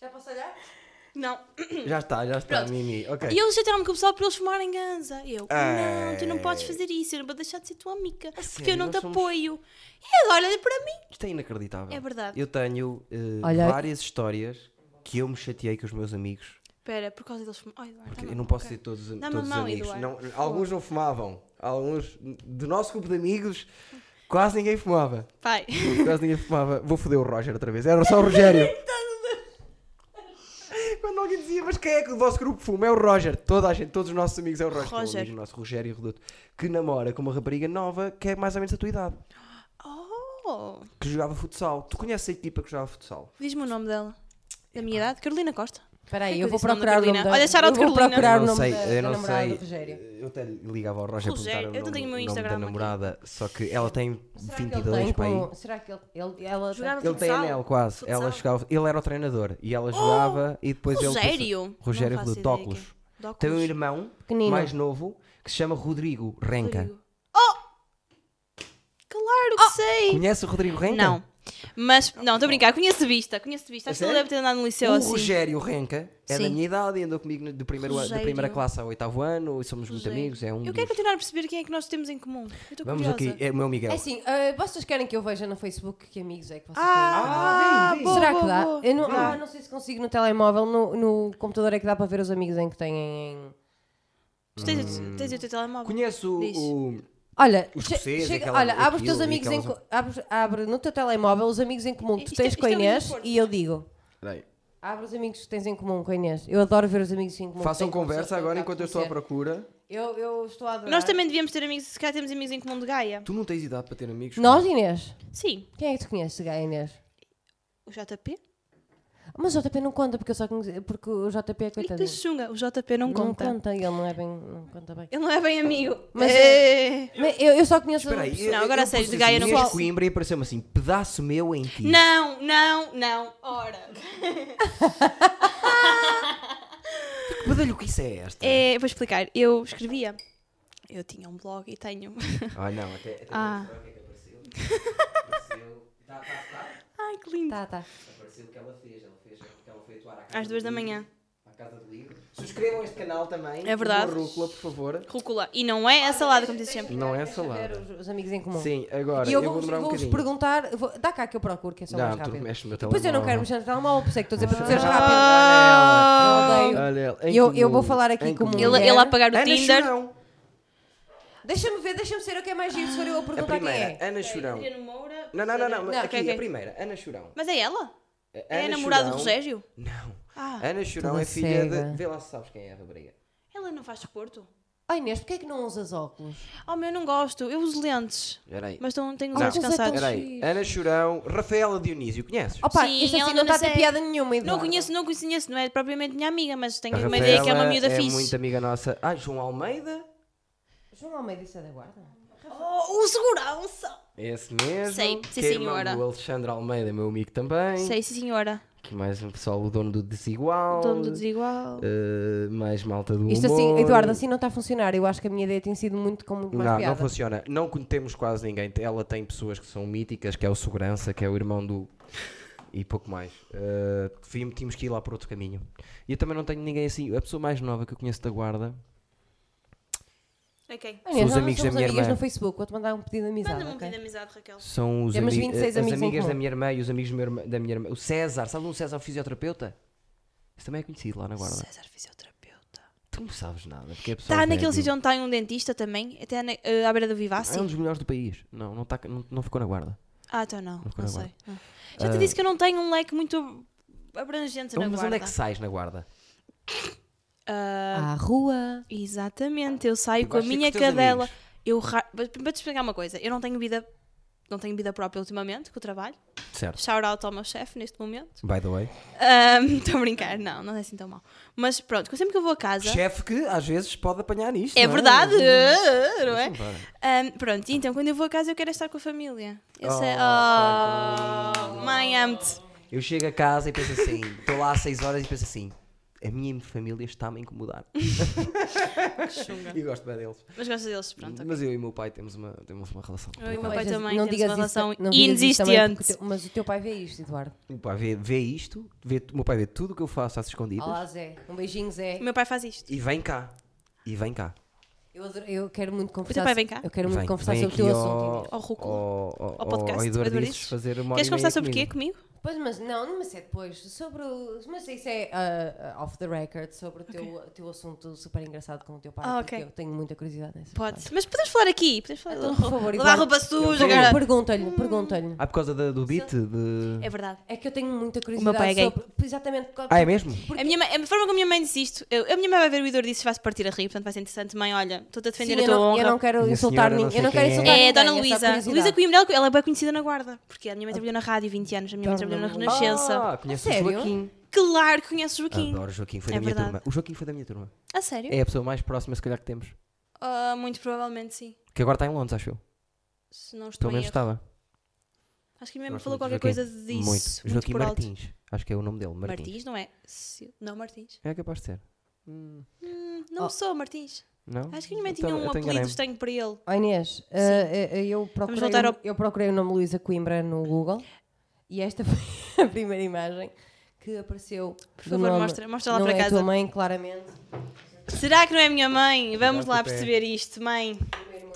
[SPEAKER 4] Já posso olhar?
[SPEAKER 2] Não.
[SPEAKER 1] Já está, já está, Mimi. Ok. Ah.
[SPEAKER 2] E eles chatearam-me com o pessoal por eles fumarem ganza. E eu,
[SPEAKER 1] Ai.
[SPEAKER 2] não, tu não podes fazer isso, eu não vou deixar de ser tua amiga, porque
[SPEAKER 1] sério?
[SPEAKER 2] eu não
[SPEAKER 1] Nós
[SPEAKER 2] te
[SPEAKER 1] somos-
[SPEAKER 2] apoio. E agora olha para mim.
[SPEAKER 1] Isto é inacreditável.
[SPEAKER 2] É verdade.
[SPEAKER 1] Eu tenho eh,
[SPEAKER 4] Olha-
[SPEAKER 1] várias histórias que eu me chateei com os meus amigos.
[SPEAKER 2] Espera, por causa deles fumarem. Ai, Eduardo,
[SPEAKER 1] Porque
[SPEAKER 2] dá-me
[SPEAKER 1] eu
[SPEAKER 2] a
[SPEAKER 1] não
[SPEAKER 2] mão,
[SPEAKER 1] posso
[SPEAKER 2] Tá ok.
[SPEAKER 1] dizer todos,
[SPEAKER 2] Dá-me a
[SPEAKER 1] todos os
[SPEAKER 2] mão,
[SPEAKER 1] amigos.
[SPEAKER 2] Eduardo,
[SPEAKER 1] Não-
[SPEAKER 2] por favor.
[SPEAKER 1] alguns não fumavam. Alguns do nosso grupo de amigos quase ninguém fumava.
[SPEAKER 2] Vai.
[SPEAKER 1] Quase ninguém fumava. Vou foder o Roger outra vez. Era só o Rogério. Quando alguém dizia, mas quem é que o vosso grupo fuma? É o Roger. Toda a gente, todos os nossos amigos é o Roger. Que é um
[SPEAKER 2] Roger.
[SPEAKER 1] amigo nosso, Rogério Reduto. Que namora com uma rapariga nova que é mais ou menos da tua idade.
[SPEAKER 2] Oh,
[SPEAKER 1] Que jogava futsal. Tu conheces a equipa que jogava futsal?
[SPEAKER 2] diz-me o nome dela. Da minha idade, Carolina Costa.
[SPEAKER 4] Espera
[SPEAKER 2] É
[SPEAKER 4] aí,
[SPEAKER 2] que
[SPEAKER 4] eu
[SPEAKER 2] eu
[SPEAKER 4] vou
[SPEAKER 2] disse o nome da
[SPEAKER 4] procurar o nome
[SPEAKER 2] Carolina.
[SPEAKER 4] da...
[SPEAKER 2] Olha, shout out
[SPEAKER 4] eu vou
[SPEAKER 2] Carolina.
[SPEAKER 1] eu
[SPEAKER 4] procurar o
[SPEAKER 1] não
[SPEAKER 4] nome
[SPEAKER 1] sei,
[SPEAKER 4] da,
[SPEAKER 1] eu
[SPEAKER 4] da
[SPEAKER 1] não
[SPEAKER 4] namorada
[SPEAKER 1] sei.
[SPEAKER 4] do Rogério.
[SPEAKER 1] Eu até ligava ao Roger para
[SPEAKER 2] Rogério,
[SPEAKER 1] perguntar o
[SPEAKER 2] eu não
[SPEAKER 1] nome-
[SPEAKER 2] tenho o meu
[SPEAKER 1] nome
[SPEAKER 2] Instagram
[SPEAKER 1] da
[SPEAKER 2] aqui.
[SPEAKER 1] namorada, só que ela tem
[SPEAKER 4] Será que ele
[SPEAKER 1] 22
[SPEAKER 4] tem
[SPEAKER 1] para aí.
[SPEAKER 4] como- Será que ele... ele ela
[SPEAKER 2] Jogava
[SPEAKER 1] Ele tem
[SPEAKER 2] futsal?
[SPEAKER 1] anel quase. Ela
[SPEAKER 2] Futsal? Oh,
[SPEAKER 1] chegava, ele era o treinador e ela jogava e depois ele
[SPEAKER 2] Rogério?
[SPEAKER 1] Rogério
[SPEAKER 2] Não faço
[SPEAKER 1] Reduto,
[SPEAKER 2] ideia
[SPEAKER 1] óculos.
[SPEAKER 2] quem é. De óculos.
[SPEAKER 1] Tem um irmão
[SPEAKER 4] Pequenino.
[SPEAKER 1] mais novo que se chama Rodrigo Renca.
[SPEAKER 2] Rodrigo. Oh! Claro que sei!
[SPEAKER 1] Conhece o Rodrigo Renca?
[SPEAKER 2] Não. Mas, não, estou a brincar, conheço de vista, conheço de vista. Acho que ele
[SPEAKER 1] sério? Uh,
[SPEAKER 2] deve ter andado no liceu
[SPEAKER 1] O
[SPEAKER 2] assim.
[SPEAKER 1] Rogério Renca é da
[SPEAKER 2] Sim.
[SPEAKER 1] minha idade e andou comigo no- do primeiro ano- da
[SPEAKER 2] Rogério.
[SPEAKER 1] primeira classe ao oitavo ano e somos muito
[SPEAKER 2] Rogério.
[SPEAKER 1] amigos. É um
[SPEAKER 2] Eu
[SPEAKER 1] dos-
[SPEAKER 2] quero continuar a perceber quem é que nós temos em comum. Eu estou
[SPEAKER 1] Vamos
[SPEAKER 2] curiosa.
[SPEAKER 1] aqui, é o meu Miguel.
[SPEAKER 4] É assim, ah, vocês querem que eu veja no Facebook que amigos é que vocês têm?
[SPEAKER 2] Ah,
[SPEAKER 1] Ah, vem, vem.
[SPEAKER 4] Será
[SPEAKER 2] boa,
[SPEAKER 4] que dá?
[SPEAKER 2] boa.
[SPEAKER 4] Eu não, ah, não sei se consigo no telemóvel, no, no computador é que dá para ver os amigos em que têm em...
[SPEAKER 2] Tu tens, o- tens o teu telemóvel?
[SPEAKER 1] Conhece o,
[SPEAKER 2] Diz.
[SPEAKER 1] o-
[SPEAKER 4] Olha,
[SPEAKER 1] Os
[SPEAKER 4] che-
[SPEAKER 1] escoceses,
[SPEAKER 4] chega-
[SPEAKER 1] aquela-
[SPEAKER 4] olha, abre os
[SPEAKER 1] aquilo
[SPEAKER 4] teus
[SPEAKER 1] e
[SPEAKER 4] amigos em
[SPEAKER 1] aquelas-
[SPEAKER 4] co- abre, abre no teu telemóvel os amigos em comum que tu
[SPEAKER 2] Isto é-
[SPEAKER 4] tens com a
[SPEAKER 2] isto é Linha do
[SPEAKER 4] Inês
[SPEAKER 2] Porto,
[SPEAKER 4] e eu digo. Abre os amigos que tens em comum com a Inês. Eu adoro ver os amigos em comum. que
[SPEAKER 1] Façam
[SPEAKER 4] tens com pessoas
[SPEAKER 1] conversa
[SPEAKER 4] que
[SPEAKER 1] agora
[SPEAKER 4] nunca
[SPEAKER 1] enquanto eu estou à
[SPEAKER 4] conhecer.
[SPEAKER 1] procura.
[SPEAKER 4] Eu, eu estou a adorar.
[SPEAKER 2] Nós também devíamos ter amigos, se calhar temos amigos em comum de Gaia.
[SPEAKER 1] Tu não tens idade para ter amigos?
[SPEAKER 4] Nós, Inês?
[SPEAKER 2] Sim,
[SPEAKER 4] Quem é que tu conheces de Gaia, Inês?
[SPEAKER 2] o JP.
[SPEAKER 4] Mas o JP não conta porque eu só conheço, porque o JP é
[SPEAKER 2] E
[SPEAKER 4] coitadinho.
[SPEAKER 2] que chunga, o JP não,
[SPEAKER 4] Não
[SPEAKER 2] conta.
[SPEAKER 4] conta, ele não é bem. Não conta bem.
[SPEAKER 2] Ele não é bem amigo.
[SPEAKER 4] Mas
[SPEAKER 2] é...
[SPEAKER 4] Mas eu, eu só conheço.
[SPEAKER 1] Espera aí, eu-
[SPEAKER 2] Não, agora
[SPEAKER 1] eu
[SPEAKER 2] sei,
[SPEAKER 1] pus
[SPEAKER 2] de Gaia
[SPEAKER 1] assim,
[SPEAKER 2] não
[SPEAKER 1] Inês
[SPEAKER 2] posso.
[SPEAKER 1] Coimbra e apareceu-me assim, pedaço meu em ti.
[SPEAKER 2] Não, não, não. Ora.
[SPEAKER 1] Que badalho que isso é esta?
[SPEAKER 2] É, vou explicar. Eu escrevia. Eu tinha um blog e tenho.
[SPEAKER 1] Ah, não, até... até
[SPEAKER 2] Ah.
[SPEAKER 1] o que é que apareceu. Apareceu... Tá, tá, tá.
[SPEAKER 2] Ai, que lindo.
[SPEAKER 4] Tá, tá.
[SPEAKER 1] Apareceu o que ela fez. Ela fez porque ela foi atuar à casa
[SPEAKER 2] Às duas da
[SPEAKER 1] do
[SPEAKER 2] manhã.
[SPEAKER 1] livro, À casa do livro. Subscrevam este canal também.
[SPEAKER 2] É verdade.
[SPEAKER 1] Dão Rúcula, por favor.
[SPEAKER 2] Rúcula. E não é a salada, como disse sempre.
[SPEAKER 1] Não é
[SPEAKER 4] Deixa ver
[SPEAKER 1] salada.
[SPEAKER 4] Os, os amigos em comum.
[SPEAKER 1] Sim, agora,
[SPEAKER 4] E
[SPEAKER 1] eu vou,
[SPEAKER 4] eu vou-vos
[SPEAKER 1] demorar um
[SPEAKER 4] vou-vos
[SPEAKER 1] bocadinho.
[SPEAKER 4] perguntar, vou- dá cá que eu procuro, que é só
[SPEAKER 1] Não,
[SPEAKER 4] mais
[SPEAKER 1] tu
[SPEAKER 4] rápido.
[SPEAKER 1] mexes no meu
[SPEAKER 4] Depois eu não
[SPEAKER 1] telemóvel.
[SPEAKER 4] quero mexer no telemóvel, por isso é que estou a dizer para tu seres
[SPEAKER 1] Ah.
[SPEAKER 4] rápido. Eu odeio.
[SPEAKER 2] Oh.
[SPEAKER 1] Olha, ele, em
[SPEAKER 4] Eu- eu vou
[SPEAKER 1] comum,
[SPEAKER 4] falar aqui
[SPEAKER 1] em
[SPEAKER 4] como
[SPEAKER 1] comum.
[SPEAKER 2] Ele, ele a apagar o
[SPEAKER 1] Ana
[SPEAKER 2] Tinder.
[SPEAKER 1] Chorão.
[SPEAKER 4] Deixa-me ver, deixa-me ser o que é mais giro se for eu a
[SPEAKER 1] A
[SPEAKER 4] perguntar quem é.
[SPEAKER 1] primeira, Ana Churão.
[SPEAKER 2] Adriano Moura.
[SPEAKER 1] Não, não, não, não. mas
[SPEAKER 4] Não, é,
[SPEAKER 1] aqui,
[SPEAKER 2] ok, ok.
[SPEAKER 1] a primeira, Ana Churão.
[SPEAKER 2] Mas é ela?
[SPEAKER 1] A-
[SPEAKER 2] é a
[SPEAKER 1] Ana
[SPEAKER 2] namorada
[SPEAKER 1] Churão-
[SPEAKER 2] do Rogério?
[SPEAKER 1] Não.
[SPEAKER 2] Ah,
[SPEAKER 1] Ana Churão
[SPEAKER 4] toda
[SPEAKER 1] é filha
[SPEAKER 4] cega.
[SPEAKER 1] de. Vê lá se sabes quem é a rapariga.
[SPEAKER 2] ela não faz desporto?
[SPEAKER 4] Ai Inês, porquê é que não usas óculos?
[SPEAKER 2] Oh meu, eu não gosto. Eu uso lentes.
[SPEAKER 1] Espera aí.
[SPEAKER 2] Mas não tenho os
[SPEAKER 4] Não.
[SPEAKER 2] olhos
[SPEAKER 4] Óculos é tão
[SPEAKER 2] cansados.
[SPEAKER 1] Espera aí.
[SPEAKER 4] fixe.
[SPEAKER 1] Ana Churão, Rafaela Dionísio, conheces?
[SPEAKER 4] Opa,
[SPEAKER 2] Sim,
[SPEAKER 4] isto assim
[SPEAKER 2] ela
[SPEAKER 4] não
[SPEAKER 2] não
[SPEAKER 4] está a ter
[SPEAKER 2] sei.
[SPEAKER 4] piada nenhuma, Eduardo.
[SPEAKER 2] Não conheço, não conheço, não é propriamente minha amiga, mas tenho
[SPEAKER 1] A
[SPEAKER 2] uma ideia que é uma
[SPEAKER 1] Rafaela
[SPEAKER 2] miúda fixe.
[SPEAKER 1] muito amiga nossa. Ah, João Almeida?
[SPEAKER 4] João Almeida isso é da guarda?
[SPEAKER 2] Oh, o segurança!
[SPEAKER 1] Esse mesmo.
[SPEAKER 2] Sei, sim,
[SPEAKER 1] que é
[SPEAKER 2] senhora.
[SPEAKER 1] irmão do Alexandre Almeida, meu amigo também.
[SPEAKER 2] Sei, sim, senhora.
[SPEAKER 1] Aqui mais um pessoal, o dono do Desigual.
[SPEAKER 2] Dono do desigual.
[SPEAKER 1] Eh, mais malta do
[SPEAKER 4] Isto
[SPEAKER 1] humor.
[SPEAKER 4] assim, Eduardo, assim não está a funcionar. Eu acho que a minha ideia tem sido muito com muito mais
[SPEAKER 1] Não,
[SPEAKER 4] piada.
[SPEAKER 1] não funciona. Não temos quase ninguém. Ela tem pessoas que são míticas, que é o Segurança, que é o irmão do. E pouco mais. Eh, vi- tínhamos que ir lá por outro caminho. E eu também não tenho ninguém assim. A pessoa mais nova que eu conheço da guarda.
[SPEAKER 2] Ok.
[SPEAKER 4] Olha,
[SPEAKER 1] São os
[SPEAKER 4] nós
[SPEAKER 1] amigos
[SPEAKER 4] somos
[SPEAKER 1] da minha
[SPEAKER 4] amigas
[SPEAKER 1] irmã.
[SPEAKER 4] no Facebook. Vou-te mandar um pedido de amizade.
[SPEAKER 2] Manda-me um
[SPEAKER 4] ok?
[SPEAKER 2] pedido de amizade, Raquel.
[SPEAKER 1] São os
[SPEAKER 4] Temos
[SPEAKER 1] ami- eh,
[SPEAKER 4] 26
[SPEAKER 1] as
[SPEAKER 4] amigos em
[SPEAKER 1] amigas da
[SPEAKER 4] comum.
[SPEAKER 1] minha irmã e os amigos do meu irmã- da minha irmã. O César, sabes um César fisioterapeuta? Esse também é conhecido lá na guarda.
[SPEAKER 2] César fisioterapeuta.
[SPEAKER 1] Tu não sabes nada. porque é pessoal
[SPEAKER 2] Está
[SPEAKER 1] velho.
[SPEAKER 2] naquele sítio onde está um dentista também? Até na, eh, à beira do
[SPEAKER 1] É um
[SPEAKER 2] Vivace?
[SPEAKER 1] dos melhores do país. Não, não, tá, não, não ficou na guarda.
[SPEAKER 2] Ah, então não,
[SPEAKER 1] Não foi
[SPEAKER 2] não
[SPEAKER 1] na
[SPEAKER 2] sei. Não. Já te disse que eu não tenho um leque muito abrangente na
[SPEAKER 1] Ah. Mas onde é
[SPEAKER 2] guarda.
[SPEAKER 1] que sais na guarda?
[SPEAKER 2] Ah,
[SPEAKER 4] À rua.
[SPEAKER 2] Exatamente, eu saio
[SPEAKER 1] Tu
[SPEAKER 2] com a
[SPEAKER 1] vais sair com
[SPEAKER 2] minha
[SPEAKER 1] os teus
[SPEAKER 2] cadela.
[SPEAKER 1] amigos.
[SPEAKER 2] Eu ra- Mas para te explicar uma coisa, eu não tenho vida, não tenho vida própria ultimamente com o trabalho.
[SPEAKER 1] Certo.
[SPEAKER 2] Shout out ao meu chefe neste momento.
[SPEAKER 1] By the way.
[SPEAKER 2] Ahm, Estou a brincar, não, não é assim tão mal. Mas pronto, sempre que eu vou a casa.
[SPEAKER 1] Chefe que às vezes pode apanhar isto.
[SPEAKER 2] Né? É
[SPEAKER 1] não Uhum.
[SPEAKER 2] verdade, ah, não é?
[SPEAKER 1] Deixa-me ver.
[SPEAKER 2] Ahm, pronto, e então quando eu vou a casa eu quero é estar com a família. Eu sei,
[SPEAKER 1] Oh, Ah, tá
[SPEAKER 2] oh, mãe, amo-te.
[SPEAKER 1] Eu chego a casa e penso assim, estou lá às 6 horas e penso assim, a minha família está-me a incomodar. e gosto bem deles.
[SPEAKER 2] Mas gosto deles, pronto. ok.
[SPEAKER 1] Mas eu e o meu pai temos uma, temos uma relação.
[SPEAKER 2] Eu e o meu
[SPEAKER 1] complicada.
[SPEAKER 2] pai
[SPEAKER 4] Mas
[SPEAKER 2] também
[SPEAKER 4] não
[SPEAKER 2] temos
[SPEAKER 4] digas
[SPEAKER 2] uma
[SPEAKER 4] isso-
[SPEAKER 2] relação
[SPEAKER 4] não digas isso também, porque o
[SPEAKER 2] inexistente.
[SPEAKER 4] teu- Mas o teu pai vê isto, Eduardo.
[SPEAKER 1] O meu pai vê, vê isto, vê, o meu pai vê tudo o que eu faço às escondidas
[SPEAKER 4] Olá, Zé. Um beijinho, Zé.
[SPEAKER 2] O meu pai faz isto.
[SPEAKER 1] e vem cá. E vem cá.
[SPEAKER 4] Eu, adoro- eu quero muito conversar.
[SPEAKER 2] pai vem cá?
[SPEAKER 4] Eu quero muito
[SPEAKER 1] Vem,
[SPEAKER 4] conversar
[SPEAKER 1] vem
[SPEAKER 4] sobre o
[SPEAKER 1] aqui
[SPEAKER 4] teu
[SPEAKER 1] ao-
[SPEAKER 4] assunto. Inês.
[SPEAKER 2] Ao rúcula.
[SPEAKER 1] Ao, ao,
[SPEAKER 2] Ao
[SPEAKER 1] Eduardo
[SPEAKER 2] podcast, Eduardo
[SPEAKER 1] Dizes
[SPEAKER 2] Dizes.
[SPEAKER 1] fazer uma hora
[SPEAKER 2] Queres
[SPEAKER 1] e
[SPEAKER 2] conversar
[SPEAKER 1] meia
[SPEAKER 2] sobre o quê
[SPEAKER 1] comigo.
[SPEAKER 2] comigo?
[SPEAKER 4] Pois, mas não, mas é depois. Sobre o. Mas isso é ah, off the record, sobre o teu, teu assunto super engraçado com o teu pai.
[SPEAKER 2] Ah,
[SPEAKER 4] porque
[SPEAKER 2] ok.
[SPEAKER 4] Eu tenho muita curiosidade nessa.
[SPEAKER 2] Pode. Mas podemos falar aqui. Podemos falar
[SPEAKER 4] Então,
[SPEAKER 2] do-
[SPEAKER 4] por favor,
[SPEAKER 2] lavar
[SPEAKER 4] Eduardo.
[SPEAKER 2] roupa suja,
[SPEAKER 1] Eu-
[SPEAKER 2] cara. Hum.
[SPEAKER 4] Pergunta-lhe, pergunta-lhe.
[SPEAKER 1] Ah, por causa da- do beat? De...
[SPEAKER 2] É verdade.
[SPEAKER 4] É que eu tenho muita
[SPEAKER 2] meu
[SPEAKER 4] curiosidade
[SPEAKER 2] pai é gay.
[SPEAKER 4] sobre. Exatamente.
[SPEAKER 1] Ah, é mesmo?
[SPEAKER 2] A, minha mãe- a forma como a minha mãe disse isto, eu- a minha mãe vai ver o Idor disse vai-se partir a rir, portanto vai ser interessante. Mãe, olha, estou-te a
[SPEAKER 4] Sim,
[SPEAKER 2] defender
[SPEAKER 4] eu,
[SPEAKER 2] a tua
[SPEAKER 4] não, eu
[SPEAKER 2] honra.
[SPEAKER 4] não quero
[SPEAKER 1] Minha
[SPEAKER 4] insultar
[SPEAKER 1] senhora, não
[SPEAKER 4] ninguém. Eu
[SPEAKER 1] sei
[SPEAKER 4] não
[SPEAKER 1] quem
[SPEAKER 4] quero
[SPEAKER 1] é.
[SPEAKER 4] insultar ninguém.
[SPEAKER 2] É a Dona
[SPEAKER 4] é só
[SPEAKER 2] Luísa.
[SPEAKER 4] curiosidade.
[SPEAKER 2] Luísa Coimbra, ela é bem conhecida na Guarda, porque a minha mãe trabalhou na rádio 20 anos, a minha mãe
[SPEAKER 4] Dona
[SPEAKER 2] trabalhou na
[SPEAKER 4] Luísa.
[SPEAKER 2] Renascença.
[SPEAKER 1] Ah, conheço
[SPEAKER 4] A
[SPEAKER 1] o
[SPEAKER 4] sério?
[SPEAKER 1] Joaquim.
[SPEAKER 2] Claro que conheces o Joaquim.
[SPEAKER 1] Adoro o Joaquim, foi
[SPEAKER 2] É
[SPEAKER 1] da minha
[SPEAKER 2] verdade.
[SPEAKER 1] turma. O Joaquim foi da minha turma.
[SPEAKER 2] A sério?
[SPEAKER 1] É a pessoa mais próxima, se calhar, que temos.
[SPEAKER 2] Ah, muito provavelmente sim.
[SPEAKER 1] Que agora está em Londres, acho eu.
[SPEAKER 2] Se não estou
[SPEAKER 1] Pelo
[SPEAKER 2] em
[SPEAKER 1] menos
[SPEAKER 2] erro.
[SPEAKER 1] estava.
[SPEAKER 2] Acho que a minha mãe
[SPEAKER 1] Gosto
[SPEAKER 2] falou
[SPEAKER 1] muito
[SPEAKER 2] qualquer
[SPEAKER 1] de
[SPEAKER 2] coisa
[SPEAKER 1] Joaquim.
[SPEAKER 2] disso.
[SPEAKER 1] Muito.
[SPEAKER 2] muito
[SPEAKER 1] Joaquim
[SPEAKER 2] por alto.
[SPEAKER 1] Martins. Acho que é o nome dele. Martins.
[SPEAKER 2] Martins, não é? Se- Não, Martins.
[SPEAKER 1] É capaz de ser.
[SPEAKER 2] Hum, não
[SPEAKER 4] Oh.
[SPEAKER 2] sou Martins.
[SPEAKER 1] Não?
[SPEAKER 2] Acho que a minha mãe
[SPEAKER 1] Então,
[SPEAKER 2] tinha um
[SPEAKER 1] então
[SPEAKER 2] apelido
[SPEAKER 1] enganei-me.
[SPEAKER 2] estranho para ele.
[SPEAKER 4] Oh, Inês, eh, eh, eu, procurei,
[SPEAKER 2] voltar ao-
[SPEAKER 4] eu procurei o nome Luísa Coimbra no Google e esta foi a primeira imagem que apareceu. Por
[SPEAKER 2] favor, mostra- mostra lá
[SPEAKER 4] não
[SPEAKER 2] para
[SPEAKER 4] é a
[SPEAKER 2] casa.
[SPEAKER 4] tua mãe, claramente.
[SPEAKER 2] Será que não é a minha mãe? Vamos
[SPEAKER 1] Dá-te
[SPEAKER 2] lá
[SPEAKER 1] o é pé.
[SPEAKER 2] perceber isto, mãe.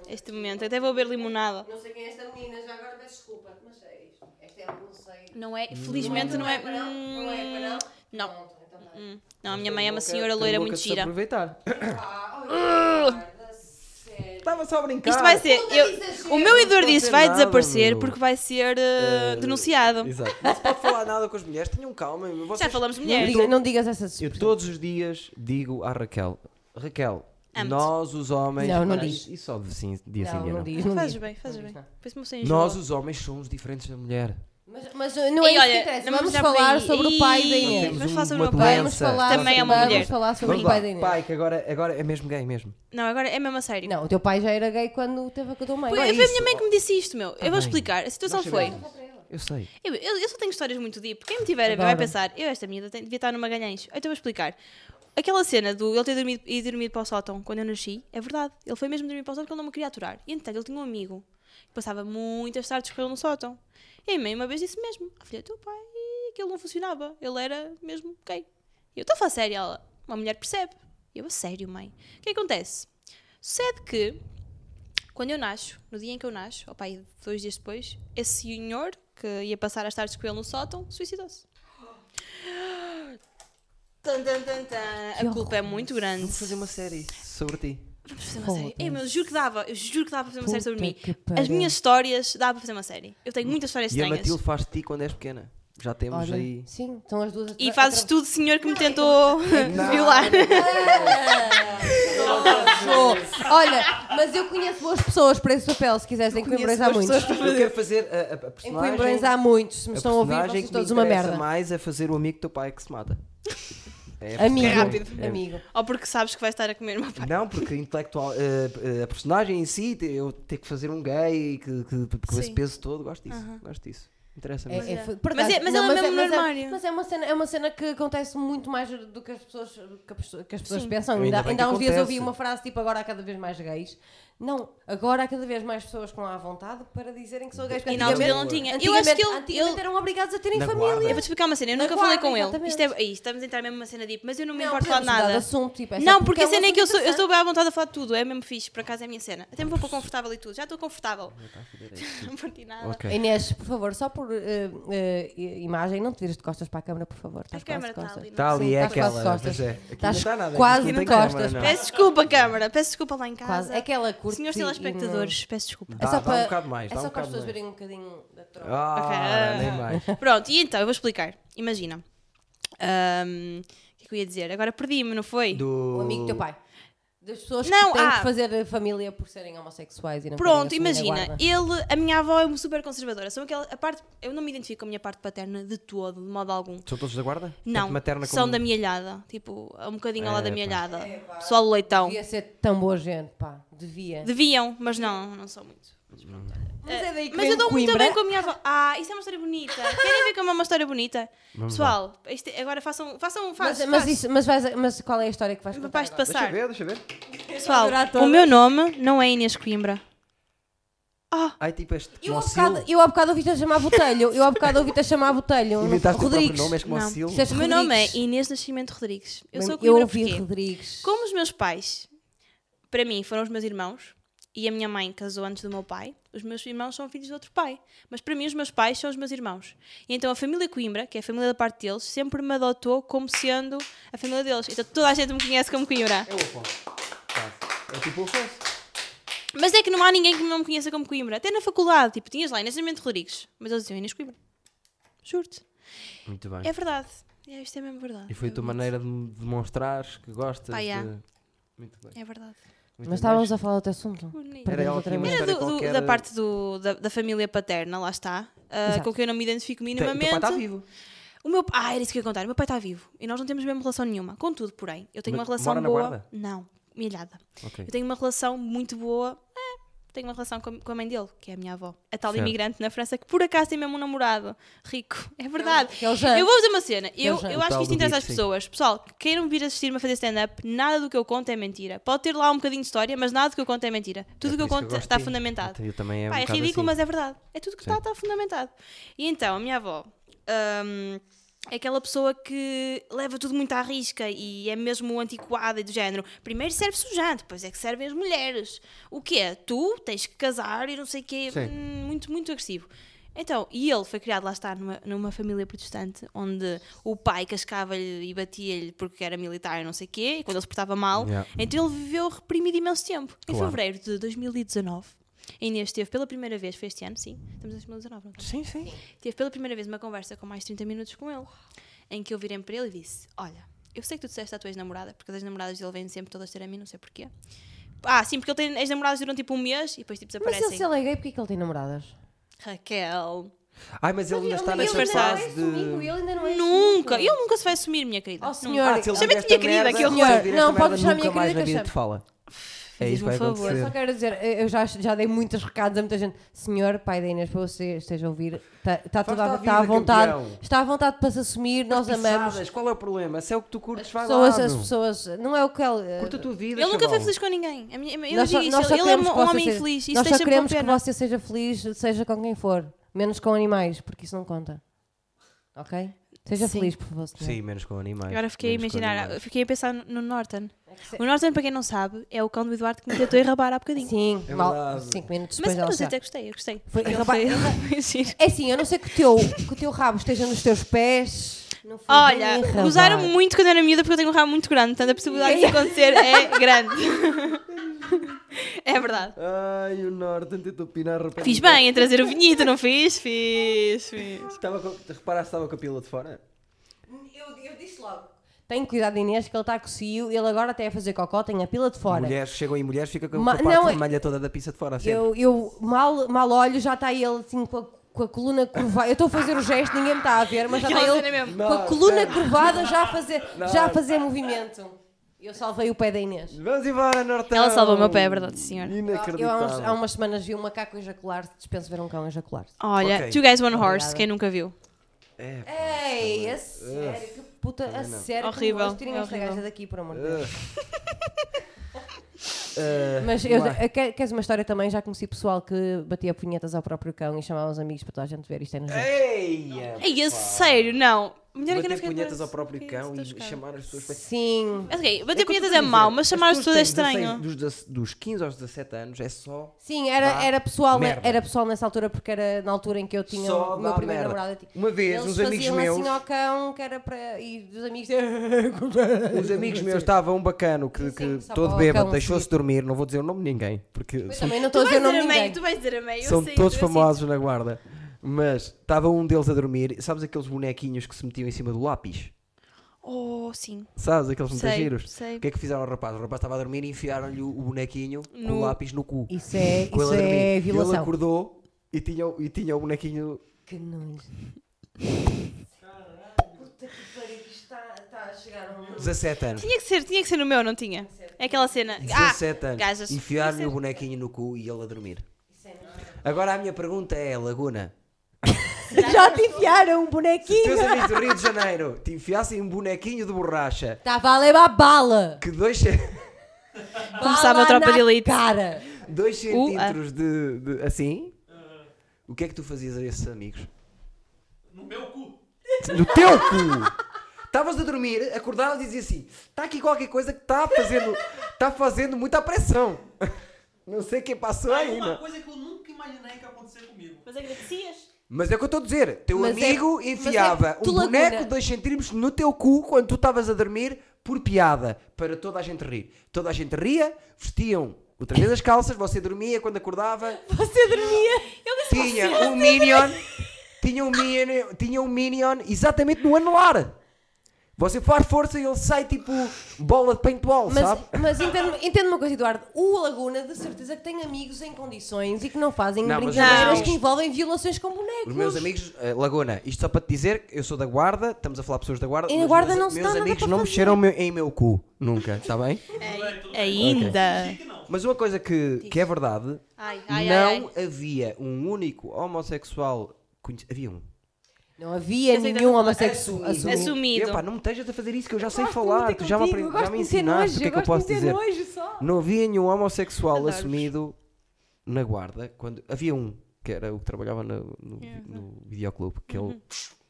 [SPEAKER 2] Este momento. Até vou beber limonada.
[SPEAKER 3] Não sei quem é esta menina, já agora peço desculpa, mas é isto. Esta é a que não sei.
[SPEAKER 2] Não é, felizmente não é.
[SPEAKER 3] para não? Não é para não?
[SPEAKER 2] Não,
[SPEAKER 3] Pronto, então
[SPEAKER 4] tá.
[SPEAKER 3] vai.
[SPEAKER 2] não, a minha mãe é uma
[SPEAKER 1] Nunca-
[SPEAKER 2] senhora loira
[SPEAKER 1] nunca
[SPEAKER 2] muito
[SPEAKER 1] se
[SPEAKER 2] gira.
[SPEAKER 1] aproveitar.
[SPEAKER 3] Ah, olha, guarda, sério.
[SPEAKER 1] Estava só a brincar.
[SPEAKER 2] Isto vai ser.
[SPEAKER 3] Puta
[SPEAKER 2] eu-
[SPEAKER 3] exagero,
[SPEAKER 2] o meu idor
[SPEAKER 1] pode
[SPEAKER 2] disse
[SPEAKER 1] ser
[SPEAKER 2] vai
[SPEAKER 1] nada,
[SPEAKER 2] desaparecer
[SPEAKER 1] meu.
[SPEAKER 2] porque vai ser eh,
[SPEAKER 1] Eh,
[SPEAKER 2] denunciado.
[SPEAKER 1] Exato. Não se pode falar nada com as mulheres. Tenham calma. Vocês...
[SPEAKER 2] Já falamos de
[SPEAKER 4] Não,
[SPEAKER 2] mulheres.
[SPEAKER 4] diga- não digas essas
[SPEAKER 1] Eu todos os dias digo à Raquel: Raquel,
[SPEAKER 2] Amo-te.
[SPEAKER 1] nós os homens.
[SPEAKER 4] Não, não
[SPEAKER 1] Olha,
[SPEAKER 4] diz.
[SPEAKER 1] Isso só sim, dia sim,
[SPEAKER 4] Não,
[SPEAKER 1] dia
[SPEAKER 4] não
[SPEAKER 1] não.
[SPEAKER 4] diz, não
[SPEAKER 2] Fazes
[SPEAKER 4] diz.
[SPEAKER 2] bem, fazes
[SPEAKER 4] Não
[SPEAKER 2] bem.
[SPEAKER 4] diz, não.
[SPEAKER 2] Depois me sem
[SPEAKER 1] Nós os homens somos diferentes da mulher.
[SPEAKER 4] Mas, mas não é
[SPEAKER 2] Ei,
[SPEAKER 4] isso que
[SPEAKER 2] olha,
[SPEAKER 4] interessa.
[SPEAKER 2] não
[SPEAKER 4] Vamos
[SPEAKER 2] já por
[SPEAKER 4] falar
[SPEAKER 2] aí.
[SPEAKER 4] sobre o pai da
[SPEAKER 2] Ih,
[SPEAKER 4] Inês.
[SPEAKER 1] Temos um-
[SPEAKER 2] Vamos falar sobre
[SPEAKER 1] uma
[SPEAKER 2] o meu pai.
[SPEAKER 4] Vamos
[SPEAKER 1] doença.
[SPEAKER 4] falar,
[SPEAKER 2] Também é uma
[SPEAKER 4] vamos
[SPEAKER 2] mulher.
[SPEAKER 4] falar sobre
[SPEAKER 1] Vamos
[SPEAKER 4] o pai
[SPEAKER 1] lá,
[SPEAKER 4] da Inês.
[SPEAKER 1] pai, que agora, agora é mesmo gay mesmo.
[SPEAKER 2] Não, agora é mesmo a sério.
[SPEAKER 4] Não, o teu pai já era gay quando teve com a tua mãe.
[SPEAKER 2] Foi,
[SPEAKER 1] é
[SPEAKER 2] foi a
[SPEAKER 1] isso.
[SPEAKER 2] minha mãe que me disse isto, meu. eu vou
[SPEAKER 1] Tá bem.
[SPEAKER 2] explicar. A situação
[SPEAKER 1] Nós
[SPEAKER 2] foi.
[SPEAKER 1] sabemos. Eu sei.
[SPEAKER 2] Eu, eu- eu só tenho histórias muito deep. Quem me tiver a ver vai
[SPEAKER 4] Adoro.
[SPEAKER 2] pensar, eu esta menina tem- devia estar no Magalhães. Então vou explicar. Aquela cena do ele ter dormido e dormido para o sótão quando eu nasci, é verdade. Ele foi mesmo dormir para o sótão porque ele não me queria aturar. E então ele tinha um amigo que passava muitas tardes com ele no sótão. E a mãe uma vez disse mesmo: A filha do teu pai, que ele não funcionava. Ele era mesmo gay. E eu estou a falar sério, ela, uma mulher percebe. E eu, a sério, mãe. O que acontece? Sucede que quando eu nasço, no dia em que eu nasço, ao pai, dois dias depois, esse senhor que ia passar as tardes com ele no sótão suicidou-se. Tan, tan, tan, tan. A culpa é muito grande.
[SPEAKER 1] Vamos fazer uma série sobre ti.
[SPEAKER 2] Vamos fazer uma série. Eu, meu, juro que dava, eu juro que dava para fazer uma série sobre
[SPEAKER 4] Puta
[SPEAKER 2] mim.
[SPEAKER 4] que
[SPEAKER 2] As
[SPEAKER 4] pariu.
[SPEAKER 2] minhas histórias dava para fazer uma série. Eu tenho muitas histórias
[SPEAKER 1] E a
[SPEAKER 2] estranhas.
[SPEAKER 1] Matilde faz de ti quando és pequena. Já temos
[SPEAKER 4] Olha,
[SPEAKER 1] aí.
[SPEAKER 4] Sim, estão as duas a
[SPEAKER 2] E
[SPEAKER 4] tra-
[SPEAKER 2] fazes
[SPEAKER 4] a
[SPEAKER 2] tudo, senhor, que me tentou violar.
[SPEAKER 4] tra- Olha, mas eu conheço boas pessoas para esse papel, se quiseres, em Coimbrões há muitos.
[SPEAKER 1] Eu quero fazer a, a- a
[SPEAKER 4] Em
[SPEAKER 1] personagem.
[SPEAKER 4] Coimbrões há muitos, se me
[SPEAKER 1] a
[SPEAKER 4] estão a ouvir,
[SPEAKER 1] personagem
[SPEAKER 4] vocês
[SPEAKER 1] que me
[SPEAKER 4] todos uma
[SPEAKER 1] interessa
[SPEAKER 4] merda.
[SPEAKER 1] mais é fazer o amigo do teu pai que se mata. É a
[SPEAKER 4] Amigo,
[SPEAKER 1] personagem.
[SPEAKER 2] rápido.
[SPEAKER 4] amigo.
[SPEAKER 2] Ou porque sabes que vais estar a comer uma parte.
[SPEAKER 1] Não, porque intelectual, eh, eh, a personagem em si, te- eu ter que fazer um gay e que, que- que- com esse
[SPEAKER 2] Sim.
[SPEAKER 1] peso todo, gosto disso. Gosto disso. Interessa-me. isso.
[SPEAKER 4] É, é,
[SPEAKER 2] é.
[SPEAKER 4] foi-
[SPEAKER 2] Mas
[SPEAKER 4] verdade.
[SPEAKER 2] é- mas ela é mesmo no
[SPEAKER 4] mas
[SPEAKER 2] armário.
[SPEAKER 4] mas é uma cena, é uma cena que acontece muito mais do que as pessoas, que a pessoa- que as pessoas
[SPEAKER 2] Sim.
[SPEAKER 4] pensam.
[SPEAKER 1] Ainda
[SPEAKER 4] Ainda,
[SPEAKER 1] bem
[SPEAKER 4] ainda
[SPEAKER 1] que
[SPEAKER 4] há uns dias
[SPEAKER 1] acontece.
[SPEAKER 4] ouvi uma frase tipo agora há cada vez mais gays. Não, agora há cada vez mais pessoas com à vontade para dizerem que são gays.
[SPEAKER 2] E na altura ele não tinha. Eu acho que ele.
[SPEAKER 4] antigamente
[SPEAKER 2] ele-
[SPEAKER 4] eram obrigados a terem
[SPEAKER 1] Na
[SPEAKER 4] família.
[SPEAKER 1] guarda.
[SPEAKER 2] Eu vou te explicar uma cena, eu
[SPEAKER 4] Na
[SPEAKER 2] nunca
[SPEAKER 4] guarda,
[SPEAKER 2] falei com ele.
[SPEAKER 4] exatamente.
[SPEAKER 2] Isto é, aí, estamos a entrar mesmo numa cena deep, mas eu não me
[SPEAKER 4] Não,
[SPEAKER 2] importo falar de
[SPEAKER 4] podemos mudar de
[SPEAKER 2] nada.
[SPEAKER 4] assunto, tipo, é só
[SPEAKER 2] não,
[SPEAKER 4] porque
[SPEAKER 2] porque
[SPEAKER 4] é
[SPEAKER 2] a
[SPEAKER 4] um
[SPEAKER 2] cena é que eu
[SPEAKER 4] assunto
[SPEAKER 2] sou, eu estou bem à vontade a falar de tudo, é mesmo fixe, por acaso é a minha cena. Até me vou pôr confortável e tudo, já estou confortável. Não parti nada.
[SPEAKER 1] é Ok.
[SPEAKER 4] Inês, por favor, só por eh, eh, imagem, não te vires de costas para a câmara, por favor.
[SPEAKER 2] A
[SPEAKER 4] Estás quase
[SPEAKER 2] câmara
[SPEAKER 4] de
[SPEAKER 2] está
[SPEAKER 4] costas.
[SPEAKER 2] ali. não
[SPEAKER 1] Está
[SPEAKER 2] sei.
[SPEAKER 1] ali,
[SPEAKER 4] Sim,
[SPEAKER 1] é
[SPEAKER 4] estás quase
[SPEAKER 1] aquela.
[SPEAKER 4] de
[SPEAKER 1] Mas
[SPEAKER 4] costas.
[SPEAKER 1] é, aqui não
[SPEAKER 2] Tá
[SPEAKER 4] Estás
[SPEAKER 1] está nada,
[SPEAKER 4] quase
[SPEAKER 1] aqui não
[SPEAKER 4] de
[SPEAKER 1] tem câmara,
[SPEAKER 4] costas,
[SPEAKER 1] não.
[SPEAKER 4] pá.
[SPEAKER 2] Peço desculpa, câmara, peço desculpa lá em
[SPEAKER 4] Quase.
[SPEAKER 2] casa.
[SPEAKER 4] É aquela curta.
[SPEAKER 2] Senhores telespectadores, peço desculpa.
[SPEAKER 1] Dá,
[SPEAKER 4] É só
[SPEAKER 1] dá
[SPEAKER 4] para-
[SPEAKER 1] um bocado mais.
[SPEAKER 4] É
[SPEAKER 1] dá
[SPEAKER 4] só
[SPEAKER 1] um
[SPEAKER 4] para as
[SPEAKER 1] bocado
[SPEAKER 4] pessoas
[SPEAKER 1] mais.
[SPEAKER 4] verem um bocadinho da troca.
[SPEAKER 1] Ah,
[SPEAKER 2] Ok.
[SPEAKER 1] nem mais.
[SPEAKER 2] Pronto, e então, eu vou explicar. Imagina. Ahm, o que é que eu ia dizer? Agora perdi-me, não foi?
[SPEAKER 1] Do...
[SPEAKER 4] O amigo do teu pai. Das pessoas
[SPEAKER 2] Não,
[SPEAKER 4] que têm
[SPEAKER 2] ah.
[SPEAKER 4] que fazer família por serem homossexuais e não
[SPEAKER 2] Pronto,
[SPEAKER 4] querem assumir a
[SPEAKER 2] imagina,
[SPEAKER 4] guarda.
[SPEAKER 2] ele, a minha avó é super conservadora. São aquela, a parte, eu não me identifico com a minha parte paterna de todo, de modo algum.
[SPEAKER 1] São todos da guarda?
[SPEAKER 2] Não,
[SPEAKER 1] Tanto É materna um- É,
[SPEAKER 2] são
[SPEAKER 1] como...
[SPEAKER 2] da minha alhada. Tipo, um bocadinho lá da
[SPEAKER 1] Epá.
[SPEAKER 2] minha alhada. Pessoal do leitão.
[SPEAKER 4] É, Devia ser tão boa gente, pá. Devia.
[SPEAKER 2] Deviam, mas não, não são muito.
[SPEAKER 4] Mas é daí
[SPEAKER 2] Mas eu dou muito bem com a minha avó. Ah, isso é uma história bonita. Querem ver como é uma história bonita? Pessoal, isto é- agora façam, façam,
[SPEAKER 4] Mas,
[SPEAKER 2] façam.
[SPEAKER 4] mas, isso, mas, vais, mas qual é a história que vais contar
[SPEAKER 2] Capaz de
[SPEAKER 4] agora?
[SPEAKER 1] Deixa
[SPEAKER 2] passar.
[SPEAKER 1] ver, deixa ver.
[SPEAKER 2] Pessoal,
[SPEAKER 4] adorar
[SPEAKER 2] o
[SPEAKER 4] todas.
[SPEAKER 2] meu nome não é Inês Coimbra. Ah,
[SPEAKER 1] Ai, tipo este
[SPEAKER 4] Eu há
[SPEAKER 1] Mocil.
[SPEAKER 4] bocado- Eu há bocado ouvi-te a chamar Botelho. Eu há bocado ouvi-te a chamar Botelho.
[SPEAKER 1] Inventaste o teu próprio
[SPEAKER 4] Rodrigues.
[SPEAKER 1] nome, és como
[SPEAKER 2] Não.
[SPEAKER 1] Mocil.
[SPEAKER 4] Disseste
[SPEAKER 2] o meu nome é
[SPEAKER 4] Rodrigues.
[SPEAKER 2] Inês Nascimento Rodrigues. Eu sou
[SPEAKER 4] Eu
[SPEAKER 2] Coimbra
[SPEAKER 4] ouvi
[SPEAKER 2] porquê?
[SPEAKER 4] Rodrigues.
[SPEAKER 2] Como os meus pais, para mim, foram os meus irmãos e a minha mãe casou antes do meu pai, os meus irmãos são filhos de outro pai. Mas para mim, os meus pais são os meus irmãos. E então a família Coimbra, que é a família da parte deles, sempre me adotou como sendo a família deles. Então toda a gente me conhece como Coimbra.
[SPEAKER 1] É o Afonso. Quase. É tipo o Afonso.
[SPEAKER 2] Mas é que não há ninguém que não me conheça como Coimbra. Até na faculdade, tipo, tinhas lá Inês Nascimento Rodrigues, mas eles diziam Inês Coimbra. Juro-te.
[SPEAKER 1] Muito bem.
[SPEAKER 2] É verdade. É, isto é mesmo verdade.
[SPEAKER 1] E foi a tua maneira de me demonstrares que gostas
[SPEAKER 2] Pá, yeah.
[SPEAKER 1] de... Muito bem.
[SPEAKER 2] É verdade.
[SPEAKER 1] Muito
[SPEAKER 4] Mas
[SPEAKER 1] bem.
[SPEAKER 4] estávamos a falar do teu assunto.
[SPEAKER 2] Bonito.
[SPEAKER 1] Era ela que tinha uma
[SPEAKER 2] Era
[SPEAKER 1] história
[SPEAKER 2] do- do-
[SPEAKER 1] qualquer.
[SPEAKER 2] da parte do- da, da família paterna, lá está, ah,
[SPEAKER 4] Exato.
[SPEAKER 2] com quem eu não me identifico
[SPEAKER 1] Tem- O teu
[SPEAKER 2] minimamente.
[SPEAKER 1] pai tá está vivo. É
[SPEAKER 2] O meu Ah, era isso que eu ia contar. O meu pai está vivo e nós não temos mesmo relação nenhuma. Contudo, porém, eu tenho
[SPEAKER 1] Mas
[SPEAKER 2] uma relação
[SPEAKER 1] mora na
[SPEAKER 2] boa.
[SPEAKER 1] Guarda?
[SPEAKER 2] Não, milhada.
[SPEAKER 1] Ok.
[SPEAKER 2] Eu tenho uma relação muito boa. é, tenho uma relação com a, com a mãe dele, que é a minha avó. A tal
[SPEAKER 1] Certo.
[SPEAKER 2] imigrante na França que por acaso tem mesmo um namorado rico. É verdade.
[SPEAKER 4] que é o Jean.
[SPEAKER 2] eu vou dizer uma cena.
[SPEAKER 4] é o
[SPEAKER 2] Eu,
[SPEAKER 4] Jean.
[SPEAKER 2] eu
[SPEAKER 1] O
[SPEAKER 2] acho
[SPEAKER 1] tal
[SPEAKER 2] que isto
[SPEAKER 1] do
[SPEAKER 2] interessa
[SPEAKER 1] bico,
[SPEAKER 2] às
[SPEAKER 1] sim.
[SPEAKER 2] pessoas. Pessoal, queiram vir assistir-me a fazer stand-up, nada do que eu conto é mentira. Pode ter lá um bocadinho de história, mas nada do que eu conto é mentira. Tudo o
[SPEAKER 1] É
[SPEAKER 2] que eu
[SPEAKER 1] por isso
[SPEAKER 2] conto
[SPEAKER 1] gosto
[SPEAKER 2] está
[SPEAKER 1] de ti.
[SPEAKER 2] fundamentado.
[SPEAKER 1] Eu também é um
[SPEAKER 2] Pá, é
[SPEAKER 1] bocado
[SPEAKER 2] ridículo,
[SPEAKER 1] assim.
[SPEAKER 2] mas é verdade. É tudo que está, está fundamentado. E então, a minha avó hum, é aquela pessoa que leva tudo muito à risca e é mesmo antiquada e do género. Primeiro serve-se o Jean, depois é que servem as mulheres. O que é? Tu tens que casar e não sei o quê.
[SPEAKER 1] Sim.
[SPEAKER 2] Hum, Muito, muito agressivo. Então, e ele foi criado lá está numa, numa família protestante onde o pai cascava-lhe e batia-lhe porque era militar e não sei o quê, e quando ele se portava mal.
[SPEAKER 1] Yeah.
[SPEAKER 2] Então ele viveu reprimido imenso tempo. Em
[SPEAKER 1] Claro.
[SPEAKER 2] fevereiro de 2019, a Inês teve pela primeira vez, foi este ano, sim, estamos em 2019, não
[SPEAKER 1] Sim, sim.
[SPEAKER 2] Teve pela primeira vez uma conversa com mais 30 minutos com ele, em que eu virei para ele e disse: Olha, eu sei que tu disseste à tua ex-namorada, porque as ex-namoradas dele vêm sempre todas ter a mim, não sei porquê. Ah, sim, porque ele tem ex-namoradas durante tipo um mês e depois tipo
[SPEAKER 4] Mas ele
[SPEAKER 2] desaparecem.
[SPEAKER 4] se aleguei porque é que ele tem namoradas.
[SPEAKER 2] Raquel.
[SPEAKER 1] Ai, mas ele ainda está
[SPEAKER 2] ele
[SPEAKER 1] nessa
[SPEAKER 2] ainda não é
[SPEAKER 1] fase de...
[SPEAKER 4] ele ainda não
[SPEAKER 2] Nunca! Ele nunca se vai assumir, minha querida.
[SPEAKER 4] Oh,
[SPEAKER 2] Nunca.
[SPEAKER 4] senhor.
[SPEAKER 1] Ah, se ele
[SPEAKER 2] Chama-te
[SPEAKER 1] vir
[SPEAKER 2] minha
[SPEAKER 1] esta
[SPEAKER 2] querida,
[SPEAKER 1] merda,
[SPEAKER 2] que horror.
[SPEAKER 1] se ele vir
[SPEAKER 4] Não,
[SPEAKER 1] esta
[SPEAKER 4] pode
[SPEAKER 1] merda,
[SPEAKER 4] chamar minha
[SPEAKER 1] nunca mais
[SPEAKER 4] querida
[SPEAKER 1] na
[SPEAKER 4] que eu
[SPEAKER 1] vida te
[SPEAKER 4] chamo.
[SPEAKER 1] fala. É
[SPEAKER 2] Fizes-me
[SPEAKER 1] isso que vai
[SPEAKER 2] um favor.
[SPEAKER 1] acontecer.
[SPEAKER 4] Só quero dizer, eu já, já dei muitos recados a muita gente. Senhor, pai da Inês, para você esteja a ouvir, está tá
[SPEAKER 1] Faz
[SPEAKER 4] toda a-
[SPEAKER 1] a vida,
[SPEAKER 4] tá à vontade.
[SPEAKER 1] campeão.
[SPEAKER 4] Está à vontade para se assumir, nós amamos.
[SPEAKER 1] Sabes, qual é o problema? Se é o que tu curtes, vai lá,
[SPEAKER 4] Pessoas, as
[SPEAKER 1] meu.
[SPEAKER 4] pessoas, não é o que ele. eh,
[SPEAKER 1] Curta a tua vida,
[SPEAKER 2] Ele nunca foi
[SPEAKER 1] chaval.
[SPEAKER 2] feliz com ninguém. A minha- Eu
[SPEAKER 4] nós só-
[SPEAKER 2] digo
[SPEAKER 4] nós
[SPEAKER 2] isso,
[SPEAKER 4] só
[SPEAKER 2] ele é
[SPEAKER 4] queremos
[SPEAKER 2] um,
[SPEAKER 4] que
[SPEAKER 2] um
[SPEAKER 4] você
[SPEAKER 2] homem
[SPEAKER 4] seja-
[SPEAKER 2] infeliz. Isso
[SPEAKER 4] Nós só
[SPEAKER 2] deixa-me com
[SPEAKER 4] queremos que
[SPEAKER 2] pena.
[SPEAKER 4] você seja feliz, seja com quem for, menos com animais, porque isso não conta. Ok? Seja
[SPEAKER 2] Sim.
[SPEAKER 4] feliz, por favor. senhor.
[SPEAKER 1] Sim, menos com animais.
[SPEAKER 2] Agora fiquei a
[SPEAKER 1] menos com
[SPEAKER 2] imaginar,
[SPEAKER 1] animais.
[SPEAKER 2] fiquei a pensar no- no Norton.
[SPEAKER 4] É que se-
[SPEAKER 2] O Norton, para quem não sabe, é o cão do Eduardo que me tentou enrabar há bocadinho.
[SPEAKER 4] Sim,
[SPEAKER 1] É
[SPEAKER 4] mal,
[SPEAKER 1] verdade.
[SPEAKER 4] 5 minutos
[SPEAKER 2] Mas
[SPEAKER 4] depois
[SPEAKER 2] eu
[SPEAKER 4] ela
[SPEAKER 2] não sei,
[SPEAKER 4] está.
[SPEAKER 2] até gostei, eu gostei.
[SPEAKER 4] Foi
[SPEAKER 2] Ele
[SPEAKER 4] enrabar-
[SPEAKER 2] foi- giro.
[SPEAKER 4] É assim, eu não sei que o teu, que o teu rabo esteja nos teus pés. Não foi
[SPEAKER 2] Olha,
[SPEAKER 4] bem enrabar.
[SPEAKER 2] gozaram muito quando era miúda porque eu tenho um rabo muito grande, portanto a possibilidade de isso acontecer é grande. É verdade.
[SPEAKER 1] Ai, o Norton tentou pinar repara.
[SPEAKER 2] Fiz bem em trazer o vinhito, não fiz? Fiz, fiz.
[SPEAKER 1] Estava com, reparaste que estava com a pila de fora?
[SPEAKER 3] Eu, eu disse logo.
[SPEAKER 4] Tem cuidado, Inês, que ele está a cocio. Ele agora até a fazer cocó, tem a pila de fora.
[SPEAKER 1] Mulheres, chegam aí mulheres, fica com,
[SPEAKER 4] Ma-
[SPEAKER 1] a parte
[SPEAKER 4] não, é-
[SPEAKER 1] vermelha toda da pizza de fora. sempre.
[SPEAKER 4] Eu, eu mal, mal olho, já está ele assim com a, com a coluna curvada. Eu estou a fazer o gesto, ninguém me está a ver, mas já está
[SPEAKER 2] Aquela
[SPEAKER 4] ele
[SPEAKER 2] cena mesmo.
[SPEAKER 4] com a
[SPEAKER 1] Não,
[SPEAKER 4] coluna
[SPEAKER 1] sério.
[SPEAKER 4] curvada já a fazer,
[SPEAKER 1] Não.
[SPEAKER 4] já a fazer movimento. Eu salvei o pé da Inês.
[SPEAKER 1] Vamos embora, Norton!
[SPEAKER 2] Ela salvou o meu pé, é verdade, senhora.
[SPEAKER 4] Eu há, uns-
[SPEAKER 1] Inacreditável.
[SPEAKER 4] há umas semanas vi um macaco ejacular-se, dispenso ver um cão ejacular-se.
[SPEAKER 2] Olha,
[SPEAKER 1] Ok.
[SPEAKER 2] Two Guys One Horse,
[SPEAKER 4] Obrigada.
[SPEAKER 2] quem nunca viu?
[SPEAKER 1] É, pá.
[SPEAKER 4] Ei, a sério, que puta, a sério,
[SPEAKER 2] Horrível,
[SPEAKER 4] que nojo. tirem
[SPEAKER 2] é
[SPEAKER 4] esta
[SPEAKER 2] horrível.
[SPEAKER 4] gaja daqui, por amor de Deus.
[SPEAKER 1] Ugh. Uh,
[SPEAKER 4] Mas eu,
[SPEAKER 1] uai.
[SPEAKER 4] eu- que- queres uma história também? Já conheci pessoal que batia punhetas ao próprio cão e chamava os amigos para toda a gente ver isto é nojento.
[SPEAKER 1] Eia!
[SPEAKER 2] Ei, a sério, não. Melhor é que eu não
[SPEAKER 1] Bater
[SPEAKER 2] fiquei
[SPEAKER 1] punhetas
[SPEAKER 2] atrás.
[SPEAKER 1] ao próprio
[SPEAKER 2] Que
[SPEAKER 1] cão
[SPEAKER 2] isso,
[SPEAKER 1] e
[SPEAKER 2] estou chocada.
[SPEAKER 1] chamar as pessoas para.
[SPEAKER 4] Sim.
[SPEAKER 2] Ok,
[SPEAKER 1] É que
[SPEAKER 2] bater
[SPEAKER 1] eu tô
[SPEAKER 2] punhetas
[SPEAKER 1] a
[SPEAKER 2] é
[SPEAKER 1] dizer,
[SPEAKER 2] mau, mas
[SPEAKER 1] as
[SPEAKER 2] chamar as
[SPEAKER 1] pessoas
[SPEAKER 2] pessoas é
[SPEAKER 1] têm 16
[SPEAKER 2] estranho.
[SPEAKER 1] Dos, 16 dos 15 aos 17 anos é só.
[SPEAKER 4] Sim, era,
[SPEAKER 1] Dá
[SPEAKER 4] era, pessoal, na-
[SPEAKER 1] merda.
[SPEAKER 4] era pessoal nessa altura, porque era na altura em que eu tinha
[SPEAKER 1] Só
[SPEAKER 4] o meu
[SPEAKER 1] dá
[SPEAKER 4] primeiro
[SPEAKER 1] merda.
[SPEAKER 4] namorado. eu tinha-
[SPEAKER 1] Uma vez,
[SPEAKER 4] Eles
[SPEAKER 1] uns
[SPEAKER 4] faziam
[SPEAKER 1] amigos
[SPEAKER 4] assim
[SPEAKER 1] meus-
[SPEAKER 4] ao cão, que era para... E os amigos... "Ah, É,
[SPEAKER 1] Os amigos meus estavam um bacano que,
[SPEAKER 4] Sim,
[SPEAKER 1] que
[SPEAKER 4] sim, só um
[SPEAKER 1] todo
[SPEAKER 4] para o
[SPEAKER 1] bêbado
[SPEAKER 4] cão
[SPEAKER 1] deixou-se
[SPEAKER 4] seguir.
[SPEAKER 1] dormir. Não vou dizer o nome de ninguém, porque são,
[SPEAKER 4] Também não estou a dizer o nome de ninguém.
[SPEAKER 2] vais dizer a meio.
[SPEAKER 1] são todos famosos na guarda. Mas estava um deles a dormir. Sabes aqueles bonequinhos que se metiam em cima do lápis?
[SPEAKER 2] Oh, sim.
[SPEAKER 1] Sabes aqueles
[SPEAKER 2] Sei,
[SPEAKER 1] metagiros?
[SPEAKER 2] sei.
[SPEAKER 1] O que é que fizeram ao rapaz? O rapaz estava a dormir e enfiaram-lhe o o bonequinho com
[SPEAKER 2] No-
[SPEAKER 1] o lápis no cu.
[SPEAKER 4] Isso é,
[SPEAKER 1] Com ele
[SPEAKER 4] isso
[SPEAKER 1] a dormir.
[SPEAKER 4] é
[SPEAKER 1] Ele
[SPEAKER 4] violação.
[SPEAKER 1] acordou e tinha, o- e tinha o bonequinho
[SPEAKER 4] Que nojo.
[SPEAKER 3] Puta que pariu, que isto está, está a chegar a um.
[SPEAKER 1] 17 anos.
[SPEAKER 2] Tinha que ser, tinha que ser no meu, não tinha? É aquela cena. Ah,
[SPEAKER 1] 17 anos.
[SPEAKER 2] gajas.
[SPEAKER 1] Enfiar-lhe o bonequinho no cu e ele a dormir.
[SPEAKER 2] é
[SPEAKER 1] Agora a minha pergunta é, Laguna.
[SPEAKER 4] Já te enfiaram um
[SPEAKER 1] Se teus
[SPEAKER 4] bonequinho.
[SPEAKER 1] amigos do Rio de Janeiro te enfiassem um bonequinho de borracha
[SPEAKER 4] Estava Tá, a levar bala.
[SPEAKER 1] que 2 dois, ce-
[SPEAKER 2] Começava
[SPEAKER 4] Bala
[SPEAKER 2] a tropa
[SPEAKER 4] na
[SPEAKER 2] de elite.
[SPEAKER 4] cara.
[SPEAKER 2] Uh,
[SPEAKER 1] dois centímetros de, de- assim, o que é que tu fazias a esses amigos?
[SPEAKER 5] No meu cu.
[SPEAKER 1] No teu cu! Estavas a dormir, acordavas e dizias assim: está aqui qualquer coisa que está fazendo, tá fazendo muita pressão. Não sei quem passou
[SPEAKER 5] Há uma
[SPEAKER 1] ainda.
[SPEAKER 5] coisa que eu nunca imaginei que ia acontecer comigo.
[SPEAKER 2] Mas agradecias?
[SPEAKER 1] Mas é o que eu estou a dizer. Teu
[SPEAKER 4] Mas é-
[SPEAKER 1] amigo
[SPEAKER 4] mas é-
[SPEAKER 1] enfiava
[SPEAKER 4] tu
[SPEAKER 1] um
[SPEAKER 4] laguna.
[SPEAKER 1] boneco de 2 centímetros no teu cu quando tu estavas a dormir por piada, para toda a gente rir. Toda a gente ria, vestiam outra vez as calças, você dormia quando acordava.
[SPEAKER 4] Você dormia.
[SPEAKER 1] Tinha um Minion, tinha um Minion, tinha um Minion exatamente no anular. Você faz força e ele sai tipo bola de paintball, sabe?
[SPEAKER 4] Mas, mas entendo, entendo uma coisa, Eduardo. O Laguna, de certeza, que tem amigos em condições e que não fazem
[SPEAKER 1] Não, mas os
[SPEAKER 4] brincadeiras
[SPEAKER 1] meus
[SPEAKER 4] que envolvem violações com bonecos.
[SPEAKER 1] Os meus amigos, eh, Laguna, isto só para te dizer, eu sou da guarda, estamos a falar de pessoas da guarda.
[SPEAKER 4] E na
[SPEAKER 1] mas
[SPEAKER 4] Guarda
[SPEAKER 1] meus,
[SPEAKER 4] não se
[SPEAKER 1] meus
[SPEAKER 4] dá nada
[SPEAKER 1] amigos
[SPEAKER 4] para
[SPEAKER 1] não
[SPEAKER 4] fazer.
[SPEAKER 1] mexeram meu- em meu cu, nunca, está bem?
[SPEAKER 2] Ainda.
[SPEAKER 5] Fingi que não.
[SPEAKER 1] Mas uma coisa que, que é verdade,
[SPEAKER 2] Ai, ai, ai,
[SPEAKER 1] não
[SPEAKER 2] ai.
[SPEAKER 1] havia um único homossexual. conhe- Havia um.
[SPEAKER 4] Não havia
[SPEAKER 2] Eu sei que
[SPEAKER 4] nenhum
[SPEAKER 2] estás a
[SPEAKER 4] homossexual.
[SPEAKER 2] Assumido. Assumido.
[SPEAKER 1] E, epá, não me estejas a fazer isso que eu já sei falar. Tu já me, apre- já me ensinaste
[SPEAKER 4] ensinaste
[SPEAKER 1] o que é que eu posso dizer.
[SPEAKER 4] Nojo só.
[SPEAKER 1] Não havia nenhum homossexual
[SPEAKER 2] Adoro-vos.
[SPEAKER 1] assumido na guarda. quando Havia um, que era o que trabalhava no, no, vi- no videoclube, que ele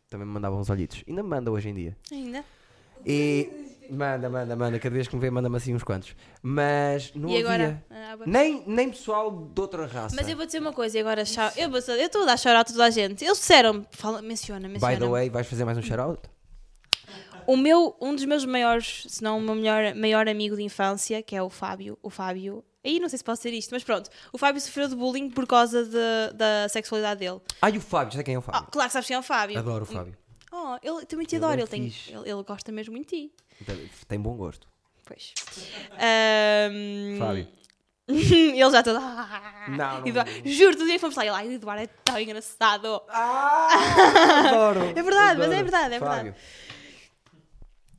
[SPEAKER 1] também me mandava uns olhitos. Ainda me manda hoje em dia.
[SPEAKER 2] Ainda.
[SPEAKER 1] E manda, manda, manda. Cada vez que me vê, manda-me assim uns quantos. Mas não
[SPEAKER 2] E agora?
[SPEAKER 1] havia.
[SPEAKER 2] Ah, agora-
[SPEAKER 1] Nem, nem pessoal de outra raça.
[SPEAKER 2] Mas eu vou dizer uma coisa e agora chau. Eu vou- eu estou a dar shout out a toda a gente. Eles disseram-me, fala- menciona, menciona.
[SPEAKER 1] By the way, vais fazer mais um shout-out?
[SPEAKER 2] O meu, um dos meus maiores, se não o meu melhor, maior amigo de infância, que é o Fábio. O Fábio. Aí não sei se posso dizer isto, mas pronto. O Fábio sofreu de bullying por causa de- da sexualidade dele.
[SPEAKER 1] Ai, o Fábio, sei quem é o
[SPEAKER 2] Ah,
[SPEAKER 1] Fábio.
[SPEAKER 2] claro que sabes quem é o Fábio.
[SPEAKER 1] Adoro o Fábio.
[SPEAKER 2] Oh, ele também te
[SPEAKER 1] Ele é
[SPEAKER 2] adora. Ele, tem,
[SPEAKER 1] fixe.
[SPEAKER 2] ele, ele gosta mesmo muito de ti.
[SPEAKER 1] Então, Tem bom gosto.
[SPEAKER 2] Pois. Ahm,
[SPEAKER 1] Fábio.
[SPEAKER 2] ele já todo.
[SPEAKER 1] Não, não-
[SPEAKER 2] Eduardo- Juro, todo dia fomos lá. E lá, Eduardo é tão engraçado.
[SPEAKER 1] Ah, adoro.
[SPEAKER 2] É verdade, mas é verdade, é
[SPEAKER 1] Fábio.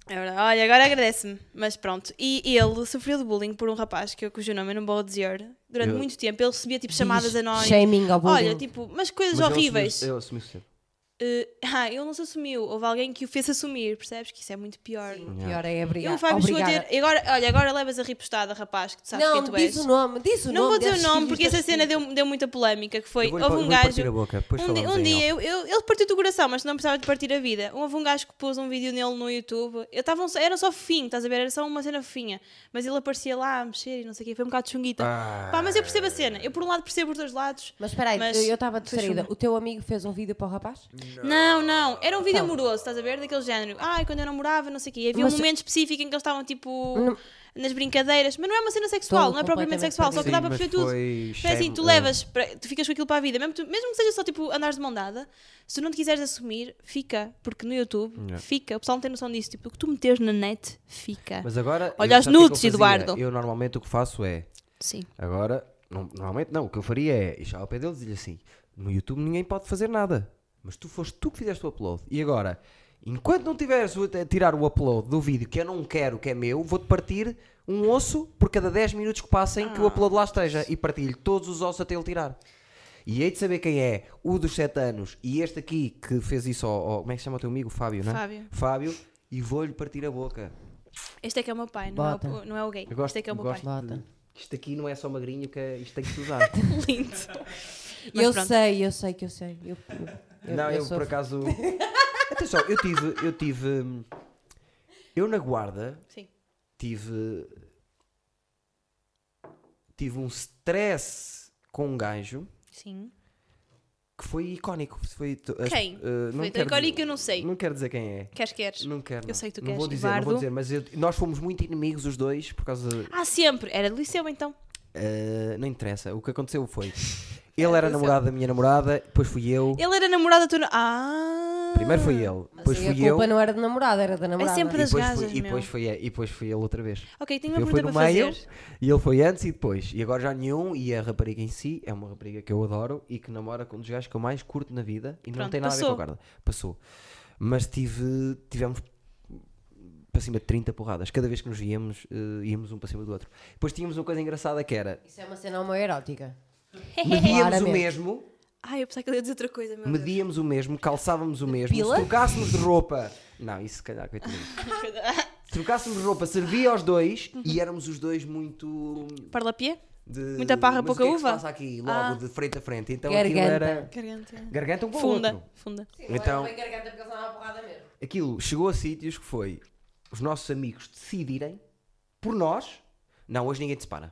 [SPEAKER 2] É verdade. Olha, agora agradece-me, mas pronto. E ele sofreu de bullying por um rapaz que eu, cujo nome eu não vou dizer. Durante
[SPEAKER 1] Eu-
[SPEAKER 2] muito tempo ele recebia tipo chamadas anónimas.
[SPEAKER 4] Shaming ao bullying.
[SPEAKER 2] Olha, tipo, mas coisas
[SPEAKER 1] Mas ele
[SPEAKER 2] horríveis.
[SPEAKER 1] assumiu- Ele assumiu cedo.
[SPEAKER 2] Eh, ah, ele não se assumiu. Houve alguém que o fez assumir, percebes? Que isso é muito pior.
[SPEAKER 4] Pior é
[SPEAKER 2] E
[SPEAKER 4] obrigado.
[SPEAKER 2] o Fábio chegou a
[SPEAKER 4] Obrigada.
[SPEAKER 2] ter. e Agora, olha, agora levas a ripostada, rapaz, que tu sabes
[SPEAKER 4] Não,
[SPEAKER 2] quem tu és.
[SPEAKER 4] diz o nome, diz o nome.
[SPEAKER 2] Não vou dizer o
[SPEAKER 4] desses
[SPEAKER 2] nome porque essa
[SPEAKER 4] filhos
[SPEAKER 2] cena
[SPEAKER 4] das-
[SPEAKER 2] deu, deu muita polémica que foi,
[SPEAKER 1] Eu vou-lhe
[SPEAKER 2] houve
[SPEAKER 1] pa-
[SPEAKER 2] um
[SPEAKER 1] vou-lhe
[SPEAKER 2] gajo
[SPEAKER 1] partir a boca, assim, depois
[SPEAKER 2] um, di-
[SPEAKER 1] falamos
[SPEAKER 2] um
[SPEAKER 1] em
[SPEAKER 2] dia eu, eu- ele partiu do coração mas não precisava de partir a vida houve um gajo que pôs um vídeo nele no YouTube eu tava um, era só fofinho estás a ver era só uma cena fofinha mas ele aparecia lá a mexer e não sei o quê foi um bocado chunguita
[SPEAKER 1] Ah.
[SPEAKER 2] Pá, mas eu percebo a cena eu por um lado percebo os dois lados
[SPEAKER 4] Mas espera aí,
[SPEAKER 2] Mas
[SPEAKER 4] eu estava
[SPEAKER 2] foi
[SPEAKER 4] distraída.
[SPEAKER 2] chunga.
[SPEAKER 4] O teu amigo fez um vídeo para o rapaz?
[SPEAKER 2] Não, não. Era um vídeo amoroso, estás a ver? Daquele género. Ai, quando eu namorava, não sei o quê. Havia
[SPEAKER 4] Então. Mas-
[SPEAKER 2] um momento específico em que eles estavam tipo.
[SPEAKER 4] Não.
[SPEAKER 2] Nas brincadeiras, mas não é uma cena sexual,
[SPEAKER 4] Estou
[SPEAKER 2] não é propriamente
[SPEAKER 4] completamente
[SPEAKER 2] sexual, só que dá para
[SPEAKER 1] mas
[SPEAKER 2] perceber tudo.
[SPEAKER 1] foi
[SPEAKER 2] Mas é assim, tu
[SPEAKER 1] shame-
[SPEAKER 2] levas, para- tu ficas com aquilo para a vida, mesmo, tu- mesmo que seja só tipo andares de mão dada, se tu não te quiseres assumir, fica, porque no YouTube
[SPEAKER 1] Yeah.
[SPEAKER 2] fica, o pessoal não tem noção disso, tipo, o que tu meteres na net fica.
[SPEAKER 1] Mas agora.
[SPEAKER 2] Olha
[SPEAKER 1] eu-
[SPEAKER 2] as
[SPEAKER 1] sabe o que é que
[SPEAKER 2] nudes,
[SPEAKER 1] eu fazia?
[SPEAKER 2] Eduardo.
[SPEAKER 1] Eu normalmente o que faço é.
[SPEAKER 2] Sim.
[SPEAKER 1] Agora, não- normalmente não, o que eu faria é ir ao pé deles e dizer assim: no YouTube ninguém pode fazer nada, mas tu foste tu que fizeste o upload. E agora, enquanto não tiveres o- a tirar o upload do vídeo que eu não quero, que é meu, vou-te partir um osso por cada 10 minutos que passem
[SPEAKER 2] Ah.
[SPEAKER 1] que o upload lá esteja e partilho todos os ossos até ele tirar. E hei de saber quem é o dos 7 anos e este aqui que fez isso ao, ao- Como é que se chama o teu amigo? Fábio, não é?
[SPEAKER 2] Fábio.
[SPEAKER 1] Fábio, e vou-lhe partir a boca.
[SPEAKER 2] Este é que é o meu pai, não, é
[SPEAKER 4] Bota.
[SPEAKER 2] o, não é o gay.
[SPEAKER 1] Eu gosto,
[SPEAKER 2] este é que é o meu
[SPEAKER 1] gosto tá.
[SPEAKER 2] pai.
[SPEAKER 4] pai.
[SPEAKER 1] de- Isto aqui não é só magrinho, que é- isto tem que se usar.
[SPEAKER 2] Lindo. Mas
[SPEAKER 4] Eu
[SPEAKER 2] pronto.
[SPEAKER 4] sei, eu sei que eu sei. Eu, eu- eu,
[SPEAKER 1] não, eu, por
[SPEAKER 4] sofro.
[SPEAKER 1] acaso. Atenção, eu tive. Eu tive. Eu na guarda
[SPEAKER 2] Sim.
[SPEAKER 1] tive. Tive um stress com um gajo
[SPEAKER 2] Sim.
[SPEAKER 1] que foi icónico. Foi, to- as-
[SPEAKER 2] Quem?
[SPEAKER 1] eh, não quero
[SPEAKER 2] Foi tão icónico
[SPEAKER 1] dizer-
[SPEAKER 2] que eu não sei.
[SPEAKER 1] Não quero dizer quem é.
[SPEAKER 2] Queres, queres?
[SPEAKER 1] Não quero.
[SPEAKER 2] Eu
[SPEAKER 1] não.
[SPEAKER 2] sei que tu
[SPEAKER 1] não
[SPEAKER 2] queres,
[SPEAKER 1] Vou dizer, não vou
[SPEAKER 2] Eduardo.
[SPEAKER 1] dizer, mas eu- nós fomos muito inimigos os dois por causa.
[SPEAKER 2] Ah, sempre. Era do liceu então.
[SPEAKER 1] eh, não interessa. O que aconteceu
[SPEAKER 2] É,
[SPEAKER 1] foi. Ele era namorado da minha namorada, depois fui eu.
[SPEAKER 2] Ele era namorado da tua. na- Ah!
[SPEAKER 1] Primeiro foi ele, depois
[SPEAKER 4] Sim, a
[SPEAKER 1] fui eu.
[SPEAKER 4] culpa não era da namorada, era da namorada.
[SPEAKER 1] E
[SPEAKER 2] sempre- das
[SPEAKER 1] depois,
[SPEAKER 2] gajas,
[SPEAKER 1] foi, e,
[SPEAKER 2] meu.
[SPEAKER 1] depois foi, e depois foi ele outra vez.
[SPEAKER 2] Ok, tenho uma
[SPEAKER 1] Eu fui
[SPEAKER 2] pergunta
[SPEAKER 1] no
[SPEAKER 2] para
[SPEAKER 1] meio
[SPEAKER 2] fazer.
[SPEAKER 1] e ele foi antes e depois. E agora já nenhum. E a rapariga em si é uma rapariga que eu adoro e que namora com um dos gajos que eu mais curto na vida e não
[SPEAKER 2] Pronto,
[SPEAKER 1] tem nada a ver
[SPEAKER 2] passou.
[SPEAKER 1] com a guarda. Passou. Mas tive, tivemos para cima de 30 porradas. Cada vez que nos víamos, eh, íamos um para cima do outro. Depois tínhamos uma coisa engraçada que era:
[SPEAKER 4] Isso é uma cena homoerótica.
[SPEAKER 1] medíamos o
[SPEAKER 4] Claramente.
[SPEAKER 1] mesmo,
[SPEAKER 2] Ai, eu pensava que ele ia dizer outra coisa, meu Deus.
[SPEAKER 1] medíamos o mesmo, calçávamos o mesmo,
[SPEAKER 4] Pila?
[SPEAKER 1] se trocássemos de roupa. Não, isso se calhar, coitadinho. Se trocássemos de roupa, servia aos dois e éramos os dois muito.
[SPEAKER 2] Parlapié?
[SPEAKER 1] De,
[SPEAKER 2] Muita parra,
[SPEAKER 1] mas
[SPEAKER 2] pouca
[SPEAKER 1] o que é que se
[SPEAKER 2] uva?
[SPEAKER 1] passa aqui, logo,
[SPEAKER 2] Ah.
[SPEAKER 1] de frente a frente. Então aquilo
[SPEAKER 4] Garganta.
[SPEAKER 1] era.
[SPEAKER 2] Garganta.
[SPEAKER 1] Garganta um para o
[SPEAKER 2] Funda.
[SPEAKER 1] outro.
[SPEAKER 2] Funda.
[SPEAKER 3] Sim,
[SPEAKER 1] Então-
[SPEAKER 3] então... foi garganta porque eles andavam à porrada mesmo.
[SPEAKER 1] Aquilo chegou a sítios que foi os nossos amigos decidirem, por nós, não, hoje ninguém te separa.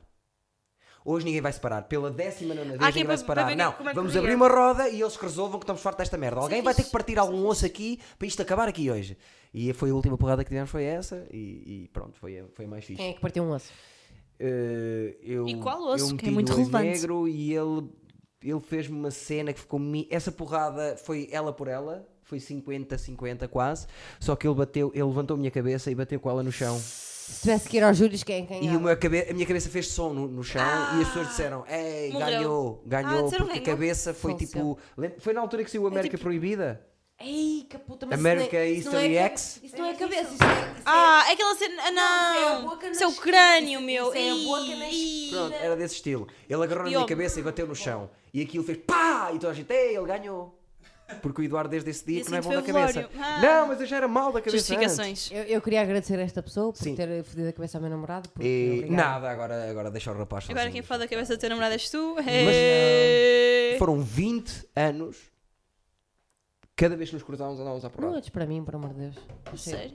[SPEAKER 1] Hoje ninguém vai separar. Pela décima nona vez
[SPEAKER 2] Ah,
[SPEAKER 1] ninguém
[SPEAKER 2] quem
[SPEAKER 1] vai
[SPEAKER 2] vai-
[SPEAKER 1] separar.
[SPEAKER 2] vai ver
[SPEAKER 1] não,
[SPEAKER 2] como é que
[SPEAKER 1] vamos
[SPEAKER 2] podia.
[SPEAKER 1] abrir uma roda e eles que resolvam que estamos fartos desta merda. Alguém vai ter que partir algum osso aqui para isto acabar aqui hoje. E foi a última porrada que tivemos foi essa e, e pronto, foi, a- foi a mais fixe.
[SPEAKER 4] Quem é que partiu um osso?
[SPEAKER 1] Eh, eu,
[SPEAKER 2] E qual osso?
[SPEAKER 1] eu
[SPEAKER 2] Que é
[SPEAKER 1] meti
[SPEAKER 2] muito
[SPEAKER 1] o
[SPEAKER 2] relevante.
[SPEAKER 1] negro e ele, ele fez-me uma cena que ficou. mi- Essa porrada foi ela por ela, foi 50-50 quase. Só que ele bateu, ele levantou a minha cabeça e bateu com ela no chão.
[SPEAKER 4] Se tivesse que ir aos júris, quem quem
[SPEAKER 1] E o meu cabe- a minha cabeça fez som no, no chão e as pessoas disseram: Ei,
[SPEAKER 2] Ah, Morreu.
[SPEAKER 1] ganhou,
[SPEAKER 2] Ah,
[SPEAKER 1] ganhou,
[SPEAKER 2] disseram
[SPEAKER 1] porque a
[SPEAKER 2] ganhou. tipo
[SPEAKER 1] cabeça foi
[SPEAKER 4] Faleceu.
[SPEAKER 1] tipo. lem- Foi na altura que saiu o América Proibida?
[SPEAKER 4] Ei, que puta, mas
[SPEAKER 1] America
[SPEAKER 4] isso não é-
[SPEAKER 1] History
[SPEAKER 4] isso não é,
[SPEAKER 1] X?
[SPEAKER 4] Isso não é cabeça, isso é... Isso é-
[SPEAKER 2] Ah, é aquela cena. Ah, não!
[SPEAKER 3] Não, isso é a boca na
[SPEAKER 2] Isso é o
[SPEAKER 3] esquina.
[SPEAKER 2] crânio,
[SPEAKER 3] Isso-
[SPEAKER 2] meu.
[SPEAKER 3] isso é a
[SPEAKER 2] Ih,
[SPEAKER 3] boca na
[SPEAKER 2] ih.
[SPEAKER 1] Pronto, era desse estilo. Ele agarrou na minha
[SPEAKER 2] Diogo.
[SPEAKER 1] cabeça e bateu no chão. E aquilo fez pá! E toda a gente, ei, ele ganhou. Porque o Eduardo desde esse dia
[SPEAKER 2] Esse
[SPEAKER 1] que não é bom
[SPEAKER 2] foi
[SPEAKER 1] da
[SPEAKER 2] o
[SPEAKER 1] cabeça.
[SPEAKER 2] velório. Ah.
[SPEAKER 1] Não, mas eu já era mal da cabeça. antes.
[SPEAKER 2] Justificações.
[SPEAKER 4] Eu, eu queria agradecer a esta pessoa por
[SPEAKER 1] Sim.
[SPEAKER 4] ter fodido a cabeça ao meu namorado. Porque,
[SPEAKER 1] E
[SPEAKER 4] obrigada.
[SPEAKER 1] nada, agora, agora deixa o rapaz
[SPEAKER 2] Agora
[SPEAKER 1] sozinho.
[SPEAKER 2] quem fala é da cabeça do teu namorado és tu.
[SPEAKER 1] não. Foram 20 anos. Cada vez que nos cruzávamos andávamos à
[SPEAKER 4] Não
[SPEAKER 1] porrada.
[SPEAKER 4] olhes para mim, por amor de Deus.
[SPEAKER 2] Sério?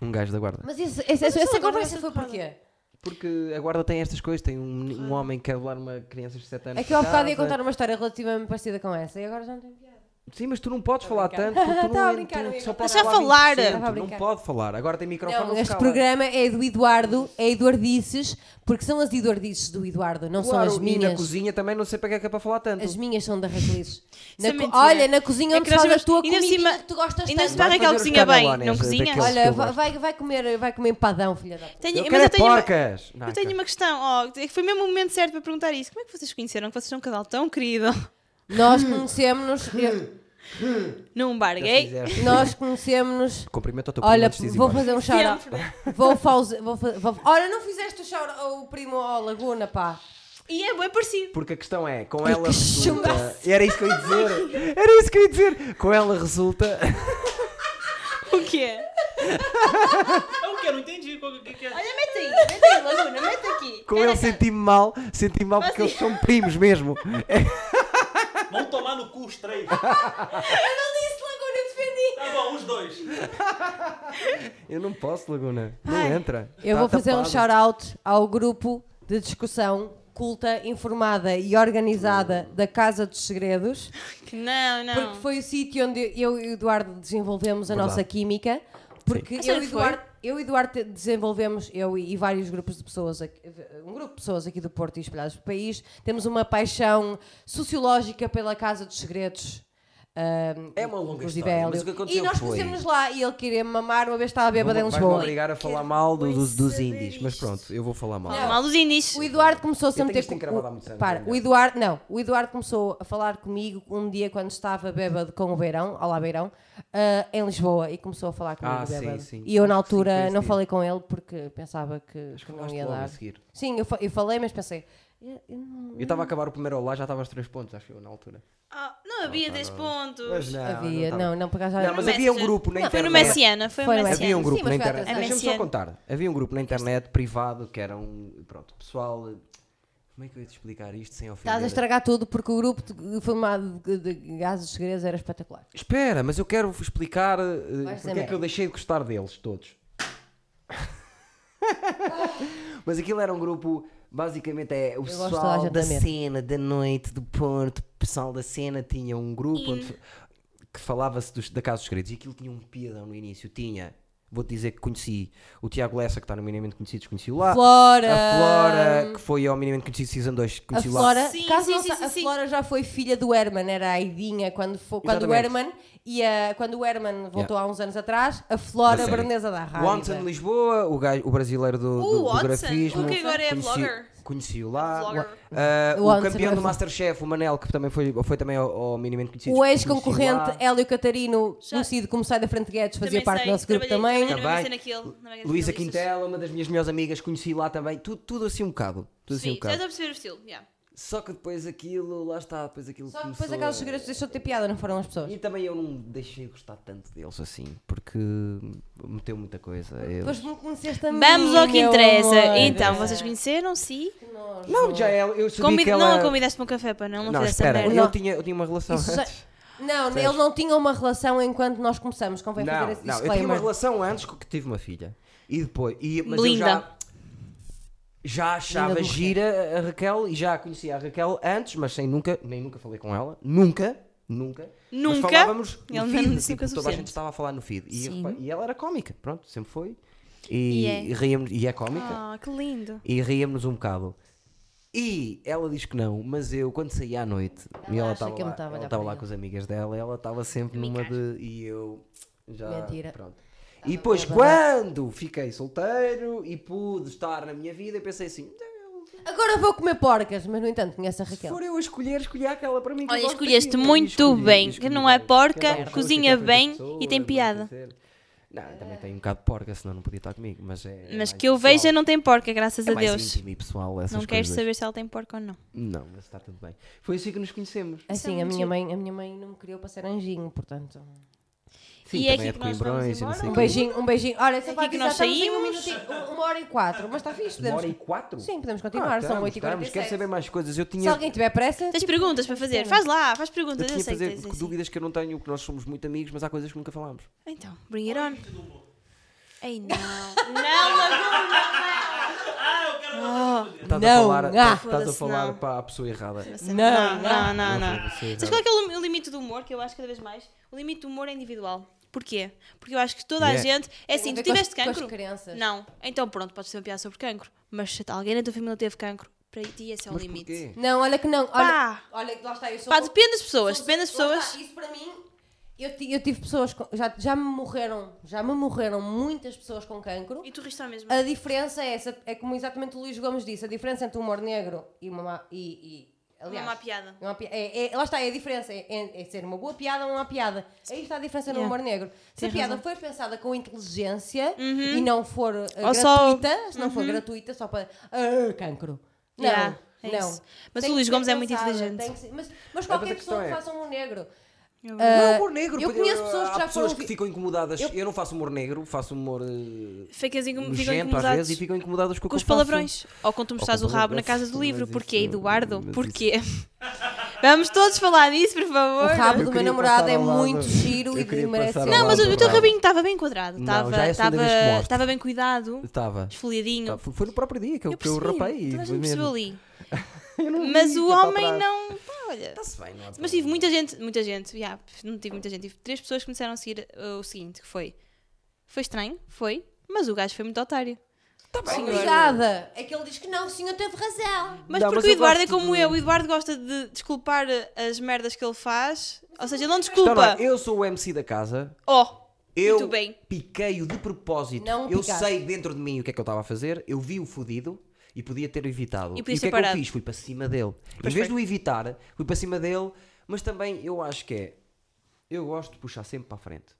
[SPEAKER 1] Um gajo da guarda.
[SPEAKER 4] Mas esse- esse- essa,
[SPEAKER 2] eu
[SPEAKER 4] essa
[SPEAKER 2] sou agora
[SPEAKER 4] conversa
[SPEAKER 2] essa
[SPEAKER 4] foi
[SPEAKER 2] porrada.
[SPEAKER 4] porquê?
[SPEAKER 1] Porque a guarda tem estas coisas. Tem um, um homem que quer levar uma criança de 7 anos.
[SPEAKER 4] É que eu há
[SPEAKER 1] de
[SPEAKER 4] bocado ia
[SPEAKER 1] casa.
[SPEAKER 4] contar uma história relativamente parecida com essa e agora já não tenho piada.
[SPEAKER 1] Sim, mas tu não podes falar
[SPEAKER 4] brincar.
[SPEAKER 1] tanto. Porque tu
[SPEAKER 4] Tava a
[SPEAKER 1] não,
[SPEAKER 4] brincar,
[SPEAKER 1] tu,
[SPEAKER 4] amigo.
[SPEAKER 1] só podes
[SPEAKER 2] Deixa
[SPEAKER 1] falar
[SPEAKER 2] falar.
[SPEAKER 1] 20%,
[SPEAKER 4] Tava a
[SPEAKER 1] Não
[SPEAKER 4] brincar.
[SPEAKER 1] pode falar. Agora tem microfone.
[SPEAKER 4] Não,
[SPEAKER 1] se
[SPEAKER 4] este
[SPEAKER 1] cala.
[SPEAKER 4] programa é do Eduardo, é Eduardices, porque são as Eduardices do Eduardo,
[SPEAKER 1] Claro,
[SPEAKER 4] não são
[SPEAKER 1] e
[SPEAKER 4] as
[SPEAKER 1] na
[SPEAKER 4] minhas.
[SPEAKER 1] cozinha também não sei para que é que é para falar tanto.
[SPEAKER 4] As minhas são da Raquelices.
[SPEAKER 2] Isso é
[SPEAKER 4] Na co-
[SPEAKER 2] mentira.
[SPEAKER 4] Olha, na cozinha
[SPEAKER 2] É
[SPEAKER 4] onde
[SPEAKER 2] que nós
[SPEAKER 4] faz a
[SPEAKER 2] vamos-
[SPEAKER 4] tua
[SPEAKER 2] ainda
[SPEAKER 4] comida
[SPEAKER 2] por cima-
[SPEAKER 4] que tu gostas
[SPEAKER 2] ainda se
[SPEAKER 4] tanto.
[SPEAKER 2] vai
[SPEAKER 1] Vai
[SPEAKER 2] naquela
[SPEAKER 1] fazer os
[SPEAKER 2] cozinha bem,
[SPEAKER 1] canelones,
[SPEAKER 2] não cozinha?
[SPEAKER 1] daqueles-
[SPEAKER 4] Olha,
[SPEAKER 1] Eu
[SPEAKER 4] vai,
[SPEAKER 1] gosto.
[SPEAKER 4] vai- vai comer, vai comer empadão, filha da puta.
[SPEAKER 2] Tenho-
[SPEAKER 1] Eu
[SPEAKER 2] mas
[SPEAKER 1] quero é
[SPEAKER 2] eu tenho uma-
[SPEAKER 1] porcas! Não,
[SPEAKER 2] Eu tenho uma questão, ó, é que foi mesmo o momento certo para perguntar isso. Como é que vocês conheceram? Que vocês são um casal tão querido.
[SPEAKER 4] Nós conhecemos-nos. eu-
[SPEAKER 2] Num bar
[SPEAKER 1] já
[SPEAKER 2] gay.
[SPEAKER 1] fizeste.
[SPEAKER 4] Nós conhecemos-nos.
[SPEAKER 1] Cumprimento ao teu primo
[SPEAKER 4] Olha,
[SPEAKER 1] antes de ir
[SPEAKER 4] vou
[SPEAKER 1] embora.
[SPEAKER 4] fazer um shout-out. Vou, fazer- vou, fa- vou- Olha, não fizeste o shout o primo ao Laguna, pá.
[SPEAKER 2] E é bem parecido.
[SPEAKER 1] Porque a questão é, com ela resulta...
[SPEAKER 4] chumbaço.
[SPEAKER 1] Era isso que eu ia dizer. Era isso que eu ia dizer. Com ela resulta...
[SPEAKER 2] O que é?
[SPEAKER 5] Eu que É eu não entendi qual que que é.
[SPEAKER 2] Olha, mete aí, mete aí, Laguna, mete aqui.
[SPEAKER 1] Com ele senti-me mal. Senti-me mal porque eles são primos mesmo. É,
[SPEAKER 5] Vão tomar no cu os três.
[SPEAKER 2] disse Laguna, eu defendi.
[SPEAKER 5] Tá bom, os dois.
[SPEAKER 1] Eu não posso, Laguna. Não entra.
[SPEAKER 4] Eu
[SPEAKER 1] Tá
[SPEAKER 4] vou fazer um
[SPEAKER 1] tapado.
[SPEAKER 4] shout-out ao grupo de discussão culta, informada e organizada da Casa dos Segredos,
[SPEAKER 2] Não, não.
[SPEAKER 4] porque foi o sítio onde eu e o Eduardo desenvolvemos a
[SPEAKER 1] Verdade.
[SPEAKER 4] nossa química. Porque
[SPEAKER 2] A
[SPEAKER 4] eu
[SPEAKER 2] sério,
[SPEAKER 4] e,
[SPEAKER 2] foi?
[SPEAKER 4] Eduardo, eu e Eduardo te- desenvolvemos, eu e, e vários grupos de pessoas, aqui- um grupo de pessoas aqui do Porto e espalhados pelo país, temos uma paixão sociológica pela Casa dos Segredos. ahm,
[SPEAKER 1] É uma longa
[SPEAKER 4] inclusive
[SPEAKER 1] história,
[SPEAKER 4] Hélio.
[SPEAKER 1] mas o que aconteceu
[SPEAKER 4] E nós
[SPEAKER 1] foi-
[SPEAKER 4] conhecemos lá e ele queria mamar, uma vez estava bêbado em
[SPEAKER 1] Vai-me
[SPEAKER 4] Lisboa.
[SPEAKER 1] obrigar a falar mal do- dos, dos indies, mas pronto, eu vou falar mal.
[SPEAKER 2] Mal dos índices.
[SPEAKER 4] O Eduardo começou-se
[SPEAKER 1] Eu
[SPEAKER 4] a
[SPEAKER 1] tenho
[SPEAKER 4] meter
[SPEAKER 1] isto encravado há muitos
[SPEAKER 4] o,
[SPEAKER 1] anos,
[SPEAKER 4] para,
[SPEAKER 1] é
[SPEAKER 4] o Eduardo, não, o Eduardo começou a falar comigo um dia quando estava bêbado com o Beirão, olá Beirão, ah, em Lisboa e começou a falar comigo
[SPEAKER 1] Ah, sim,
[SPEAKER 4] bêbado.
[SPEAKER 1] sim.
[SPEAKER 4] E eu
[SPEAKER 1] Sim,
[SPEAKER 4] na
[SPEAKER 1] foi
[SPEAKER 4] altura
[SPEAKER 1] esse
[SPEAKER 4] não
[SPEAKER 1] dia.
[SPEAKER 4] falei com ele porque pensava que, que não
[SPEAKER 1] Gosto
[SPEAKER 4] ia
[SPEAKER 1] logo a
[SPEAKER 4] dar.
[SPEAKER 1] seguir.
[SPEAKER 4] Sim, eu, fa- eu falei, mas pensei, eu, eu não
[SPEAKER 1] Eu estava a acabar o primeiro olá, já estava aos 3 pontos, acho eu, na altura.
[SPEAKER 2] Ah, não havia 3 pontos.
[SPEAKER 1] Mas não,
[SPEAKER 4] havia,
[SPEAKER 1] não,
[SPEAKER 4] não,
[SPEAKER 1] estava.
[SPEAKER 4] não, por acaso
[SPEAKER 1] Não,
[SPEAKER 4] não,
[SPEAKER 1] mas
[SPEAKER 2] no
[SPEAKER 1] havia um
[SPEAKER 2] Messenger.
[SPEAKER 1] grupo na
[SPEAKER 4] Não,
[SPEAKER 2] Foi no
[SPEAKER 1] internet.
[SPEAKER 2] Messiana, foi
[SPEAKER 4] Foi
[SPEAKER 2] no
[SPEAKER 4] no
[SPEAKER 1] Havia
[SPEAKER 2] Messiana.
[SPEAKER 1] um
[SPEAKER 4] Sim,
[SPEAKER 1] grupo na
[SPEAKER 4] mas foi há
[SPEAKER 1] internet.
[SPEAKER 4] tantos
[SPEAKER 2] anos.
[SPEAKER 1] Deixa-me só
[SPEAKER 2] MSN.
[SPEAKER 1] contar. Havia um grupo na internet privado que era um. Pronto, pessoal. eh, Como é que eu ia te explicar isto sem ofender?
[SPEAKER 4] Estás a estragar tudo porque o grupo de- filmado de, de gases segredos era espetacular.
[SPEAKER 1] Espera, mas eu quero vos explicar eh, porque é
[SPEAKER 4] merda.
[SPEAKER 1] que eu deixei de gostar deles todos. mas aquilo era um grupo. Basicamente é o
[SPEAKER 4] gosto de toda a
[SPEAKER 1] pessoal
[SPEAKER 4] gente
[SPEAKER 1] da
[SPEAKER 4] da mesma.
[SPEAKER 1] cena, da noite, do Porto. O pessoal da cena tinha um grupo onde- que falava-se dos- da Casa dos Segredos e aquilo tinha um piadão no início. Tinha, vou-te dizer que conheci o Tiago Lessa, que está no Minimamente Conhecidos, conheci lá.
[SPEAKER 4] Flora!
[SPEAKER 1] A Flora, que foi ao Minimamente Conhecido Season 2,
[SPEAKER 4] A
[SPEAKER 1] conheci lá.
[SPEAKER 4] Flora,
[SPEAKER 2] Sim,
[SPEAKER 4] caso
[SPEAKER 2] sim,
[SPEAKER 4] não
[SPEAKER 2] sim,
[SPEAKER 4] sa-
[SPEAKER 2] sim,
[SPEAKER 4] a
[SPEAKER 2] sim.
[SPEAKER 4] Flora já foi filha do Herman, era a Aidinha quando, fo- quando o
[SPEAKER 1] Exatamente.
[SPEAKER 4] Herman ia, quando o Herman voltou há uns anos atrás, a Flora
[SPEAKER 1] Da série.
[SPEAKER 4] Bernesa da
[SPEAKER 1] O Anton de
[SPEAKER 4] Rádio.
[SPEAKER 1] Lisboa, o, gajo- o brasileiro do,
[SPEAKER 2] O
[SPEAKER 1] do, do
[SPEAKER 2] Watson,
[SPEAKER 1] grafismo.
[SPEAKER 2] o que agora é
[SPEAKER 1] conheci-
[SPEAKER 2] blogger.
[SPEAKER 1] Conheci-o lá.
[SPEAKER 2] Vlogger.
[SPEAKER 1] Ah,
[SPEAKER 4] O
[SPEAKER 1] o
[SPEAKER 4] Watson
[SPEAKER 1] campeão
[SPEAKER 4] é
[SPEAKER 1] do
[SPEAKER 4] bom.
[SPEAKER 1] Masterchef, o Manel, que também foi, foi também ao, ao Minimamente Conhecido.
[SPEAKER 4] O ex-concorrente é Hélio Catarino,
[SPEAKER 2] Já-
[SPEAKER 4] conhecido como Sai da Frente Guedes, fazia
[SPEAKER 2] Também
[SPEAKER 4] parte
[SPEAKER 2] sei,
[SPEAKER 4] do nosso grupo
[SPEAKER 2] trabalhei-
[SPEAKER 4] também.
[SPEAKER 2] trabalhei na
[SPEAKER 1] Também.
[SPEAKER 2] Magazine Aquilo, na Magazine
[SPEAKER 1] Luísa
[SPEAKER 2] Aquilo, isso.
[SPEAKER 1] Quintela, uma das minhas melhores amigas, conheci lá também. Tudo, tudo assim um bocado. Tudo assim um
[SPEAKER 2] Sim, já
[SPEAKER 1] bocado.
[SPEAKER 2] estás a perceber o estilo. yeah.
[SPEAKER 1] Só que depois aquilo, lá está, depois aquilo
[SPEAKER 4] Só que
[SPEAKER 1] começou
[SPEAKER 4] depois aquelas
[SPEAKER 1] a-
[SPEAKER 4] segredos deixou de ter piada, não foram as pessoas.
[SPEAKER 1] E também eu não deixei gostar tanto deles assim, porque meteu muita coisa. Eu-
[SPEAKER 4] Depois me conheceste a mim,
[SPEAKER 2] Vamos ao que
[SPEAKER 4] meu
[SPEAKER 2] interessa.
[SPEAKER 4] é um amor.
[SPEAKER 2] Então, vocês conheceram-se?
[SPEAKER 4] Que nojo.
[SPEAKER 1] Não, já ela, eu sabia
[SPEAKER 2] Convi-
[SPEAKER 1] que ela...
[SPEAKER 2] Não a convidaste para um café para não, não,
[SPEAKER 1] Não,
[SPEAKER 2] fizesse
[SPEAKER 1] espera,
[SPEAKER 2] merda.
[SPEAKER 1] eu
[SPEAKER 4] Não.
[SPEAKER 1] tinha, eu tinha uma relação
[SPEAKER 4] Isso já-
[SPEAKER 1] antes.
[SPEAKER 4] Não, ele não tinha uma relação enquanto nós começamos, convém
[SPEAKER 1] Não,
[SPEAKER 4] fazer esse
[SPEAKER 1] não, eu tinha uma
[SPEAKER 4] disclaimer.
[SPEAKER 1] relação antes com que tive uma filha. E depois, e, mas
[SPEAKER 2] Linda.
[SPEAKER 1] eu já, já
[SPEAKER 4] Linda
[SPEAKER 1] achava
[SPEAKER 4] do
[SPEAKER 1] gira a Raquel e já a conhecia a Raquel antes, mas sem nunca, nem nunca falei com ela, nunca, nunca. Mas
[SPEAKER 2] Nunca?
[SPEAKER 1] falávamos
[SPEAKER 2] Ele
[SPEAKER 1] no
[SPEAKER 2] não
[SPEAKER 1] feed,
[SPEAKER 2] disse nunca
[SPEAKER 1] tipo,
[SPEAKER 2] o
[SPEAKER 1] toda a gente
[SPEAKER 2] suficiente.
[SPEAKER 1] estava a falar no feed. E, eu
[SPEAKER 2] Sim.
[SPEAKER 1] repa- e ela era cómica, pronto, sempre foi. E,
[SPEAKER 2] E é.
[SPEAKER 1] e ríamos, e é cómica
[SPEAKER 2] Ah, que lindo.
[SPEAKER 1] e ríamos um bocado. E ela diz que não, mas eu quando saía à noite, e ela
[SPEAKER 4] acha
[SPEAKER 1] estava
[SPEAKER 4] que eu me
[SPEAKER 1] lá,
[SPEAKER 4] estava a
[SPEAKER 1] ela
[SPEAKER 4] olhar
[SPEAKER 1] estava
[SPEAKER 4] para
[SPEAKER 1] lá
[SPEAKER 4] ele.
[SPEAKER 1] com as amigas dela, ela estava sempre numa de. E eu. Já,
[SPEAKER 4] Mentira.
[SPEAKER 1] Pronto. E depois,
[SPEAKER 4] bêbada.
[SPEAKER 1] quando fiquei solteiro e pude estar na minha vida, eu pensei assim:
[SPEAKER 4] Agora vou comer porcas, mas no entanto conhece a
[SPEAKER 1] se
[SPEAKER 4] Raquel.
[SPEAKER 1] for eu a escolher, escolhi aquela para mim. que eu
[SPEAKER 2] Olha,
[SPEAKER 1] gosto
[SPEAKER 2] escolheste
[SPEAKER 1] daquilo. E
[SPEAKER 2] muito
[SPEAKER 1] escolhi,
[SPEAKER 2] bem,
[SPEAKER 1] escolhi
[SPEAKER 2] que não é
[SPEAKER 1] bem. um
[SPEAKER 2] porca,
[SPEAKER 1] Quero dar uma
[SPEAKER 2] cozinha
[SPEAKER 1] chance a
[SPEAKER 2] bem
[SPEAKER 1] outras
[SPEAKER 2] e tem
[SPEAKER 1] pessoas,
[SPEAKER 2] piada.
[SPEAKER 1] não sei. Não, também tem um bocado de porca, senão não podia estar comigo. Mas, é, é
[SPEAKER 2] Mas
[SPEAKER 1] mais
[SPEAKER 2] que eu
[SPEAKER 1] pessoal.
[SPEAKER 2] veja não tem porca, graças
[SPEAKER 1] é
[SPEAKER 2] a
[SPEAKER 1] mais
[SPEAKER 2] Deus.
[SPEAKER 1] íntimo e pessoal. Essas
[SPEAKER 2] Não queres
[SPEAKER 1] coisas.
[SPEAKER 2] saber se ela tem porca ou não.
[SPEAKER 1] Não, mas está tudo bem. Foi assim que nos conhecemos.
[SPEAKER 4] Assim, a
[SPEAKER 2] Sim.
[SPEAKER 4] minha, mãe, a minha mãe não me criou para ser anjinho, portanto.
[SPEAKER 1] Sim,
[SPEAKER 2] E é
[SPEAKER 1] também
[SPEAKER 2] aqui
[SPEAKER 1] é de
[SPEAKER 2] que nós
[SPEAKER 1] Coimbrões
[SPEAKER 2] vamos
[SPEAKER 1] e não sei
[SPEAKER 2] embora?
[SPEAKER 4] Um
[SPEAKER 1] o quê.
[SPEAKER 4] beijinho, um beijinho. Olha, só
[SPEAKER 2] Aqui
[SPEAKER 4] para
[SPEAKER 2] que
[SPEAKER 4] avisar,
[SPEAKER 2] nós
[SPEAKER 4] estamos em um
[SPEAKER 2] saímos.
[SPEAKER 4] minutinho, uma hora e quatro, mas está fixe.
[SPEAKER 1] Uma
[SPEAKER 4] Podemos...
[SPEAKER 1] hora e quatro?
[SPEAKER 4] Sim, podemos
[SPEAKER 1] Ah,
[SPEAKER 4] continuar, são
[SPEAKER 1] estamos,
[SPEAKER 4] oito e quarenta
[SPEAKER 1] estamos.
[SPEAKER 4] e
[SPEAKER 1] Quero saber
[SPEAKER 4] sete.
[SPEAKER 1] mais coisas. Eu
[SPEAKER 4] Se
[SPEAKER 1] tinha,
[SPEAKER 4] alguém tiver pressa...
[SPEAKER 2] Tens
[SPEAKER 4] tipo,
[SPEAKER 2] perguntas para fazer? Faz lá, faz perguntas.
[SPEAKER 1] eu
[SPEAKER 2] Eu,
[SPEAKER 1] tinha
[SPEAKER 2] sei que
[SPEAKER 1] fazer
[SPEAKER 2] tens assim.
[SPEAKER 1] dúvidas que eu não tenho, porque nós somos muito amigos, mas há coisas que nunca falámos.
[SPEAKER 2] Então, bring it on. Ei, não. não, Lagoon,
[SPEAKER 5] Ah, eu quero uma coisa.
[SPEAKER 1] Estás a
[SPEAKER 4] Não,
[SPEAKER 1] falar,
[SPEAKER 4] ah!
[SPEAKER 1] estás a
[SPEAKER 2] Foda-se,
[SPEAKER 1] falar
[SPEAKER 2] não.
[SPEAKER 1] para a pessoa errada.
[SPEAKER 2] não.
[SPEAKER 4] Não,
[SPEAKER 2] não, não,
[SPEAKER 1] Não
[SPEAKER 2] não.
[SPEAKER 1] foi você,
[SPEAKER 2] é Sabes
[SPEAKER 1] não.
[SPEAKER 2] qual é, que é o lim- o limite do humor? Que eu acho cada vez mais. O limite do humor é individual. Porquê? Porque eu acho que toda
[SPEAKER 1] Yeah.
[SPEAKER 2] a gente. É assim,
[SPEAKER 4] a
[SPEAKER 2] tu
[SPEAKER 4] ver com as-
[SPEAKER 2] tiveste
[SPEAKER 4] com as
[SPEAKER 2] cancro?
[SPEAKER 4] crianças.
[SPEAKER 2] Não. Então pronto, podes ter uma piada sobre cancro. Mas se alguém na tua família teve cancro, para ti esse é o
[SPEAKER 1] Mas
[SPEAKER 2] limite.
[SPEAKER 1] porquê?
[SPEAKER 4] Não, olha que não. Olha,
[SPEAKER 2] Pá!
[SPEAKER 4] olha que lá está, eu sou...
[SPEAKER 2] Pá, depende das pessoas,
[SPEAKER 4] sou-
[SPEAKER 2] depende das
[SPEAKER 4] lá
[SPEAKER 2] pessoas.
[SPEAKER 4] está, Isso para mim... Eu, ti- eu tive pessoas... com- já, já me morreram, já me morreram muitas pessoas com cancro.
[SPEAKER 2] E tu riste ao mesmo.
[SPEAKER 4] A diferença é essa, é como exatamente o Luís Gomes disse, a diferença entre o humor negro e uma má... E, e, aliás,
[SPEAKER 2] má piada.
[SPEAKER 4] uma pi- é- é- lá está, é a diferença. É, é- é ser uma boa piada ou uma piada. Aí está a diferença no
[SPEAKER 2] Yeah.
[SPEAKER 4] humor negro. Se
[SPEAKER 2] Tens
[SPEAKER 4] a piada
[SPEAKER 2] razão. Uhum.
[SPEAKER 4] for pensada com inteligência e não for uh,
[SPEAKER 2] Ou
[SPEAKER 4] gratuita,
[SPEAKER 2] só- Uhum.
[SPEAKER 4] se não for gratuita, só para. ah, cancro. Não.
[SPEAKER 2] Yeah, é
[SPEAKER 4] não.
[SPEAKER 2] isso. Mas
[SPEAKER 4] Tem
[SPEAKER 2] o
[SPEAKER 4] que
[SPEAKER 2] Luís
[SPEAKER 4] ser
[SPEAKER 2] Gomes é muito
[SPEAKER 4] pensada,
[SPEAKER 2] inteligente.
[SPEAKER 4] tem que ser- Mas, mas
[SPEAKER 1] mas
[SPEAKER 4] qualquer
[SPEAKER 1] a questão
[SPEAKER 4] pessoa que
[SPEAKER 1] é-
[SPEAKER 4] faça um humor negro.
[SPEAKER 2] Eu-
[SPEAKER 1] Não é
[SPEAKER 4] Ah,
[SPEAKER 1] humor negro.
[SPEAKER 4] eu
[SPEAKER 1] porque
[SPEAKER 4] conheço pessoas que
[SPEAKER 1] há
[SPEAKER 4] já
[SPEAKER 1] pessoas
[SPEAKER 4] foram-
[SPEAKER 1] que ficam incomodadas. Eu...
[SPEAKER 4] Eu-
[SPEAKER 1] não faço humor negro, faço humor eh,
[SPEAKER 2] Ah, Ficas inco- ficam
[SPEAKER 1] nojento às
[SPEAKER 2] incomodados
[SPEAKER 1] vezes e ficam incomodadas com, o que
[SPEAKER 2] com os
[SPEAKER 1] eu faço.
[SPEAKER 2] palavrões. Ou quando tu mostras
[SPEAKER 1] com
[SPEAKER 2] o rabo na
[SPEAKER 1] palavrões,
[SPEAKER 2] casa do
[SPEAKER 1] mas
[SPEAKER 2] livro.
[SPEAKER 1] isso-
[SPEAKER 2] Porquê, Eduardo?
[SPEAKER 1] mas isso-
[SPEAKER 2] Porquê? Vamos todos falar disso, por
[SPEAKER 4] O
[SPEAKER 2] favor.
[SPEAKER 4] rabo é
[SPEAKER 1] Eu
[SPEAKER 4] do meu
[SPEAKER 1] queria
[SPEAKER 4] namorado
[SPEAKER 1] passar
[SPEAKER 4] é
[SPEAKER 1] ao lado.
[SPEAKER 4] muito giro
[SPEAKER 1] Eu
[SPEAKER 4] e
[SPEAKER 1] queria
[SPEAKER 4] merece.
[SPEAKER 1] passar ao
[SPEAKER 2] Não, mas o,
[SPEAKER 1] lado.
[SPEAKER 2] o teu
[SPEAKER 1] Não.
[SPEAKER 2] rabinho estava bem quadrado.
[SPEAKER 1] Não, já
[SPEAKER 2] Estava
[SPEAKER 1] é a segunda
[SPEAKER 2] estava-
[SPEAKER 1] vez que mostro.
[SPEAKER 2] estava bem cuidado,
[SPEAKER 1] Estava.
[SPEAKER 2] esfoliadinho.
[SPEAKER 1] Foi no próprio dia que eu,
[SPEAKER 2] Eu
[SPEAKER 1] que eu
[SPEAKER 2] percebi.
[SPEAKER 1] rapei. tá
[SPEAKER 2] Toda a
[SPEAKER 1] foi
[SPEAKER 2] gente percebeu
[SPEAKER 1] mesmo.
[SPEAKER 2] ali. Mas o homem não. Pá, olha.
[SPEAKER 1] Está-se bem, não há
[SPEAKER 2] Mas tive muita gente, muita gente, já, não tive muita gente, tive três pessoas que me disseram a seguir uh, o seguinte: que foi. Foi estranho, foi, mas o gajo foi muito otário.
[SPEAKER 1] Está bem,
[SPEAKER 4] Obrigada.
[SPEAKER 3] É que ele diz que não, o senhor teve razão.
[SPEAKER 2] Mas
[SPEAKER 1] Não,
[SPEAKER 2] porque
[SPEAKER 1] mas eu
[SPEAKER 2] o Eduardo é
[SPEAKER 1] gosto
[SPEAKER 2] como
[SPEAKER 1] de-
[SPEAKER 2] eu, o Eduardo gosta de desculpar eh, as merdas que ele faz, ou seja, ele não
[SPEAKER 1] Então,
[SPEAKER 2] desculpa.
[SPEAKER 1] olha, eu sou o MC da casa.
[SPEAKER 2] Oh,
[SPEAKER 1] Eu
[SPEAKER 2] Muito bem.
[SPEAKER 1] piquei-o de propósito.
[SPEAKER 4] Não
[SPEAKER 1] eu
[SPEAKER 4] picaste.
[SPEAKER 1] sei dentro de mim o que é que eu estava a fazer. Eu vi o fodido e podia ter evitado.
[SPEAKER 2] E
[SPEAKER 1] E,
[SPEAKER 2] podia
[SPEAKER 1] o que
[SPEAKER 2] ser
[SPEAKER 1] é que eu
[SPEAKER 2] parado.
[SPEAKER 1] fiz? Fui para cima dele. em vez de o evitar, fui para cima dele. Mas também eu acho que é. Eu gosto de puxar sempre para a frente.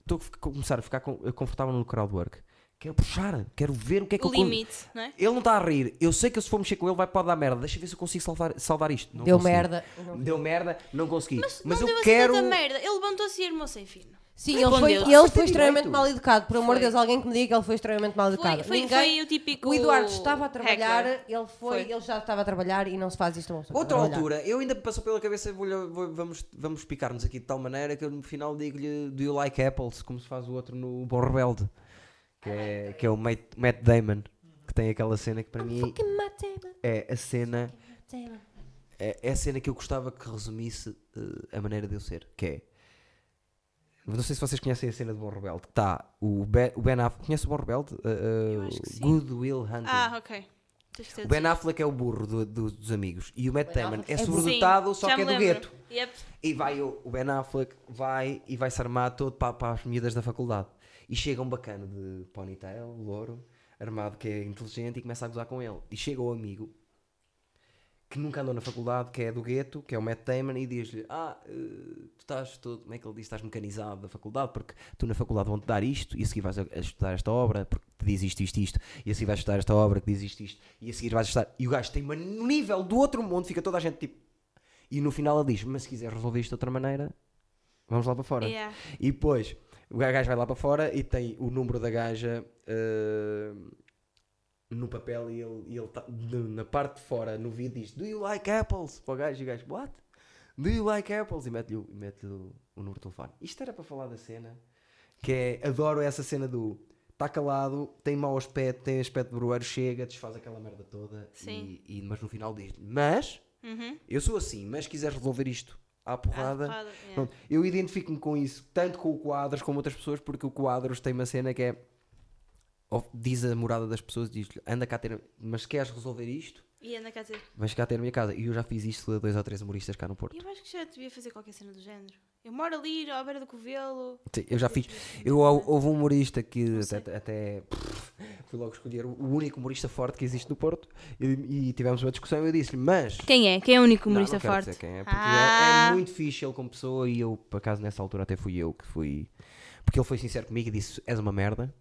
[SPEAKER 1] Estou a ficar- começar a ficar com- confortável no crowdwork. Quero puxar, quero ver o que é que
[SPEAKER 2] o
[SPEAKER 1] eu con-
[SPEAKER 2] limite, não é?
[SPEAKER 1] Ele não está a rir. Eu sei que eu, se for mexer com ele vai pode dar merda. Deixa eu ver se eu consigo salvar, salvar isto. Não
[SPEAKER 4] Deu
[SPEAKER 1] consegui.
[SPEAKER 4] merda.
[SPEAKER 1] Deu merda, não consegui. Mas,
[SPEAKER 2] não
[SPEAKER 1] eu
[SPEAKER 2] deu
[SPEAKER 1] quero.
[SPEAKER 2] assim tanta merda. Ele levantou-se e armou sem fino.
[SPEAKER 4] Sim, ele foi,
[SPEAKER 2] Respondeu.
[SPEAKER 4] ele
[SPEAKER 1] Mas
[SPEAKER 4] foi
[SPEAKER 1] tem
[SPEAKER 4] extremamente
[SPEAKER 1] direito.
[SPEAKER 4] mal educado. Por amor de
[SPEAKER 2] Foi.
[SPEAKER 4] Deus, alguém que me diga que ele foi extremamente mal educado.
[SPEAKER 2] foi-
[SPEAKER 4] Ninguém-
[SPEAKER 2] foi o típico
[SPEAKER 4] O Eduardo estava a trabalhar,
[SPEAKER 2] heckler.
[SPEAKER 4] ele foi,
[SPEAKER 2] Foi.
[SPEAKER 4] ele já estava a trabalhar e não se faz isto a uma pessoa que
[SPEAKER 1] Outra
[SPEAKER 4] trabalha.
[SPEAKER 1] altura, eu ainda passou pela cabeça, vou-lhe- vou- vamos, vamos picar-nos aqui de tal maneira que eu no final digo-lhe Do you like apples? Como se faz o outro no Bom Rebelde, que é, que é o Matt, Matt Damon, que tem aquela cena que para mim é a cena. É, é a cena que eu gostava que resumisse eh, a maneira de eu ser, que é. Não sei se vocês conhecem a cena do Bom Rebelde. que Está o Ben, o ben Affleck. Conhece o Bom Rebelde? Eh, eh,
[SPEAKER 2] acho que sim.
[SPEAKER 1] Good Will Hunting.
[SPEAKER 2] Ah, ok. Tens que ter
[SPEAKER 1] O Ben Affleck é o burro do- do- dos amigos e o Matt Damon é
[SPEAKER 2] assim. Sim,
[SPEAKER 1] sobredotado, só
[SPEAKER 2] já
[SPEAKER 1] que é
[SPEAKER 2] me
[SPEAKER 1] do
[SPEAKER 2] lembro.
[SPEAKER 1] gueto.
[SPEAKER 2] Yep.
[SPEAKER 1] E vai o, o Ben Affleck, vai e vai se armar todo para, para as miúdas da faculdade. E chega um bacana de ponytail, louro, armado que é inteligente e começa a gozar com ele. E chega o amigo que nunca andou na faculdade, que é do gueto, que é o Matt Damon, e diz-lhe: Ah, eh, tu estás todo, como é que ele diz? Estás mecanizado da faculdade, porque tu na faculdade vão-te dar isto, e a seguir vais a, a estudar esta obra, porque te diz isto, isto, isto, e a seguir vais estudar esta obra, que diz isto, isto, e a seguir vais estudar. E o gajo tem uma- um nível do outro mundo, fica toda a gente tipo. E no final ele diz: Mas se quiser resolver isto de outra maneira, vamos lá para fora.
[SPEAKER 2] Yeah.
[SPEAKER 1] E depois o gajo vai lá para fora e tem o número da gaja eh, no papel e ele, e ele tá- de- na parte de fora no vídeo diz Do you like apples? Para o gajo e o gajo, what? Do you like apples? E mete-lhe o, mete o, o número de telefone. Isto era para falar da cena que é, adoro essa cena do está calado, tem mau aspecto, tem aspecto de broeiro, chega, desfaz aquela merda toda
[SPEAKER 2] Sim.
[SPEAKER 1] E, e- mas no final diz mas
[SPEAKER 2] Uhum.
[SPEAKER 1] eu sou assim, mas se quiseres resolver isto à porrada,
[SPEAKER 2] porrada, yeah.
[SPEAKER 1] Pronto, eu identifico-me com isso, tanto com o Quadros como outras pessoas, porque o Quadros tem uma cena que é ou- diz a morada das pessoas, diz-lhe, anda cá ter, mas queres resolver isto?
[SPEAKER 2] E anda cá a dizer.
[SPEAKER 1] Vais cá ter a minha casa. E eu já fiz isto a dois ou três humoristas cá no Porto.
[SPEAKER 2] Eu acho que já devia fazer qualquer cena do género. Eu moro ali, à beira do covelo.
[SPEAKER 1] Sim, eu já fiz. Eu, hou- houve um humorista que até, até- fui logo escolher o único humorista forte que existe no Porto e, e tivemos uma discussão e eu disse-lhe, mas
[SPEAKER 2] Quem é? Quem é o único
[SPEAKER 1] Não,
[SPEAKER 2] humorista
[SPEAKER 1] não quero
[SPEAKER 2] forte?
[SPEAKER 1] dizer quem é, porque é- é,
[SPEAKER 2] ah,
[SPEAKER 1] muito fixe ele como pessoa e eu, por acaso, nessa altura até fui eu que fui. Porque ele foi sincero comigo e disse: És uma merda.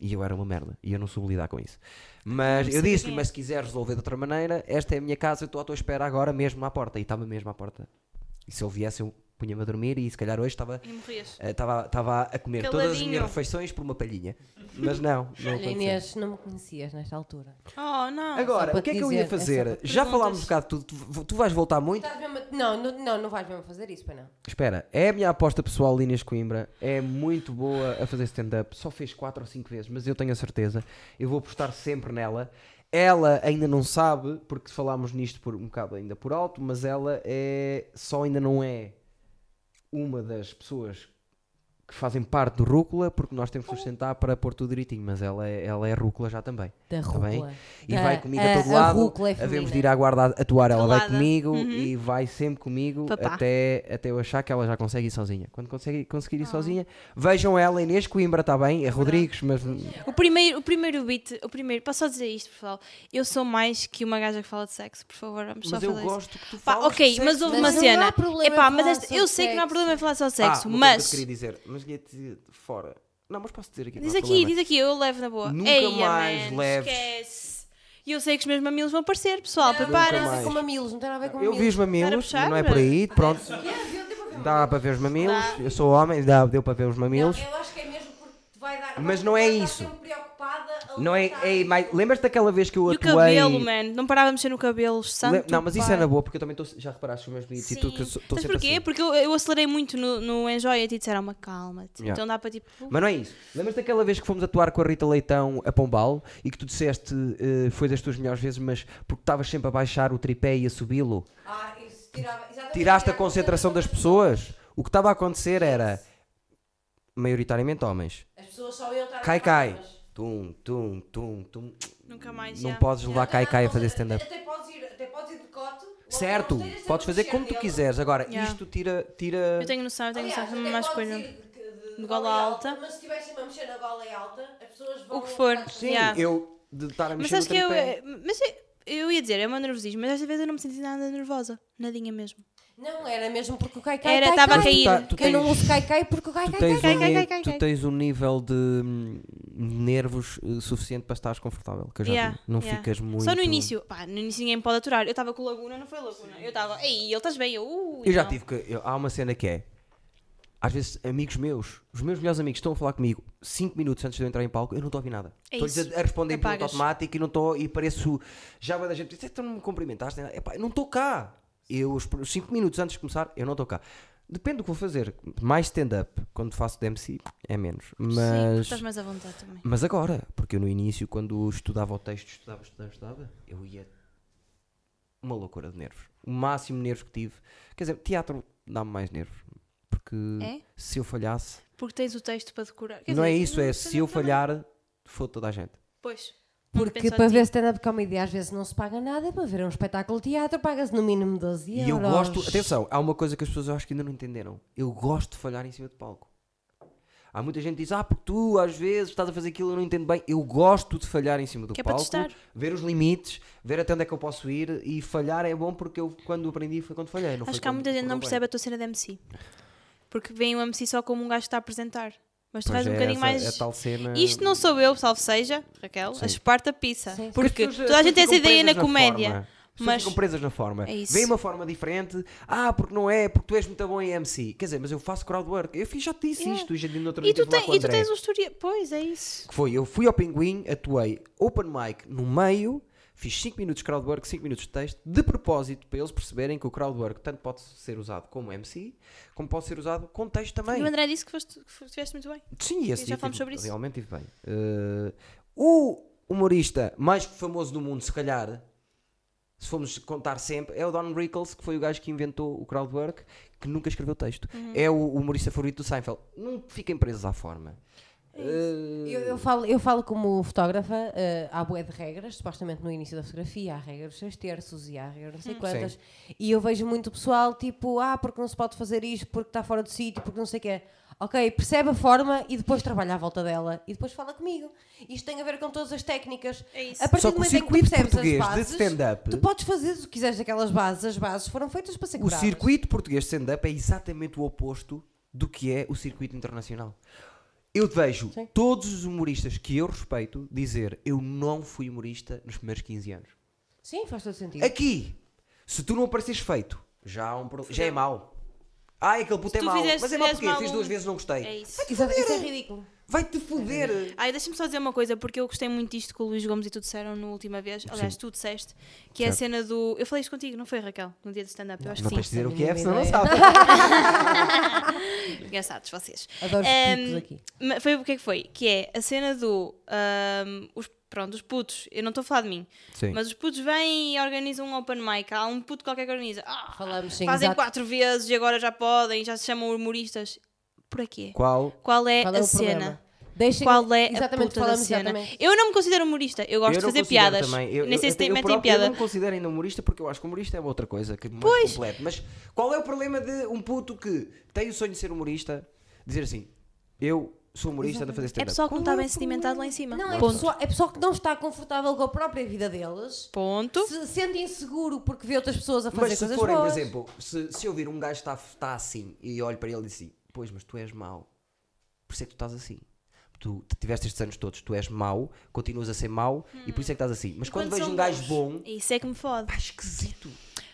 [SPEAKER 1] E eu era uma merda. E eu não soube lidar com isso. Mas
[SPEAKER 2] Não
[SPEAKER 1] eu
[SPEAKER 2] sei
[SPEAKER 1] disse-lhe:
[SPEAKER 2] quem é.
[SPEAKER 1] Mas se quiser resolver de outra maneira, esta é a minha casa, eu estou à tua espera agora mesmo à porta. E estava mesmo à porta. E se ele viesse, eu punha-me a dormir e se calhar hoje estava.
[SPEAKER 2] E morrias.
[SPEAKER 1] eh, Estava estava a comer todas as
[SPEAKER 2] Caladinho.
[SPEAKER 1] minhas refeições por uma palhinha. Mas não, não
[SPEAKER 4] Olha,
[SPEAKER 1] aconteceu.
[SPEAKER 4] Inês, não me conhecias nesta altura.
[SPEAKER 2] Oh, não.
[SPEAKER 4] só
[SPEAKER 1] Agora,
[SPEAKER 4] para
[SPEAKER 1] o que é
[SPEAKER 4] te
[SPEAKER 1] que eu ia
[SPEAKER 4] dizer, é só para
[SPEAKER 1] fazer?
[SPEAKER 4] te
[SPEAKER 1] Já falámos um
[SPEAKER 2] perguntas.
[SPEAKER 1] bocado de tudo. Tu- Tu vais voltar muito?
[SPEAKER 4] Estás mesmo a- Não, não, não, não vais mesmo fazer isso, para não.
[SPEAKER 1] Espera, é a minha aposta pessoal, Líneas Coimbra. É muito boa a fazer stand-up. Só fez 4 ou 5 vezes, mas eu tenho a certeza. Eu vou apostar sempre nela. Ela ainda não sabe, porque falámos nisto por um bocado ainda por alto, mas ela é só ainda não é uma das pessoas que fazem parte do Rúcula, porque nós temos que sustentar para pôr tudo direitinho, mas ela é, ela é Rúcula já também.
[SPEAKER 4] Da
[SPEAKER 1] Tá bem?
[SPEAKER 4] rúcula.
[SPEAKER 1] E
[SPEAKER 4] Da-
[SPEAKER 2] É,
[SPEAKER 1] vai comigo
[SPEAKER 4] a-
[SPEAKER 1] a todo
[SPEAKER 4] a
[SPEAKER 1] lado.
[SPEAKER 4] rúcula é
[SPEAKER 1] Havemos de
[SPEAKER 4] feminina.
[SPEAKER 1] ir à guarda a- atuar, ela vai
[SPEAKER 2] Colada.
[SPEAKER 1] comigo
[SPEAKER 2] Uhum. Então tá.
[SPEAKER 1] e vai sempre comigo
[SPEAKER 2] Papá.
[SPEAKER 1] até, até eu achar que ela já consegue ir sozinha. Quando consegue, conseguir
[SPEAKER 2] Ah.
[SPEAKER 1] ir sozinha, vejam ela, Inês Coimbra, está bem? É Rodrigues, mas.
[SPEAKER 2] O primeiro, o primeiro beat, o primeiro, posso só dizer isto, pessoal. Eu sou mais que uma gaja que fala de sexo, por favor, vamos só
[SPEAKER 1] Mas eu
[SPEAKER 2] falar isso.
[SPEAKER 1] gosto que tu
[SPEAKER 2] Pá,
[SPEAKER 1] falas
[SPEAKER 2] ok,
[SPEAKER 1] de
[SPEAKER 2] mas
[SPEAKER 1] sexo,
[SPEAKER 2] houve
[SPEAKER 4] mas
[SPEAKER 2] uma
[SPEAKER 4] não há
[SPEAKER 2] cena.
[SPEAKER 4] problema
[SPEAKER 2] Epá,
[SPEAKER 4] em
[SPEAKER 2] mas
[SPEAKER 4] falar
[SPEAKER 2] esta-
[SPEAKER 4] sobre
[SPEAKER 2] eu sei que não há
[SPEAKER 4] sexo.
[SPEAKER 2] problema em falar só de
[SPEAKER 1] Ah,
[SPEAKER 2] sexo,
[SPEAKER 1] uma coisa
[SPEAKER 2] mas.
[SPEAKER 1] Que eu te queria dizer, mas ia dizer de fora. Não, mas posso dizer aqui. não
[SPEAKER 2] Diz
[SPEAKER 1] há
[SPEAKER 2] aqui,
[SPEAKER 1] problema.
[SPEAKER 2] diz aqui, eu levo na boa.
[SPEAKER 1] Nunca
[SPEAKER 2] Eia,
[SPEAKER 1] mais
[SPEAKER 2] man,
[SPEAKER 1] leves.
[SPEAKER 2] Esquece. E eu sei que os meus mamilos vão aparecer, pessoal,
[SPEAKER 1] nunca
[SPEAKER 4] Não tem a ver
[SPEAKER 1] mais.
[SPEAKER 2] preparem-se.
[SPEAKER 4] com mamilos, não tem nada a ver com
[SPEAKER 1] Eu
[SPEAKER 4] mamilos.
[SPEAKER 1] vi os
[SPEAKER 2] Estar a
[SPEAKER 1] mamilos,
[SPEAKER 2] puxar,
[SPEAKER 1] não é por aí, pronto. Dá para ver os mamilos,
[SPEAKER 2] Dá.
[SPEAKER 1] eu sou homem, dá, deu para ver os
[SPEAKER 3] Não,
[SPEAKER 1] mamilos.
[SPEAKER 3] eu acho que é mesmo porque te vai dar.
[SPEAKER 1] Mas
[SPEAKER 3] vai-
[SPEAKER 1] não é
[SPEAKER 3] vai estar
[SPEAKER 1] isso.
[SPEAKER 3] sempre preocupado preocupada a
[SPEAKER 1] Não é,
[SPEAKER 3] levantar.
[SPEAKER 1] é mais, lembras-te daquela vez que eu
[SPEAKER 2] E o
[SPEAKER 1] atuei...
[SPEAKER 2] cabelo, man. Não parava de mexer no cabelo, santo.
[SPEAKER 1] Le- Não, mas isso
[SPEAKER 2] pai.
[SPEAKER 1] é na boa, porque eu também tô, já reparaste os meus limites
[SPEAKER 2] Sim.
[SPEAKER 1] e tudo que eu sou- tô
[SPEAKER 2] Sabes
[SPEAKER 1] sempre
[SPEAKER 2] porquê?
[SPEAKER 1] assim.
[SPEAKER 2] Porque eu, eu acelerei muito no, no Enjoy e te disseram uma calma.
[SPEAKER 1] Yeah.
[SPEAKER 2] Então dá para tipo.
[SPEAKER 1] Mas não é isso. Lembras daquela vez que fomos atuar com a Rita Leitão a Pombal e que tu disseste eh, foi das tuas melhores vezes, mas porque estavas sempre a baixar o tripé e a subi-lo?
[SPEAKER 3] Ah, isso tirava. exatamente,
[SPEAKER 1] Tiraste
[SPEAKER 3] tirava
[SPEAKER 1] a concentração das pessoas? O que estava a acontecer era maioritariamente homens.
[SPEAKER 3] As pessoas só iam estar.
[SPEAKER 1] Cai,
[SPEAKER 3] nas
[SPEAKER 1] cai.
[SPEAKER 3] palmas.
[SPEAKER 1] Tum, tum, tum, tum.
[SPEAKER 2] Nunca mais.
[SPEAKER 1] Não
[SPEAKER 2] já.
[SPEAKER 1] podes levar cai, cai a fazer stand-up.
[SPEAKER 3] Até podes ir, até podes ir de cote. logo
[SPEAKER 1] Certo,
[SPEAKER 3] não estejas
[SPEAKER 1] podes
[SPEAKER 3] sempre
[SPEAKER 1] fazer
[SPEAKER 3] a
[SPEAKER 1] como tu
[SPEAKER 3] mexer nele.
[SPEAKER 1] quiseres. Agora,
[SPEAKER 2] Yeah.
[SPEAKER 1] isto tira. tira...
[SPEAKER 2] Eu tenho noção, Oh, eu tenho noção.
[SPEAKER 3] Aliás, até
[SPEAKER 2] Também é mais
[SPEAKER 3] podes
[SPEAKER 2] coisa.
[SPEAKER 3] ir de, de,
[SPEAKER 2] De gola alta.
[SPEAKER 3] Mas se estiver sempre a mexer na gola em alta, as pessoas vão.
[SPEAKER 2] que for.
[SPEAKER 3] atrás de ti.
[SPEAKER 1] Sim,
[SPEAKER 2] Yeah.
[SPEAKER 1] eu de estar a mexer
[SPEAKER 2] Mas
[SPEAKER 1] no
[SPEAKER 2] acho que eu. eh,
[SPEAKER 1] tripé.
[SPEAKER 2] Mas eu- eu ia dizer, é uma nervosismo, mas desta vez eu não me senti nada nervosa. Nadinha mesmo.
[SPEAKER 4] Não, era mesmo porque o Kai Kai.
[SPEAKER 2] Era,
[SPEAKER 4] cai,
[SPEAKER 2] tava a
[SPEAKER 4] cai.
[SPEAKER 2] cair.
[SPEAKER 1] tá- tu
[SPEAKER 4] Que eu não
[SPEAKER 1] tens-
[SPEAKER 4] uso Kai Kai porque o Kai
[SPEAKER 1] Tu
[SPEAKER 4] Kai
[SPEAKER 1] tens,
[SPEAKER 4] cai,
[SPEAKER 1] um,
[SPEAKER 4] cai,
[SPEAKER 1] ni-
[SPEAKER 4] cai, cai,
[SPEAKER 1] tu
[SPEAKER 4] cai.
[SPEAKER 1] tens um nível de hum, nervos eh, suficiente para estares confortável. Que eu já
[SPEAKER 2] Yeah,
[SPEAKER 1] vi. Não
[SPEAKER 2] yeah.
[SPEAKER 1] ficas muito.
[SPEAKER 2] Só no início, pá, no início ninguém pode aturar. Eu estava com Laguna, não foi Laguna. Eu estava, ei, ele estás bem, eu. "Uh,
[SPEAKER 1] Eu já
[SPEAKER 2] não."
[SPEAKER 1] tive que. eu- há uma cena que é. Às vezes, amigos meus, os meus melhores amigos estão a falar comigo 5 minutos antes de eu entrar em palco, eu não estou a ouvir nada.
[SPEAKER 2] É
[SPEAKER 1] Estou-lhes
[SPEAKER 2] isso.
[SPEAKER 1] a, a responder em piloto
[SPEAKER 2] Apagas.
[SPEAKER 1] automático e não estou. E pareço. Já vai da gente. Diz, "É, tu não me cumprimentaste. nem nada." Epá, eu não estou cá. Eu, os 5 minutos antes de começar, eu não estou cá. Depende do que vou fazer. Mais stand-up, quando faço DMC, é menos.
[SPEAKER 2] Sim, porque
[SPEAKER 1] Mas.
[SPEAKER 2] estás mais à vontade também.
[SPEAKER 1] Mas agora, porque eu no início, quando estudava o texto, estudava, estudava, estudava, eu ia. Uma loucura de nervos. O máximo de nervos que tive. Quer dizer, teatro dá-me mais nervos. Porque
[SPEAKER 2] É?
[SPEAKER 1] se eu falhasse.
[SPEAKER 2] Porque tens o texto para decorar. Quer
[SPEAKER 1] não
[SPEAKER 2] dizer,
[SPEAKER 1] é isso,
[SPEAKER 2] não
[SPEAKER 1] é
[SPEAKER 2] precisas
[SPEAKER 1] se eu
[SPEAKER 2] de nada.
[SPEAKER 1] falhar, foda toda a gente.
[SPEAKER 2] Pois. Não
[SPEAKER 4] Porque
[SPEAKER 2] penso a
[SPEAKER 4] para
[SPEAKER 2] ti.
[SPEAKER 4] ver stand-up comedy às vezes não se paga nada, para ver um espetáculo de teatro paga-se no mínimo 12 euros.
[SPEAKER 1] E eu gosto. Atenção, há uma coisa que as pessoas eu acho que ainda não entenderam. Eu gosto de falhar em cima de palco. Há muita gente que diz, ah, porque tu às vezes estás a fazer aquilo, eu não entendo bem. Eu gosto de falhar em cima do
[SPEAKER 2] Que é para
[SPEAKER 1] palco,
[SPEAKER 2] testar.
[SPEAKER 1] ver os limites, ver até onde é que eu posso ir e falhar é bom porque eu quando aprendi foi quando falhei. Não foi
[SPEAKER 2] Acho que há
[SPEAKER 1] quando
[SPEAKER 2] muita gente que não
[SPEAKER 1] correu
[SPEAKER 2] percebe
[SPEAKER 1] bem.
[SPEAKER 2] a tua cena de MC. Porque vem o MC só como um gajo que está a apresentar. Mas tu fazes
[SPEAKER 1] Pois
[SPEAKER 2] um
[SPEAKER 1] é,
[SPEAKER 2] bocadinho
[SPEAKER 1] essa-
[SPEAKER 2] mais.
[SPEAKER 1] a tal cena-
[SPEAKER 2] Isto não sou eu, salvo seja, Raquel, a esparta pizza.
[SPEAKER 4] Sim, sim.
[SPEAKER 2] Porque
[SPEAKER 1] As pessoas-
[SPEAKER 2] toda a
[SPEAKER 1] as
[SPEAKER 2] gente tem essa
[SPEAKER 1] pessoas ficam
[SPEAKER 2] ideia na
[SPEAKER 1] presas
[SPEAKER 2] comédia.
[SPEAKER 1] forma. As pessoas
[SPEAKER 2] Mas
[SPEAKER 1] ficam presas na forma.
[SPEAKER 2] É isso.
[SPEAKER 1] Vem uma forma diferente. Ah, porque não é, porque tu és muito bom em MC. Quer dizer, mas eu faço crowd work. Eu fiz, já te disse
[SPEAKER 2] É.
[SPEAKER 1] isto. E, já, no outro
[SPEAKER 2] e
[SPEAKER 1] dia
[SPEAKER 2] tu,
[SPEAKER 1] estive lá
[SPEAKER 2] tem-
[SPEAKER 1] com o
[SPEAKER 2] e tu
[SPEAKER 1] André.
[SPEAKER 2] tens um história. Pois é isso.
[SPEAKER 1] que foi, eu fui ao Pinguim, atuei open mic no meio, fiz 5 minutos de crowdwork, 5 minutos de texto, de propósito para eles perceberem que o crowdwork tanto pode ser usado como MC, como pode ser usado com texto
[SPEAKER 2] E
[SPEAKER 1] também.
[SPEAKER 2] o André disse que foste- que foste- estiveste muito bem.
[SPEAKER 1] Sim, esse
[SPEAKER 2] já
[SPEAKER 1] dia
[SPEAKER 2] falamos
[SPEAKER 1] tive-
[SPEAKER 2] sobre isso.
[SPEAKER 1] realmente tive bem. Eh, o humorista mais famoso do mundo, se calhar, se formos contar sempre, é o Don Rickles, que foi o gajo que inventou o crowdwork, que nunca escreveu texto.
[SPEAKER 2] Uhum.
[SPEAKER 1] É o humorista favorito do Seinfeld. Não fiquem presos à forma.
[SPEAKER 2] É
[SPEAKER 1] Eh,
[SPEAKER 4] Eu, eu falo, eu falo como fotógrafa, eh, há bué de regras, supostamente no início da fotografia, há regras dos seis terços e há regras não
[SPEAKER 1] Uhum.
[SPEAKER 4] sei quantas. E eu vejo muito pessoal tipo, ah, porque não se pode fazer isto, porque está fora do sítio, porque não sei o quê. Ok, percebe a forma e depois trabalha à volta dela e depois fala comigo. Isto tem a ver com todas as técnicas.
[SPEAKER 2] É isso.
[SPEAKER 4] A partir
[SPEAKER 1] Só
[SPEAKER 4] do
[SPEAKER 1] que o
[SPEAKER 4] momento em que tu
[SPEAKER 1] circuito
[SPEAKER 4] percebes as
[SPEAKER 1] português de
[SPEAKER 4] bases,
[SPEAKER 1] stand-up-
[SPEAKER 4] tu podes fazer o que quiseres daquelas bases, as bases foram feitas para ser
[SPEAKER 1] O
[SPEAKER 4] curadas.
[SPEAKER 1] circuito português de stand-up é exatamente o oposto do que é o circuito internacional. Eu vejo
[SPEAKER 4] Sim.
[SPEAKER 1] todos os humoristas que eu respeito dizer eu não fui humorista nos primeiros 15 anos.
[SPEAKER 4] Sim, faz todo
[SPEAKER 1] É
[SPEAKER 4] sentido.
[SPEAKER 1] Aqui, se tu não apareceres feito, já, há um pro- já é mau. Ah, aquele puto
[SPEAKER 2] Se
[SPEAKER 1] é
[SPEAKER 2] tu
[SPEAKER 1] mau.
[SPEAKER 2] fizeres-
[SPEAKER 1] Mas é mau
[SPEAKER 2] fizeres
[SPEAKER 1] porque
[SPEAKER 2] mal
[SPEAKER 1] fiz
[SPEAKER 2] um-
[SPEAKER 1] duas vezes não gostei.
[SPEAKER 2] É isso.
[SPEAKER 4] Isso é- isso é ridículo.
[SPEAKER 1] Vai-te foder.
[SPEAKER 2] Ai, deixa-me só dizer uma coisa, porque eu gostei muito disto que o Luís Gomes e tu disseram na última vez. Aliás, tu disseste, que é a cena do. Eu falei isto contigo, não foi, Raquel? No dia do stand-up, eu acho
[SPEAKER 1] Não
[SPEAKER 2] que
[SPEAKER 1] tens de
[SPEAKER 2] sim.
[SPEAKER 1] dizer o que
[SPEAKER 4] tenho
[SPEAKER 1] é,
[SPEAKER 4] uma
[SPEAKER 1] senão não
[SPEAKER 4] ideia.
[SPEAKER 1] sabes.
[SPEAKER 2] Engraçados vocês.
[SPEAKER 4] Adoro os picos
[SPEAKER 2] Ahm,
[SPEAKER 4] aqui.
[SPEAKER 2] ma- Foi o que é que foi? Que é a cena do. ahm, os, pronto, os putos. Eu não estou a falar de mim.
[SPEAKER 1] Sim.
[SPEAKER 2] Mas os putos vêm e organizam um open mic. Há um puto qualquer que organiza. Ah,
[SPEAKER 4] Falamos, sim,
[SPEAKER 2] fazem
[SPEAKER 4] exato.
[SPEAKER 2] quatro vezes e agora já podem, já se chamam humoristas. Por quê?
[SPEAKER 1] Qual?
[SPEAKER 2] Qual é,
[SPEAKER 4] Qual é
[SPEAKER 2] a
[SPEAKER 4] o
[SPEAKER 2] cena?
[SPEAKER 4] problema? Deixem-
[SPEAKER 2] Qual é
[SPEAKER 4] exatamente,
[SPEAKER 2] a puta da
[SPEAKER 4] falamos
[SPEAKER 2] cena?
[SPEAKER 4] exatamente.
[SPEAKER 2] Eu não me considero humorista. Eu gosto
[SPEAKER 1] Eu
[SPEAKER 2] de
[SPEAKER 1] não
[SPEAKER 2] fazer
[SPEAKER 1] considero
[SPEAKER 2] piadas.
[SPEAKER 1] também. Eu-
[SPEAKER 2] Nem
[SPEAKER 1] eu-
[SPEAKER 2] sei
[SPEAKER 1] eu
[SPEAKER 2] se tem-
[SPEAKER 1] tenho- eu
[SPEAKER 2] metem
[SPEAKER 1] próprio
[SPEAKER 2] piada. É
[SPEAKER 1] não considero ainda humorista porque eu acho que humorista é uma outra coisa que é mais
[SPEAKER 2] Pois.
[SPEAKER 1] completo. Mas qual é o problema de um puto que tem o sonho de ser humorista dizer assim: eu sou humorista ando a fazer
[SPEAKER 2] É
[SPEAKER 1] stand-up?
[SPEAKER 2] pessoal que não está bem sedimentado lá em cima.
[SPEAKER 4] Não, é
[SPEAKER 2] Ponto.
[SPEAKER 4] pessoal, é pessoal que não está confortável com a própria vida deles,
[SPEAKER 2] Ponto.
[SPEAKER 4] se sente inseguro porque vê outras pessoas a fazer
[SPEAKER 1] Mas se
[SPEAKER 4] coisas
[SPEAKER 1] forem, por
[SPEAKER 4] boas.
[SPEAKER 1] exemplo, se, se eu vir um gajo que está, está assim e olho para ele e digo assim: pois, mas tu és mau, por isso é que tu estás assim. Tu tiveste estes anos todos, tu és mau, continuas a ser mau e por isso é que estás assim. Mas quando,
[SPEAKER 2] Quando
[SPEAKER 1] vejo
[SPEAKER 2] são
[SPEAKER 1] um gajo
[SPEAKER 2] bons.
[SPEAKER 1] bom,
[SPEAKER 2] Isso é que me fode.
[SPEAKER 1] pá, esquisito.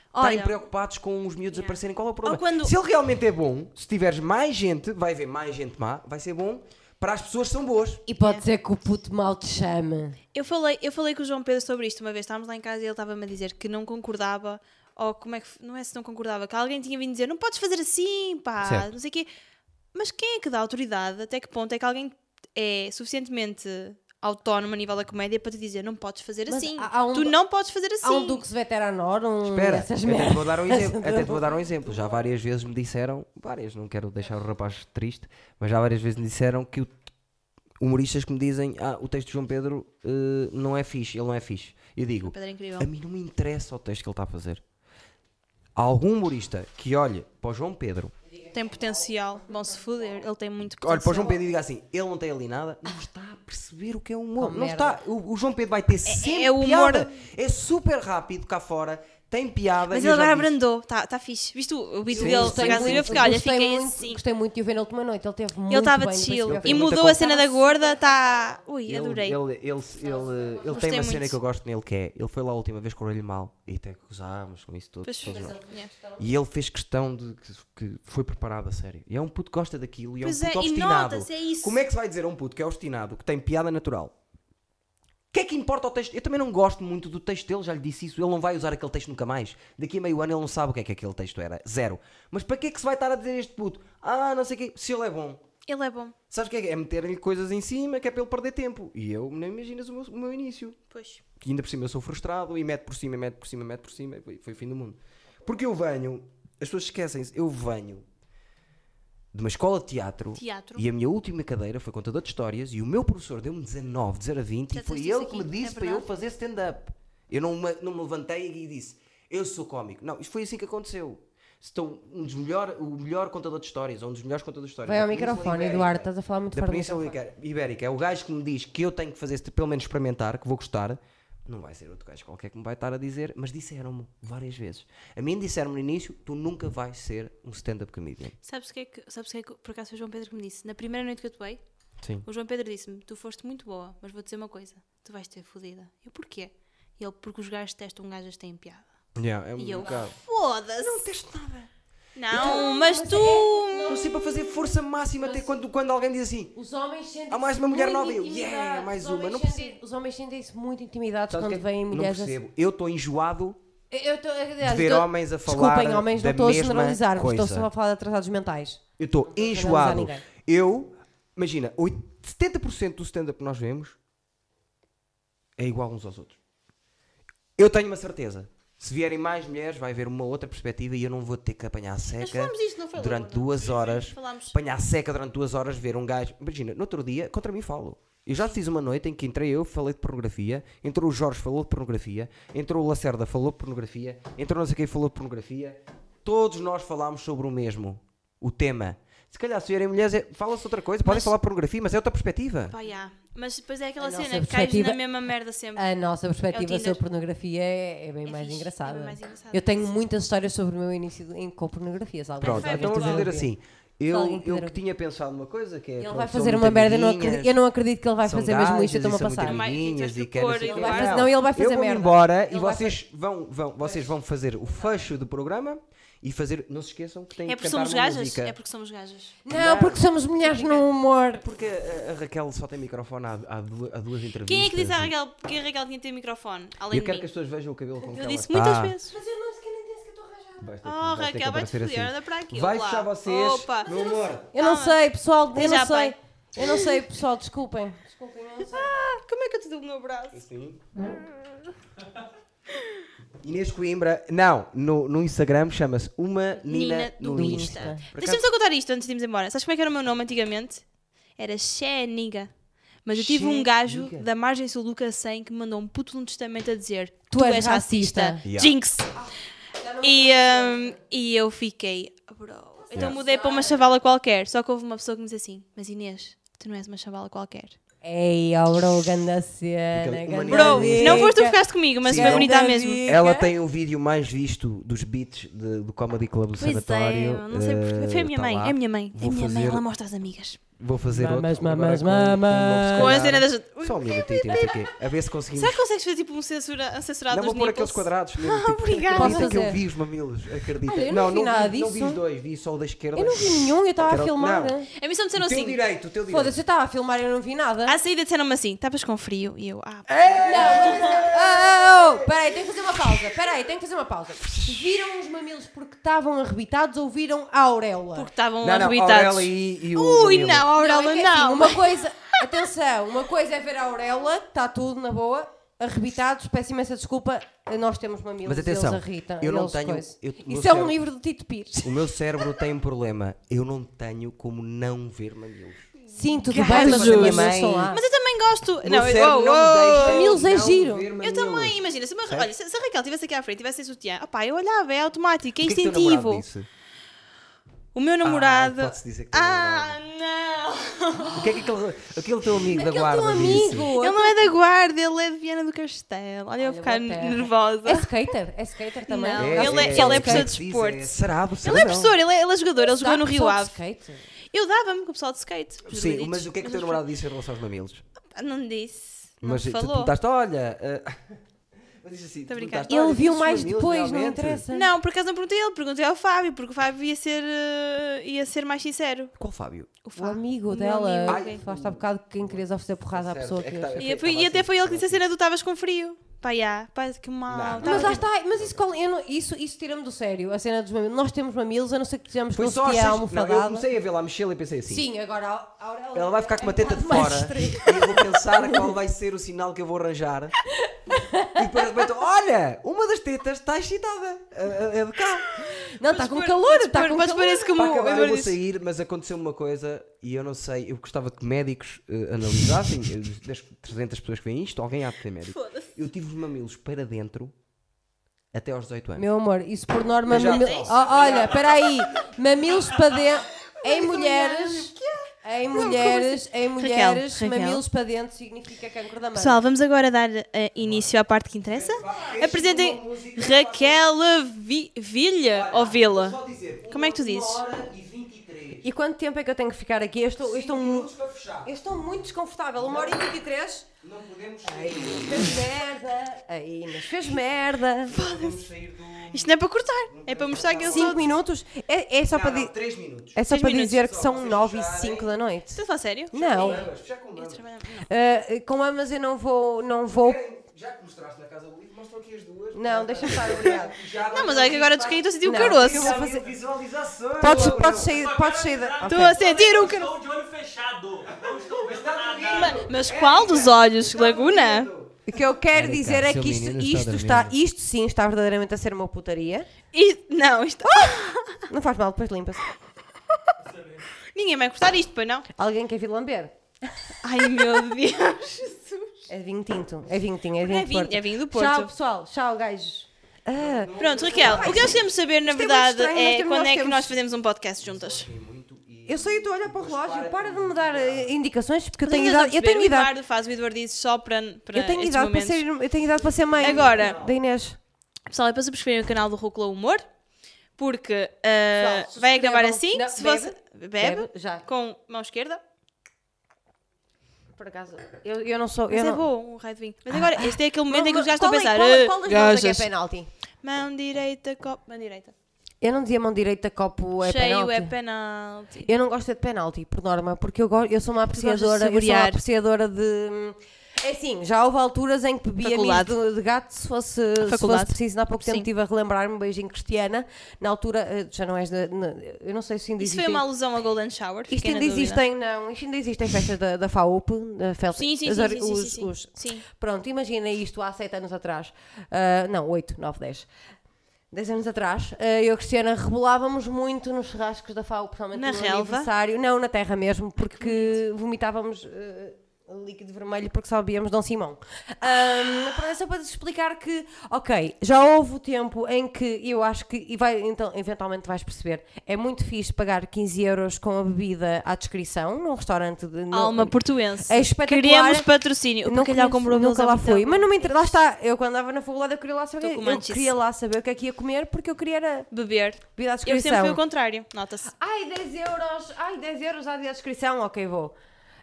[SPEAKER 1] Estarem
[SPEAKER 2] Olha,
[SPEAKER 1] preocupados com os miúdos
[SPEAKER 2] Yeah.
[SPEAKER 1] aparecerem. Qual é o problema?
[SPEAKER 2] quando-
[SPEAKER 1] Se ele realmente é bom, se tiveres mais gente, vai haver mais gente má, vai ser bom. para as pessoas são boas.
[SPEAKER 4] E
[SPEAKER 2] É.
[SPEAKER 4] pode ser que o puto mal te chame.
[SPEAKER 2] Eu falei, eu falei com o João Pedro sobre isto uma vez, estávamos lá em casa e ele estava-me a dizer que não concordava, ou como é que. f- Não é se não concordava, que alguém tinha vindo dizer não podes fazer assim, pá,
[SPEAKER 1] Certo.
[SPEAKER 2] não sei o quê. Mas quem é que dá autoridade? Até que ponto é que alguém é suficientemente autónomo a nível da comédia para te dizer não podes fazer
[SPEAKER 4] Mas
[SPEAKER 2] assim?
[SPEAKER 4] há- há um
[SPEAKER 2] tu
[SPEAKER 4] do-
[SPEAKER 2] não podes fazer assim.
[SPEAKER 4] Há um Dux Veteranor,
[SPEAKER 2] Hum,
[SPEAKER 4] um
[SPEAKER 1] Espera,
[SPEAKER 4] dessas
[SPEAKER 1] até te, vou dar um
[SPEAKER 4] merdas.
[SPEAKER 1] exemplo, até te vou dar um exemplo. Já várias vezes me disseram, várias, não quero deixar o rapaz triste, mas já várias vezes me disseram que o- humoristas que me dizem ah, o texto de João Pedro eh, não é fixe, ele não é fixe. Eu digo,
[SPEAKER 2] Pedro é incrível.
[SPEAKER 1] a mim não me interessa o texto que ele está a fazer. Há algum humorista que olhe para o João Pedro,
[SPEAKER 2] Tem potencial. Vão se foder, ele tem muito
[SPEAKER 1] que olhe para o
[SPEAKER 2] potencial.
[SPEAKER 1] João Pedro e diga assim, ele não tem ali nada, não está a perceber o que é humor.
[SPEAKER 4] Oh,
[SPEAKER 1] não
[SPEAKER 4] merda.
[SPEAKER 1] está, o, o João Pedro vai ter sempre
[SPEAKER 2] é o humor-
[SPEAKER 1] piada. É super rápido cá fora, tem piada.
[SPEAKER 2] Mas
[SPEAKER 1] e
[SPEAKER 2] ele
[SPEAKER 1] eu já
[SPEAKER 2] agora
[SPEAKER 1] disse-
[SPEAKER 2] abrandou, está tá fixe. Viste o o beat
[SPEAKER 1] Sim,
[SPEAKER 2] dele?
[SPEAKER 1] sim,
[SPEAKER 2] chegar a
[SPEAKER 1] sim.
[SPEAKER 2] sair, eu fiquei, olha,
[SPEAKER 4] gostei
[SPEAKER 2] fiquei
[SPEAKER 4] muito,
[SPEAKER 2] assim.
[SPEAKER 4] Gostei muito de o ver na última noite, ele teve muito
[SPEAKER 2] Ele estava
[SPEAKER 4] bem,
[SPEAKER 2] de
[SPEAKER 4] depois
[SPEAKER 2] chill
[SPEAKER 4] ficou
[SPEAKER 2] e
[SPEAKER 1] muita
[SPEAKER 2] mudou a
[SPEAKER 1] confiança.
[SPEAKER 2] cena da gorda, está. Ui,
[SPEAKER 1] Ele-
[SPEAKER 2] adorei.
[SPEAKER 1] Ele, ele, ele, ele tem uma cena
[SPEAKER 2] muito.
[SPEAKER 1] que eu gosto nele que é: ele foi lá a última vez com o olho mal e até que gozámos com isso tudo.
[SPEAKER 2] Pois
[SPEAKER 1] todos
[SPEAKER 2] foi.
[SPEAKER 1] nós.
[SPEAKER 2] Yeah.
[SPEAKER 1] E ele fez questão de que, que foi preparado a sério. E é um puto que gosta daquilo e é
[SPEAKER 2] Pois
[SPEAKER 1] um
[SPEAKER 2] é,
[SPEAKER 1] puto
[SPEAKER 2] e
[SPEAKER 1] obstinado.
[SPEAKER 2] nota-se, é isso.
[SPEAKER 1] Como é que se vai dizer a um puto que é obstinado, que tem piada natural? O que é que importa o texto? Eu também não gosto muito do texto dele, já lhe disse isso. Ele não vai usar aquele texto nunca mais. Daqui a meio ano ele não sabe o que é que aquele texto era. Zero. Mas para que é que se vai estar a dizer a este puto? Ah, não sei o quê. Se ele é bom.
[SPEAKER 2] Ele é bom.
[SPEAKER 1] Sabes o que é? que é? É meterem-lhe coisas em cima que é para ele perder tempo. E eu nem imaginas o meu, o meu início.
[SPEAKER 2] Pois.
[SPEAKER 1] Que ainda por cima eu sou frustrado e mete por cima, mete por cima, mete por cima. e Foi, foi o fim do mundo. Porque eu venho, as pessoas esquecem-se, eu venho de uma escola de teatro,
[SPEAKER 2] Teatro.
[SPEAKER 1] e a minha última cadeira foi contador de histórias e o meu professor deu-me 19, 0 a 20
[SPEAKER 2] Já
[SPEAKER 1] e foi
[SPEAKER 2] disseste
[SPEAKER 1] ele
[SPEAKER 2] isso
[SPEAKER 1] que me
[SPEAKER 2] aqui,
[SPEAKER 1] disse
[SPEAKER 2] é
[SPEAKER 1] para eu
[SPEAKER 2] verdade.
[SPEAKER 1] fazer stand-up. Eu não me, não me levantei e disse, eu sou cómico. Não, isto foi assim que aconteceu. Estou um dos melhor, o melhor contador de histórias, ou um dos melhores contadores de histórias.
[SPEAKER 4] Vai ao
[SPEAKER 1] da Península
[SPEAKER 4] microfone,
[SPEAKER 1] Ibérica
[SPEAKER 4] Eduardo, estás a falar muito
[SPEAKER 1] da
[SPEAKER 4] forte.
[SPEAKER 1] Península Ibérica- Ibérica. É o gajo que me diz que eu tenho que fazer, este- pelo menos experimentar, que vou gostar. Não vai ser outro gajo qualquer que me vai estar a dizer, mas disseram-me várias vezes. A mim disseram-me no início: tu nunca vais ser um stand-up comedian.
[SPEAKER 2] Sabes o que é que, sabes o que, é que por acaso foi o João Pedro que me disse? Na primeira noite que eu atuei,
[SPEAKER 1] Sim.
[SPEAKER 2] o João Pedro disse-me: Tu foste muito boa, mas vou dizer uma coisa: Tu vais ter fodida. Eu, porquê? E ele, porque os gajos testam gajas que têm piada.
[SPEAKER 1] é um
[SPEAKER 2] E eu,
[SPEAKER 1] bocado.
[SPEAKER 2] foda-se! Não,
[SPEAKER 1] Teste nada. Então,
[SPEAKER 2] mas,
[SPEAKER 4] é,
[SPEAKER 1] é
[SPEAKER 2] tu.
[SPEAKER 1] Estou sempre a fazer força máxima até quando, quando alguém diz assim.
[SPEAKER 4] Os homens sentem
[SPEAKER 1] Há mais uma mulher nova e eu, yeah, mais uma, não percebo.
[SPEAKER 4] Os homens sentem-se muito intimidados
[SPEAKER 1] "Sabes o que
[SPEAKER 4] quando
[SPEAKER 1] é que-
[SPEAKER 4] vêm
[SPEAKER 1] não
[SPEAKER 4] mulheres
[SPEAKER 1] percebo. Eu estou enjoado
[SPEAKER 4] Eu estou
[SPEAKER 1] de ver homens a falar.
[SPEAKER 4] Desculpem, homens,
[SPEAKER 1] da
[SPEAKER 4] não estou a
[SPEAKER 1] mesma
[SPEAKER 4] generalizar, vos
[SPEAKER 1] coisa.
[SPEAKER 4] estou só a falar de atrasados mentais.
[SPEAKER 1] Eu estou
[SPEAKER 4] generalizar
[SPEAKER 1] enjoado.
[SPEAKER 4] ninguém.
[SPEAKER 1] Eu, imagina, oit- 70% do stand-up que nós vemos é igual uns aos outros. Eu tenho uma certeza. Se vierem mais mulheres, vai haver uma outra perspectiva e eu não vou ter que apanhar seca
[SPEAKER 2] falámos disto, não foi,
[SPEAKER 1] durante
[SPEAKER 2] Laura? Sim,
[SPEAKER 1] duas
[SPEAKER 2] sim,
[SPEAKER 1] horas.
[SPEAKER 2] falámos.
[SPEAKER 1] Apanhar seca durante duas horas, ver um gajo. Imagina, no outro dia, contra mim falo. Eu já fiz uma noite em que entrei eu, falei de pornografia, entrou o Jorge, falou de pornografia, entrou o Lacerda, falou de pornografia, entrou não sei quem, falou de pornografia. Todos nós falámos sobre o mesmo, o tema. Se calhar, se vierem mulheres, é- fala-se outra coisa, podem falar de pornografia, mas é outra perspectiva.
[SPEAKER 2] Pá, já. Mas depois é
[SPEAKER 4] A
[SPEAKER 2] aquela
[SPEAKER 4] nossa
[SPEAKER 2] cena que cais na
[SPEAKER 4] perspectiva-
[SPEAKER 2] mesma merda sempre.
[SPEAKER 1] Ah,
[SPEAKER 4] A nossa
[SPEAKER 2] É
[SPEAKER 4] perspectiva
[SPEAKER 2] o Tinder.
[SPEAKER 4] sobre pornografia é, é bem
[SPEAKER 2] É
[SPEAKER 4] mais
[SPEAKER 2] fixe,
[SPEAKER 4] engraçada.
[SPEAKER 2] é bem mais engraçada.
[SPEAKER 4] Eu tenho muitas histórias sobre o meu início em, com pornografia. se alguém
[SPEAKER 1] Pronto,
[SPEAKER 4] quiser
[SPEAKER 1] então
[SPEAKER 2] vamos
[SPEAKER 1] vamos
[SPEAKER 4] fazer.
[SPEAKER 1] dizer assim. Eu,
[SPEAKER 4] alguém
[SPEAKER 1] eu
[SPEAKER 4] quiser
[SPEAKER 1] que
[SPEAKER 4] ouvir.
[SPEAKER 1] tinha pensado numa coisa que é.
[SPEAKER 4] Ele
[SPEAKER 1] pronto,
[SPEAKER 4] vai
[SPEAKER 1] são
[SPEAKER 4] fazer
[SPEAKER 1] muito
[SPEAKER 4] uma merda, eu não
[SPEAKER 1] amiguinhas.
[SPEAKER 4] acredito, eu não acredito que ele vai
[SPEAKER 1] São
[SPEAKER 4] fazer mesmo isto, eu
[SPEAKER 1] gajas e
[SPEAKER 4] estou-me a
[SPEAKER 1] são muito
[SPEAKER 4] passar.
[SPEAKER 2] Não vai-
[SPEAKER 1] amiguinhas
[SPEAKER 2] tiveste
[SPEAKER 1] e
[SPEAKER 2] que
[SPEAKER 1] quer não
[SPEAKER 2] pôr,
[SPEAKER 1] sei o
[SPEAKER 2] ele
[SPEAKER 1] quê.
[SPEAKER 2] vai-
[SPEAKER 4] Não, ele vai fazer
[SPEAKER 1] eu vou-me
[SPEAKER 4] merda.
[SPEAKER 1] embora e
[SPEAKER 4] Ele vai
[SPEAKER 1] vocês vão, vão, vocês vão fazer o fecho do programa e fazer, não se esqueçam que têm
[SPEAKER 2] É
[SPEAKER 1] que
[SPEAKER 2] porque
[SPEAKER 1] cantar
[SPEAKER 2] somos
[SPEAKER 1] uma
[SPEAKER 2] gajas?
[SPEAKER 1] música.
[SPEAKER 2] É porque somos gajas.
[SPEAKER 4] Não, porque somos mulheres no humor.
[SPEAKER 1] Porque a, a Raquel só tem microfone há, há duas, há duas entrevistas.
[SPEAKER 2] Quem é que disse à
[SPEAKER 1] e-
[SPEAKER 2] Raquel que a Raquel tinha de ter microfone?
[SPEAKER 1] E
[SPEAKER 2] Além
[SPEAKER 1] eu
[SPEAKER 2] de
[SPEAKER 1] quero
[SPEAKER 2] mim.
[SPEAKER 1] que as pessoas vejam o cabelo com que
[SPEAKER 2] Eu
[SPEAKER 1] ela
[SPEAKER 2] disse
[SPEAKER 1] está.
[SPEAKER 2] muitas vezes.
[SPEAKER 3] Mas eu não sequer nem disse que eu estou rajada.
[SPEAKER 1] Vais ter que-
[SPEAKER 2] Oh,
[SPEAKER 1] vais ter que
[SPEAKER 2] Raquel, vai-te
[SPEAKER 1] aparecer
[SPEAKER 2] foder,
[SPEAKER 1] assim.
[SPEAKER 2] anda para aqui.
[SPEAKER 1] Vai
[SPEAKER 2] olá.
[SPEAKER 1] fechar vocês,
[SPEAKER 2] Opa.
[SPEAKER 1] meu amor.
[SPEAKER 4] Eu não
[SPEAKER 2] Calma.
[SPEAKER 4] sei, pessoal,
[SPEAKER 2] Eu
[SPEAKER 4] eu
[SPEAKER 2] já
[SPEAKER 4] não sei. Eu não sei, pessoal, desculpem.
[SPEAKER 2] Ah, Como é que eu te dou o meu braço?
[SPEAKER 1] Sim. Inês Coimbra, não, no, no Instagram chama-se Uma Nina,
[SPEAKER 2] Nina do Insta.
[SPEAKER 1] Por
[SPEAKER 2] Deixa-me só contar isto antes de irmos embora. Sabes como é que era o meu nome antigamente? Era Xéniga. Mas eu tive um gajo
[SPEAKER 1] Xéniga.
[SPEAKER 2] da margem sul do Cacém que me mandou um puto de um testamento a dizer
[SPEAKER 4] Tu és racista."
[SPEAKER 1] Yeah.
[SPEAKER 2] Jinx. E, hum, e eu fiquei, bro. Então
[SPEAKER 1] Yeah.
[SPEAKER 2] mudei para uma chavala qualquer. Só que houve uma pessoa que me disse assim: Mas Inês, tu não és uma chavala qualquer.
[SPEAKER 4] Ei, ó, bro, ganda cena.
[SPEAKER 1] Aquele
[SPEAKER 4] ganda
[SPEAKER 2] Bro,
[SPEAKER 1] Sim.
[SPEAKER 2] não
[SPEAKER 4] dica.
[SPEAKER 2] foste tu que ficaste comigo, mas
[SPEAKER 1] Sim.
[SPEAKER 2] foi bonita
[SPEAKER 4] Ganda
[SPEAKER 2] mesmo.
[SPEAKER 4] dica.
[SPEAKER 1] Ela tem o vídeo mais visto dos beats de- do Comedy Club do
[SPEAKER 2] Pois é,
[SPEAKER 1] Sanatório.
[SPEAKER 2] não sei porque. Foi a
[SPEAKER 1] eh,
[SPEAKER 2] minha
[SPEAKER 1] tá
[SPEAKER 2] mãe,
[SPEAKER 1] lá.
[SPEAKER 2] é a minha mãe, é a
[SPEAKER 1] Vou
[SPEAKER 2] minha mãe,
[SPEAKER 1] fazer-
[SPEAKER 2] ela mostra às amigas.
[SPEAKER 1] Vou fazer
[SPEAKER 4] Mamas,
[SPEAKER 1] outro.
[SPEAKER 4] mamas,
[SPEAKER 1] agora com- com um novo
[SPEAKER 4] mamas.
[SPEAKER 1] se
[SPEAKER 2] Com a
[SPEAKER 1] calhar.
[SPEAKER 2] cena das. Será
[SPEAKER 1] Só um minutinho, não sei o quê. A ver se conseguimos.
[SPEAKER 2] que consegues fazer tipo um censura, um censurado
[SPEAKER 1] Não
[SPEAKER 2] dos
[SPEAKER 1] vou pôr aqueles
[SPEAKER 2] nipples?
[SPEAKER 1] quadrados mesmo.
[SPEAKER 2] Ah,
[SPEAKER 1] Acredita
[SPEAKER 2] obrigada.
[SPEAKER 4] Posso
[SPEAKER 1] que eu
[SPEAKER 4] fazer?
[SPEAKER 1] vi os mamilos, acredita.
[SPEAKER 4] Olha, eu não
[SPEAKER 1] não,
[SPEAKER 4] vi
[SPEAKER 1] não
[SPEAKER 4] nada
[SPEAKER 1] vi, não vi
[SPEAKER 4] disso.
[SPEAKER 1] os dois, vi só o da esquerda.
[SPEAKER 4] Eu não vi nenhum, eu estava a
[SPEAKER 1] Carol,
[SPEAKER 4] filmar.
[SPEAKER 1] não.
[SPEAKER 2] A mim só me disseram
[SPEAKER 1] O teu
[SPEAKER 2] assim.
[SPEAKER 1] direito, o teu direito.
[SPEAKER 4] Foda-se, eu estava a filmar e eu não vi nada.
[SPEAKER 2] À saída disseram-me assim: estavas com frio? E eu, ah,
[SPEAKER 1] É?
[SPEAKER 4] é- Oh, oh, oh, peraí, tenho que fazer uma pausa. Peraí, tenho que fazer uma pausa. Viram os mamilos porque estavam arrebitados ou viram a auréola?
[SPEAKER 2] porque estavam
[SPEAKER 1] Não, não, a
[SPEAKER 2] arrebitados.
[SPEAKER 1] Aurélia e, e o
[SPEAKER 2] Ui,
[SPEAKER 1] mamilo.
[SPEAKER 2] não, Aurela,
[SPEAKER 4] é que é assim,
[SPEAKER 2] não.
[SPEAKER 4] uma coisa, atenção, uma coisa é ver a auréola, está tudo na boa, arrebitados, peço imensa desculpa, nós temos mamilos.
[SPEAKER 1] Mas atenção,
[SPEAKER 4] eles irritam,
[SPEAKER 1] eu não
[SPEAKER 4] eles
[SPEAKER 1] tenho-
[SPEAKER 4] coisa.
[SPEAKER 1] eu- meu
[SPEAKER 4] Isso é um
[SPEAKER 1] cérebro-
[SPEAKER 4] livro do Tito Pires.
[SPEAKER 1] O meu cérebro tem um problema. Eu não tenho como não ver mamilos.
[SPEAKER 4] Sim, tudo
[SPEAKER 2] Gajos.
[SPEAKER 4] bem, mas os
[SPEAKER 2] Minha
[SPEAKER 4] mamilos
[SPEAKER 1] mãe-
[SPEAKER 4] estão lá.
[SPEAKER 2] Mas eu também gosto.
[SPEAKER 1] O meu
[SPEAKER 2] não,
[SPEAKER 1] cérebro
[SPEAKER 2] eu,
[SPEAKER 1] não
[SPEAKER 2] oh,
[SPEAKER 1] me deixa
[SPEAKER 4] Mamilos é
[SPEAKER 1] não
[SPEAKER 4] giro.
[SPEAKER 1] ver
[SPEAKER 4] Eu
[SPEAKER 2] Eu
[SPEAKER 1] mamilos.
[SPEAKER 2] também, imagina, se, uma-
[SPEAKER 1] Certo?
[SPEAKER 2] olha, se, se a Raquel estivesse aqui à frente e tivesse esse sutiã, opá, eu olhava, é automático, é
[SPEAKER 1] O que é que o teu
[SPEAKER 2] instintivo.
[SPEAKER 1] namorado disse?
[SPEAKER 2] o meu namorado.
[SPEAKER 1] pode-se dizer que teu
[SPEAKER 2] ah, não!
[SPEAKER 1] O que é que aquele, aquele teu amigo da
[SPEAKER 4] Aquele
[SPEAKER 1] guarda
[SPEAKER 4] teu
[SPEAKER 1] disse?
[SPEAKER 4] amigo.
[SPEAKER 2] Ele não é da guarda, ele é de Viana do Castelo. Olha, eu vou
[SPEAKER 4] Olha,
[SPEAKER 2] ficar
[SPEAKER 4] boa terra.
[SPEAKER 2] nervosa.
[SPEAKER 4] É skater? É skater também?
[SPEAKER 2] Não,
[SPEAKER 1] É,
[SPEAKER 2] ele é-
[SPEAKER 1] é,
[SPEAKER 2] ele é
[SPEAKER 1] o que
[SPEAKER 2] professor de
[SPEAKER 1] se diz,
[SPEAKER 2] desporto.
[SPEAKER 1] é sarado,
[SPEAKER 2] Ele é
[SPEAKER 1] sarão.
[SPEAKER 2] professor, ele é, ele é jogador, ele jogou no Rio
[SPEAKER 4] Pessoal de
[SPEAKER 2] Ave.
[SPEAKER 4] skate?
[SPEAKER 2] Eu dava-me com o pessoal de skate. os
[SPEAKER 1] Sim,
[SPEAKER 2] miúditos,
[SPEAKER 1] mas o que é que o teu
[SPEAKER 2] eles-
[SPEAKER 1] namorado disse em relação aos mamilos?
[SPEAKER 2] Ah, Não disse. Não
[SPEAKER 1] Mas
[SPEAKER 2] me
[SPEAKER 1] tu
[SPEAKER 2] falou.
[SPEAKER 1] perguntaste, olha. ah, Mas disse assim,
[SPEAKER 2] Tô
[SPEAKER 1] tu
[SPEAKER 2] a brincar.
[SPEAKER 1] perguntaste,
[SPEAKER 4] Ele
[SPEAKER 1] olha,
[SPEAKER 4] viu
[SPEAKER 1] esses
[SPEAKER 4] mais
[SPEAKER 1] mamilos
[SPEAKER 4] depois, não
[SPEAKER 1] realmente?
[SPEAKER 4] interessa.
[SPEAKER 2] Não, por acaso não perguntei a ele, perguntei ao Fábio, porque o Fábio ia ser, eh, ia ser mais sincero.
[SPEAKER 1] Qual Fábio?
[SPEAKER 2] O
[SPEAKER 4] O
[SPEAKER 2] Fábio.
[SPEAKER 4] amigo
[SPEAKER 2] meu
[SPEAKER 4] dela,
[SPEAKER 2] amigo,
[SPEAKER 4] Ai,
[SPEAKER 2] ok.
[SPEAKER 4] falaste há bocado que quem querias oferecer porrada à
[SPEAKER 1] Certo,
[SPEAKER 4] pessoa
[SPEAKER 1] é
[SPEAKER 4] que
[SPEAKER 1] que
[SPEAKER 4] queres.
[SPEAKER 1] estava- Foi-
[SPEAKER 2] E, foi- e
[SPEAKER 1] tava
[SPEAKER 2] até
[SPEAKER 1] assim,
[SPEAKER 2] foi ele que
[SPEAKER 1] tava
[SPEAKER 2] disse a
[SPEAKER 1] assim.
[SPEAKER 2] cena do estavas com frio. Pá, já, pá, que mal.
[SPEAKER 1] Não,
[SPEAKER 2] Tava
[SPEAKER 4] Mas lá
[SPEAKER 2] tipo-
[SPEAKER 4] está, mas isso, qual- eu não- isso, isso tira-me do sério, a cena dos mamilos. Nós temos mamilos, a não ser que estejamos com
[SPEAKER 1] Foi
[SPEAKER 4] um
[SPEAKER 1] só
[SPEAKER 4] sutiã
[SPEAKER 1] achas... Não, eu
[SPEAKER 4] almofadado.
[SPEAKER 1] comecei a vê-la a mexer e pensei assim.
[SPEAKER 4] Sim, agora a- a Aurélia.
[SPEAKER 1] Ela vai ficar com uma teta de
[SPEAKER 4] Mais
[SPEAKER 1] fora
[SPEAKER 4] estranho.
[SPEAKER 1] e eu vou pensar qual vai ser o sinal que eu vou arranjar. E depois de repente, olha, uma das tetas está excitada. É, é de cá.
[SPEAKER 4] Não, está com calor, está com
[SPEAKER 2] Podes
[SPEAKER 4] calor.
[SPEAKER 2] pôr esse como.
[SPEAKER 1] Para
[SPEAKER 4] é
[SPEAKER 1] acabar, eu vou
[SPEAKER 2] disse-
[SPEAKER 1] sair, mas aconteceu uma coisa e eu não sei. Eu gostava que médicos eh, analisassem. eh, das 300 pessoas que veem isto, alguém há de ter médico.
[SPEAKER 2] Foda-se.
[SPEAKER 1] Eu tive os mamilos para dentro até aos 18 anos.
[SPEAKER 4] Meu amor, isso por norma.
[SPEAKER 1] Eu já
[SPEAKER 4] mamil-
[SPEAKER 1] disse.
[SPEAKER 4] Oh, olha, espera aí. Mamilos para dentro. Em mulheres. Em mulheres,
[SPEAKER 1] assim?
[SPEAKER 4] em mulheres,
[SPEAKER 2] Raquel.
[SPEAKER 4] mamilos para dentro significa cancro da mama.
[SPEAKER 2] Pessoal, vamos agora dar eh, início à parte que interessa.
[SPEAKER 1] é
[SPEAKER 2] Apresentem Raquel Vi- Vilha ou Vila? Como é que tu dizes?
[SPEAKER 4] E quanto tempo é que eu tenho que ficar aqui? Eu estou, eu estou, mu- eu estou muito desconfortável. Uma hora e 23.
[SPEAKER 1] Não podemos
[SPEAKER 4] Aí, fez merda. Aí, mas fez merda.
[SPEAKER 1] sair do.
[SPEAKER 2] Isto não é para cortar, é para mostrar que eu sou.
[SPEAKER 4] 5 minutos. É, é só para, di-
[SPEAKER 1] 3 minutos.
[SPEAKER 4] é só
[SPEAKER 2] Seis
[SPEAKER 4] para
[SPEAKER 2] minutos,
[SPEAKER 4] dizer que
[SPEAKER 1] só,
[SPEAKER 4] são
[SPEAKER 1] vocês
[SPEAKER 4] 9 e
[SPEAKER 1] fecharem.
[SPEAKER 4] 5 da noite.
[SPEAKER 2] Estás a falar sério?
[SPEAKER 4] Não.
[SPEAKER 1] Já com
[SPEAKER 2] Eu
[SPEAKER 1] mamas.
[SPEAKER 2] trabalho-
[SPEAKER 4] Uh, com ambas eu não vou. Não, vou...
[SPEAKER 1] Já que mostraste na casa do livro, mostram aqui as duas.
[SPEAKER 4] não deixa-me estar, obrigado.
[SPEAKER 2] Não, mas olha que agora descaí e estou a sentir o
[SPEAKER 4] Não,
[SPEAKER 2] caroço.
[SPEAKER 4] eu vou fazer-
[SPEAKER 1] visualização.
[SPEAKER 4] Podes, podes sair. Podes sair da...
[SPEAKER 2] Estou a sentir o caroço.
[SPEAKER 5] Estou de olho fechado. Não estou vendo nada.
[SPEAKER 2] Ma- Mas qual dos olhos, Laguna?
[SPEAKER 4] O que eu quero dizer é
[SPEAKER 1] seu
[SPEAKER 4] que isto,
[SPEAKER 1] menino está
[SPEAKER 4] isto,
[SPEAKER 1] dormindo.
[SPEAKER 4] está, isto sim está verdadeiramente a ser uma putaria.
[SPEAKER 2] Isto- não, isto.
[SPEAKER 4] Não faz mal, depois limpa-se.
[SPEAKER 2] Ninguém vai cortar isto, pois não?
[SPEAKER 4] Alguém quer vir lamber?
[SPEAKER 2] Ai meu Deus, Jesus.
[SPEAKER 4] É vinho tinto. É vinho tinto. É
[SPEAKER 2] Não
[SPEAKER 4] vinho,
[SPEAKER 2] é
[SPEAKER 4] do
[SPEAKER 2] vinho,
[SPEAKER 4] Porto.
[SPEAKER 2] é vinho do
[SPEAKER 4] Tchau,
[SPEAKER 2] Porto.
[SPEAKER 4] pessoal. Tchau, gajos. Ah,
[SPEAKER 2] Pronto, Raquel, o que nós queremos saber, na
[SPEAKER 4] Isto é muito
[SPEAKER 2] verdade,
[SPEAKER 4] estranho, nós
[SPEAKER 2] é
[SPEAKER 4] temos-
[SPEAKER 2] quando
[SPEAKER 4] nós
[SPEAKER 2] é que
[SPEAKER 4] temos-
[SPEAKER 2] nós fazemos um podcast juntas.
[SPEAKER 4] eu sei, eu estou a olhar para o relógio. Para de me dar eh, indicações, porque eu tenho
[SPEAKER 2] Vocês estão a
[SPEAKER 4] idade. Eu
[SPEAKER 2] perceber?
[SPEAKER 4] tenho
[SPEAKER 2] o
[SPEAKER 4] idade.
[SPEAKER 2] Eduardo faz, o Eduardo diz só para, para
[SPEAKER 4] Eu tenho
[SPEAKER 2] estes
[SPEAKER 4] idade para
[SPEAKER 2] momentos.
[SPEAKER 4] ser, eu tenho idade para ser mãe.
[SPEAKER 2] Agora.
[SPEAKER 4] Da Inês.
[SPEAKER 2] Pessoal, é para subscreverem o canal do Rúcula Humor, porque uh,
[SPEAKER 4] Pessoal,
[SPEAKER 2] vai gravar
[SPEAKER 4] subscrevam.
[SPEAKER 2] assim,
[SPEAKER 4] Não,
[SPEAKER 2] se
[SPEAKER 4] bebe.
[SPEAKER 2] fosse... Bebe,
[SPEAKER 4] Já.
[SPEAKER 2] com mão esquerda,
[SPEAKER 4] Por acaso. Eu, eu não sou.
[SPEAKER 2] mas
[SPEAKER 4] eu
[SPEAKER 2] é
[SPEAKER 4] não... Ah,
[SPEAKER 2] bom um raio de vinho. Mas agora, este é aquele momento em que os
[SPEAKER 4] Qual
[SPEAKER 2] gajos estão a
[SPEAKER 4] é-
[SPEAKER 2] pensar...
[SPEAKER 4] Qual,
[SPEAKER 2] "Ah,
[SPEAKER 4] qual das mãos é que é
[SPEAKER 2] gajas,
[SPEAKER 4] penalti?
[SPEAKER 2] Mão direita, copo... Mão direita.
[SPEAKER 4] Eu não dizia mão direita, copo é
[SPEAKER 2] Cheio
[SPEAKER 4] penalti.
[SPEAKER 2] é penalti.
[SPEAKER 4] Eu não gosto é de penalti, por norma, porque eu, go- eu sou uma
[SPEAKER 2] gostas de
[SPEAKER 4] apreciadora, eu sou uma
[SPEAKER 2] saborear.
[SPEAKER 4] apreciadora de. É assim, já houve alturas em que bebia milho
[SPEAKER 2] Faculdade.
[SPEAKER 4] de, de gato se fosse, se fosse
[SPEAKER 2] Faculdade.
[SPEAKER 4] preciso. Há pouco tempo
[SPEAKER 2] Sim.
[SPEAKER 4] estive a relembrar-me um beijinho cristiana. Na altura, eh, já não és. da- na- eu não sei se ainda
[SPEAKER 2] Isso
[SPEAKER 4] existem.
[SPEAKER 2] foi uma alusão a Golden Shower,
[SPEAKER 4] Isto
[SPEAKER 2] fiquei na
[SPEAKER 4] ainda
[SPEAKER 2] dúvida.
[SPEAKER 4] existem, não, isto ainda existem festas da, da FAUP, da FEL,
[SPEAKER 2] Sim, sim,
[SPEAKER 4] as
[SPEAKER 2] sim,
[SPEAKER 4] or-
[SPEAKER 2] sim, sim,
[SPEAKER 4] os-
[SPEAKER 2] sim,
[SPEAKER 4] os-
[SPEAKER 2] sim.
[SPEAKER 4] Pronto, imagina isto há 7 anos atrás. Ah, não, 8, 9, 10. 10 anos atrás, ah, eu e a Cristiana rebolávamos muito nos churrascos da FAUP, principalmente
[SPEAKER 2] Na
[SPEAKER 4] no
[SPEAKER 2] relva?
[SPEAKER 4] aniversário. Não, na terra mesmo, porque vomitávamos ah, líquido vermelho porque sabíamos Dom Simão. Ahm, pronto, é só para te explicar que, ok, já houve o tempo em que eu acho que, e vai, então, eventualmente vais perceber, é muito fixe pagar 15 euros com a bebida à descrição num restaurante de. no-
[SPEAKER 2] Alma portuense.
[SPEAKER 4] É espetacular.
[SPEAKER 2] Queremos patrocínio. O
[SPEAKER 4] Não
[SPEAKER 2] bacalhau
[SPEAKER 4] conheço,
[SPEAKER 2] com bromelos
[SPEAKER 4] Nunca
[SPEAKER 2] é
[SPEAKER 4] lá
[SPEAKER 2] muito
[SPEAKER 4] fui.
[SPEAKER 2] bom.
[SPEAKER 4] Mas não me inter... Lá está, eu quando andava na faculdade eu queria lá saber,
[SPEAKER 2] com
[SPEAKER 4] eu
[SPEAKER 2] manchice.
[SPEAKER 4] queria lá saber o que é que ia comer porque eu queria era
[SPEAKER 2] Beber.
[SPEAKER 4] bebida à
[SPEAKER 2] Eu sempre
[SPEAKER 4] descrição.
[SPEAKER 2] fui o contrário. Nota-se.
[SPEAKER 4] Ai, 10 euros! Ai, 10 euros à vida à descrição! Ok, vou.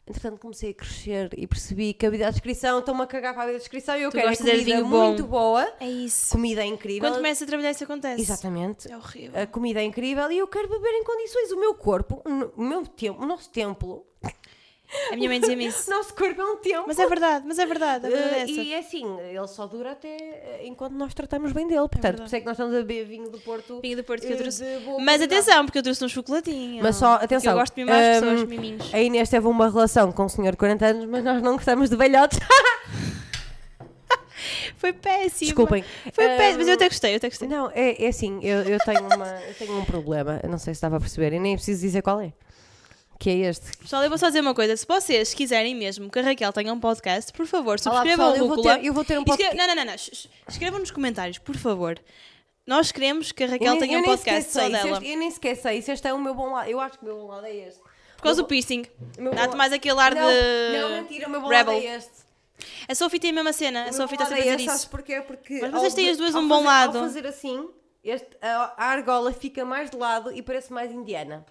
[SPEAKER 4] Entretanto, comecei a crescer e percebi que a vida à descrição, estou-me a cagar para a vida à descrição e eu
[SPEAKER 2] Tu
[SPEAKER 4] quero é
[SPEAKER 2] gostas de
[SPEAKER 4] comida
[SPEAKER 2] vinho bom.
[SPEAKER 4] muito boa,
[SPEAKER 2] É isso.
[SPEAKER 4] comida é incrível.
[SPEAKER 2] Quando começa a trabalhar, isso acontece.
[SPEAKER 4] Exatamente.
[SPEAKER 2] É horrível.
[SPEAKER 4] A comida é incrível e eu quero beber em condições. O meu corpo, o meu tempo, o nosso templo,
[SPEAKER 2] A minha mãe dizia-me isso.
[SPEAKER 4] o nosso corpo é um templo.
[SPEAKER 2] Mas é verdade, mas é verdade. A verdade é
[SPEAKER 4] Eh,
[SPEAKER 2] essa.
[SPEAKER 4] e é assim, ele só dura até eh, enquanto nós tratamos bem dele. Portanto,
[SPEAKER 2] verdade.
[SPEAKER 4] por isso é que nós estamos a beber vinho do Porto.
[SPEAKER 2] Vinho do Porto que eu
[SPEAKER 4] eh,
[SPEAKER 2] trouxe.
[SPEAKER 4] de boa
[SPEAKER 2] Mas
[SPEAKER 4] qualidade.
[SPEAKER 2] atenção, porque eu trouxe um chocolatinho.
[SPEAKER 4] Mas só,
[SPEAKER 2] Porque
[SPEAKER 4] atenção.
[SPEAKER 2] Eu gosto de mimar as
[SPEAKER 4] hum,
[SPEAKER 2] pessoas, miminhos.
[SPEAKER 4] A Inês teve uma relação com um senhor de 40 anos, mas nós não gostamos de velhotes.
[SPEAKER 2] Foi péssimo.
[SPEAKER 4] Desculpem.
[SPEAKER 2] Foi
[SPEAKER 4] Hum,
[SPEAKER 2] péssimo, mas eu até gostei, eu até gostei.
[SPEAKER 4] Não, é, é assim, eu, eu tenho uma, eu tenho um problema, eu não sei se estava a perceber, e nem preciso dizer qual é. Que é este.
[SPEAKER 2] Pessoal, eu vou só dizer uma coisa. Se vocês quiserem mesmo que a Raquel tenha um podcast, por favor,
[SPEAKER 4] Olá,
[SPEAKER 2] subscrevam
[SPEAKER 4] pessoal, eu
[SPEAKER 2] o
[SPEAKER 4] vou
[SPEAKER 2] Rúcula.
[SPEAKER 4] ter- eu vou ter um
[SPEAKER 2] E escre-
[SPEAKER 4] podcast.
[SPEAKER 2] Não, não, não. não. Sh- sh- Escrevam nos comentários, por favor. Nós queremos que a
[SPEAKER 4] eu
[SPEAKER 2] Raquel
[SPEAKER 4] nem-
[SPEAKER 2] tenha
[SPEAKER 4] eu
[SPEAKER 2] um
[SPEAKER 4] nem
[SPEAKER 2] podcast
[SPEAKER 4] sequer
[SPEAKER 2] só
[SPEAKER 4] sei se
[SPEAKER 2] dela.
[SPEAKER 4] este- eu nem sequer sei se este é o meu bom lado. Eu acho que o meu bom lado é este.
[SPEAKER 2] Por causa do piercing.
[SPEAKER 4] O meu bom
[SPEAKER 2] Dá-te
[SPEAKER 4] la-
[SPEAKER 2] mais aquele ar
[SPEAKER 4] não,
[SPEAKER 2] de.
[SPEAKER 4] Não, mentira, o meu bom
[SPEAKER 2] rebel.
[SPEAKER 4] lado é este.
[SPEAKER 2] A Sophie tem a mesma cena. A
[SPEAKER 4] O meu
[SPEAKER 2] Sophie está
[SPEAKER 4] bom
[SPEAKER 2] sempre
[SPEAKER 4] lado
[SPEAKER 2] a dizer
[SPEAKER 4] é este, sabes
[SPEAKER 2] isso.
[SPEAKER 4] porquê? Porque
[SPEAKER 2] Mas
[SPEAKER 4] ao
[SPEAKER 2] vocês têm
[SPEAKER 4] de-
[SPEAKER 2] as duas
[SPEAKER 4] ao
[SPEAKER 2] um bom
[SPEAKER 4] fazer-
[SPEAKER 2] lado.
[SPEAKER 4] Ao fazer assim, este, a a argola fica mais de lado e parece mais indiana.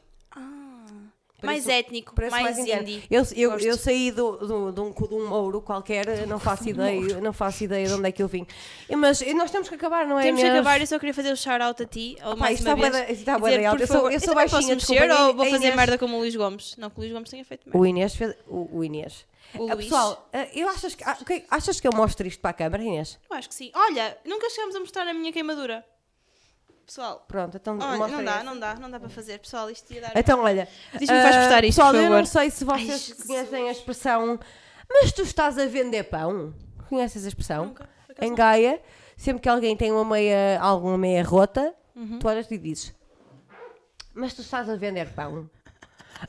[SPEAKER 2] Mais étnico,
[SPEAKER 4] Parece
[SPEAKER 2] mais,
[SPEAKER 4] mais, indiano.
[SPEAKER 2] indie.
[SPEAKER 4] Eu, eu,
[SPEAKER 2] Gosto.
[SPEAKER 4] eu saí do, do, de, um, cu- de um mouro qualquer, eu não faço
[SPEAKER 2] um
[SPEAKER 4] ideia, não faço ideia de onde é que eu vim. E, Mas e nós temos que acabar, não é?
[SPEAKER 2] Temos que
[SPEAKER 4] Inês?
[SPEAKER 2] acabar, eu só queria fazer o shout-out a ti. Ou
[SPEAKER 4] Pá,
[SPEAKER 2] mais
[SPEAKER 4] isto
[SPEAKER 2] uma
[SPEAKER 4] está
[SPEAKER 2] vez.
[SPEAKER 4] bué da- isto está
[SPEAKER 2] e
[SPEAKER 4] bué da
[SPEAKER 2] dizer,
[SPEAKER 4] alta.
[SPEAKER 2] por
[SPEAKER 4] Eu sou-
[SPEAKER 2] favor,
[SPEAKER 4] eu sou
[SPEAKER 2] também
[SPEAKER 4] baixinha,
[SPEAKER 2] posso
[SPEAKER 4] desculpem,
[SPEAKER 2] mexer
[SPEAKER 4] a
[SPEAKER 2] ou vou
[SPEAKER 4] Inês-
[SPEAKER 2] fazer merda como o Luís Gomes? Não, que o Luís Gomes tenha feito merda.
[SPEAKER 4] O Inês fez. O, o Inês.
[SPEAKER 2] O
[SPEAKER 4] Ah,
[SPEAKER 2] Luís.
[SPEAKER 4] pessoal, ah, eu achas que, ah, ok, achas que eu mostro isto para a câmara, Inês?
[SPEAKER 2] Eu acho que sim. Olha, nunca chegamos a mostrar a minha queimadura. Pessoal,
[SPEAKER 4] Pronto, então
[SPEAKER 2] olha,
[SPEAKER 4] mostra
[SPEAKER 2] não dá,
[SPEAKER 4] essa.
[SPEAKER 2] não dá, não dá para fazer. Pessoal, isto ia dar.
[SPEAKER 4] Então, olha.
[SPEAKER 2] Diz-me que vais
[SPEAKER 4] ah,
[SPEAKER 2] postar isto,
[SPEAKER 4] Pessoal,
[SPEAKER 2] por
[SPEAKER 4] eu
[SPEAKER 2] favor.
[SPEAKER 4] não sei se vocês
[SPEAKER 2] Ai, Jesus.
[SPEAKER 4] conhecem a expressão, mas tu estás a vender pão? Conheces a expressão?
[SPEAKER 2] Nunca, por acaso
[SPEAKER 4] Em Gaia, sempre que alguém tem uma meia, alguma meia rota,
[SPEAKER 2] Uhum.
[SPEAKER 4] tu olhas e dizes, mas tu estás a vender pão?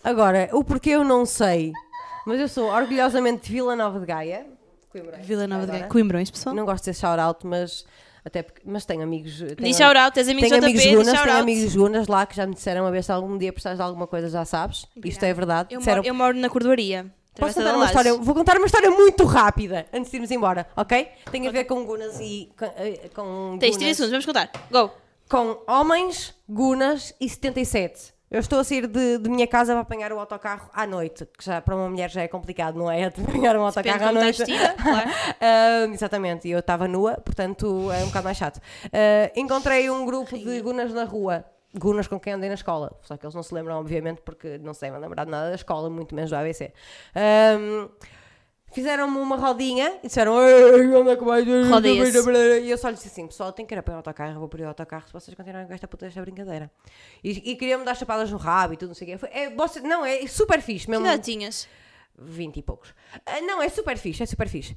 [SPEAKER 4] Agora, o porquê eu não sei, mas eu sou orgulhosamente de Vila Nova de Gaia. Coimbrões,
[SPEAKER 2] Vila Nova de
[SPEAKER 4] agora.
[SPEAKER 2] Gaia. Coimbrões, pessoal.
[SPEAKER 4] Não gosto de ser shout-out, mas, até porque, mas tenho amigos... Tenho
[SPEAKER 2] Diz shout-out, tens amigos
[SPEAKER 4] tenho
[SPEAKER 2] JP,
[SPEAKER 4] amigos
[SPEAKER 2] diz
[SPEAKER 4] gunas, tenho
[SPEAKER 2] shout-out.
[SPEAKER 4] amigos gunas lá que já me disseram uma vez se algum dia precisares de alguma coisa já sabes. Isto é verdade.
[SPEAKER 2] Eu,
[SPEAKER 4] disseram,
[SPEAKER 2] moro, eu moro na cordoaria.
[SPEAKER 4] Posso
[SPEAKER 2] Travessa
[SPEAKER 4] contar
[SPEAKER 2] da
[SPEAKER 4] uma
[SPEAKER 2] Laje.
[SPEAKER 4] história? Vou contar uma história muito rápida antes de irmos embora, ok? Tem a ver com gunas e com, eh, com
[SPEAKER 2] Tens 30
[SPEAKER 4] gunas,
[SPEAKER 2] segundos, vamos contar. Go.
[SPEAKER 4] com homens, gunas e 77. Eu estou a sair de, de minha casa para apanhar o autocarro à noite, que já para uma mulher já é complicado, não é? Apanhar um
[SPEAKER 2] Depende
[SPEAKER 4] autocarro
[SPEAKER 2] de
[SPEAKER 4] à
[SPEAKER 2] como estás
[SPEAKER 4] noite.
[SPEAKER 2] vestida, claro.
[SPEAKER 4] Ah, exatamente, e eu estava nua, portanto é um bocado mais chato. Ah, encontrei um grupo de gunas na rua, gunas com quem andei na escola, só que eles não se lembram, obviamente, porque não se devem lembrar de nada da escola, muito menos do ABC. Ah, Fizeram-me uma rodinha e disseram "Ei, onde é que vais?
[SPEAKER 2] Rodeia-se.
[SPEAKER 4] E eu só lhes disse assim: pessoal, tenho que ir apanhar o autocarro, vou pedir o autocarro se vocês continuarem com esta puta desta brincadeira. E, e queriam-me dar chapadas no rabo e tudo, não sei o quê. Foi- É, você- não, é super fixe
[SPEAKER 2] Que
[SPEAKER 4] mesmo.
[SPEAKER 2] idade tinhas?
[SPEAKER 4] 20 e poucos. Ah, não, é super fixe, é super fixe.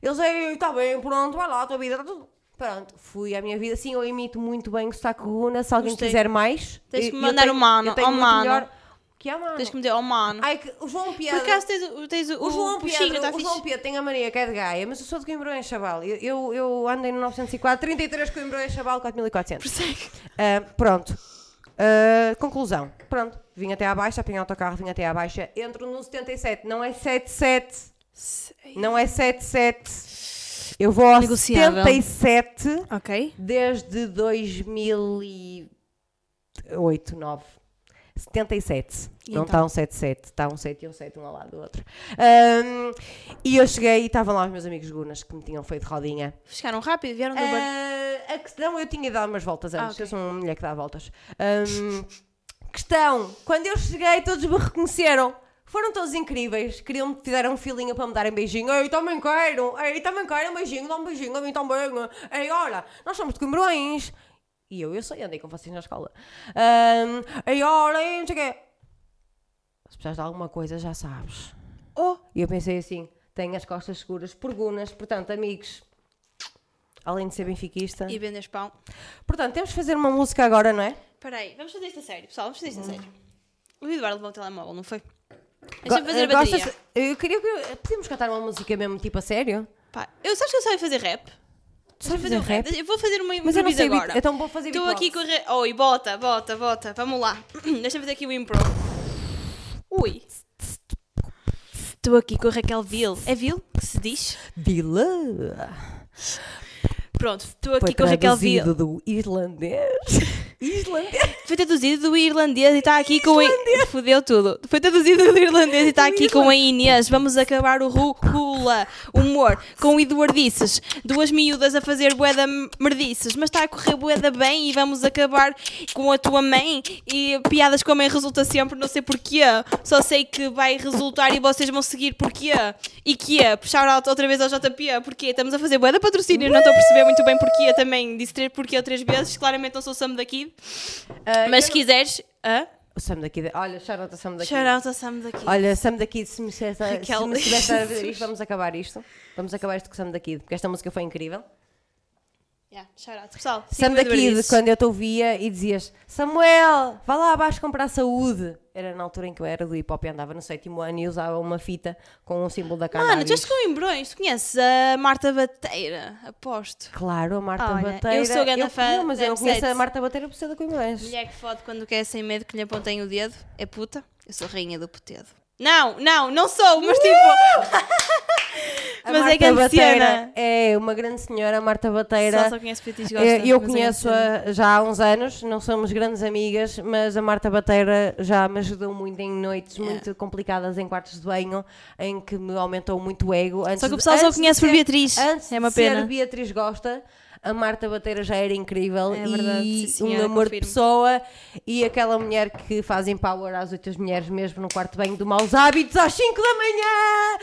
[SPEAKER 4] Eles aí, está bem, pronto, vai lá, a tua vida, está tudo. Pronto, fui à minha vida. Sim, eu imito muito bem o sotaque Guna. Se alguém
[SPEAKER 2] Gostei.
[SPEAKER 4] quiser mais,
[SPEAKER 2] Tens que
[SPEAKER 4] eu-
[SPEAKER 2] me
[SPEAKER 4] eu
[SPEAKER 2] mandar
[SPEAKER 4] tenho-
[SPEAKER 2] o mano,
[SPEAKER 4] eu tenho
[SPEAKER 2] ó
[SPEAKER 4] muito
[SPEAKER 2] mano.
[SPEAKER 4] melhor- Que é mano?
[SPEAKER 2] Tens que me dizer, oh mano.
[SPEAKER 4] Ai, que o João
[SPEAKER 2] Por
[SPEAKER 4] Piada.
[SPEAKER 2] acaso tens, o- tens o,
[SPEAKER 4] o João,
[SPEAKER 2] puxinho,
[SPEAKER 4] Pedro,
[SPEAKER 2] está
[SPEAKER 4] o
[SPEAKER 2] fixe.
[SPEAKER 4] João Pedro tem a Maria que é de Gaia, mas eu sou de Coimbrões, chaval. Eu, eu, eu ando em 904, 33 Coimbrões, chaval, 4400. Ah, pronto. Ah, conclusão. Pronto. Vim até à baixa, apanhei o autocarro, vim até à baixa. Entro no 77. Não é 77. Não é 77. Eu vou ao
[SPEAKER 2] Negociável.
[SPEAKER 4] 77
[SPEAKER 2] Ok.
[SPEAKER 4] desde 2008, 9. 77.
[SPEAKER 2] E
[SPEAKER 4] não
[SPEAKER 2] então?
[SPEAKER 4] está um 77, está um 7 e um 7 um ao lado do outro. Ahm, e eu cheguei e estavam lá os meus amigos Gunas que me tinham feito rodinha.
[SPEAKER 2] Chegaram rápido, vieram do banho.
[SPEAKER 4] Ah, a questão, eu tinha dado umas voltas antes,
[SPEAKER 2] Ah, ok.
[SPEAKER 4] eu sou uma mulher que dá voltas. Ahm, questão, quando eu cheguei, todos me reconheceram. Foram todos incríveis, queriam fizeram um filinho para me darem beijinho. Ei, também quero, ei, também quero um beijinho, dá um beijinho a mim também. Ei, olha, nós somos de Coimbrões. E eu, eu sei, andei com vocês na escola. Ahm, ei, olha, ei, não sei o quê. Se precisares de alguma coisa, já sabes.
[SPEAKER 2] Oh,
[SPEAKER 4] E eu pensei assim, tenho as costas seguras por gunas, portanto, amigos, além de ser benfiquista...
[SPEAKER 2] e vendes pão.
[SPEAKER 4] Portanto, temos de fazer uma música agora, não é?
[SPEAKER 2] Espera aí, vamos fazer isto a sério, pessoal, vamos fazer isto a sério. O Eduardo levou o um telemóvel, não foi? Deixa-me fazer a
[SPEAKER 4] Go-
[SPEAKER 2] bateria.
[SPEAKER 4] Hum. eh, gostas- Eu queria que. Podíamos cantar uma música mesmo, tipo a sério?
[SPEAKER 2] Pá, eu sabes que eu sei fazer rap? Sei
[SPEAKER 4] Sabes fazer
[SPEAKER 2] um
[SPEAKER 4] rap?
[SPEAKER 2] Eu vou fazer uma
[SPEAKER 4] Mas eu não sei. beat-
[SPEAKER 2] agora.
[SPEAKER 4] Então vou fazer
[SPEAKER 2] Estou
[SPEAKER 4] beatbox.
[SPEAKER 2] aqui com a re... Oi, bota, bota, bota. Vamos lá. Deixa-me fazer aqui o impro. Ui. Estou aqui com a Raquel Vil. É Vil que se diz?
[SPEAKER 4] Vila.
[SPEAKER 2] Pronto, estou aqui
[SPEAKER 4] Foi
[SPEAKER 2] com a Raquel Vil.
[SPEAKER 4] traduzido do irlandês. Islandês.
[SPEAKER 2] Foi traduzido do irlandês e está aqui com a. Fudeu tudo. Foi traduzido do irlandês e está aqui com a Inês. Vamos acabar o Rúcula. Humor com Eduardices. Duas miúdas a fazer boeda merdices. Mas está a correr boeda bem e vamos acabar com a tua mãe. E piadas com a mãe resulta sempre, não sei porquê. Só sei que vai resultar e vocês vão seguir porquê. E que é. Puxar alto outra vez ao JP. Porquê? Estamos a fazer boeda patrocínio. Não estou a perceber muito bem porquê também. Disse três porquê três vezes. Claramente não sou Sam da Kid. Mas se quiseres. Hã?
[SPEAKER 4] O Sam daqui. Olha, shout out a Sam daqui.
[SPEAKER 2] Shout out ao Sam daqui.
[SPEAKER 4] Olha, Sam daqui, se me estivesse a- se
[SPEAKER 2] Raquel.
[SPEAKER 4] me estivesse a ver isto, vamos acabar isto. Vamos acabar isto com Sam daqui, porque esta música foi incrível.
[SPEAKER 2] Yeah, shout out. Pessoal,
[SPEAKER 4] Sam
[SPEAKER 2] sigam o
[SPEAKER 4] daqui, de
[SPEAKER 2] Eduardices.
[SPEAKER 4] quando eu te ouvia e dizias Samuel, vá lá abaixo comprar saúde. Era na altura em que eu era do hip hop e andava no sétimo ano e usava uma fita com um símbolo da cannabis.
[SPEAKER 2] Mano, já chegou em Brões. Tu conheces a Marta Bateira? Aposto.
[SPEAKER 4] Claro, a Marta
[SPEAKER 2] Olha, eu
[SPEAKER 4] Bateira.
[SPEAKER 2] sou grande fã
[SPEAKER 4] Não, mas
[SPEAKER 2] da
[SPEAKER 4] eu não conheço a
[SPEAKER 2] M7.
[SPEAKER 4] Marta Bateira por ser da Coimbra.
[SPEAKER 2] Mulher que fode quando quer sem medo que lhe apontem o dedo. É puta. Eu sou rainha do putedo. Não, não, não sou, mas tipo.
[SPEAKER 4] A
[SPEAKER 2] mas
[SPEAKER 4] Marta
[SPEAKER 2] é grande
[SPEAKER 4] Bateira
[SPEAKER 2] cena.
[SPEAKER 4] é uma grande senhora, a Marta
[SPEAKER 2] Só,
[SPEAKER 4] Bateira.
[SPEAKER 2] só conheço petis
[SPEAKER 4] Eu-
[SPEAKER 2] gosta.
[SPEAKER 4] Eh, eu
[SPEAKER 2] mas é grande cena.
[SPEAKER 4] conheço-a já há uns anos, não somos grandes amigas, mas a Marta Bateira já me ajudou muito em noites
[SPEAKER 2] Yeah.
[SPEAKER 4] muito complicadas em quartos de banho, em que me aumentou muito o ego. Antes
[SPEAKER 2] Só que o
[SPEAKER 4] de-
[SPEAKER 2] pessoal só
[SPEAKER 4] antes de
[SPEAKER 2] conhece por
[SPEAKER 4] ser-
[SPEAKER 2] Beatriz.
[SPEAKER 4] Antes
[SPEAKER 2] É uma
[SPEAKER 4] de ser
[SPEAKER 2] pena.
[SPEAKER 4] Beatriz Gosta, a Marta Bateira já era incrível
[SPEAKER 2] É verdade,
[SPEAKER 4] e
[SPEAKER 2] sim, senhora,
[SPEAKER 4] um amor de
[SPEAKER 2] confirmo.
[SPEAKER 4] pessoa e aquela mulher que faz empower às outras mulheres mesmo no quarto de banho do maus hábitos às 5 da manhã.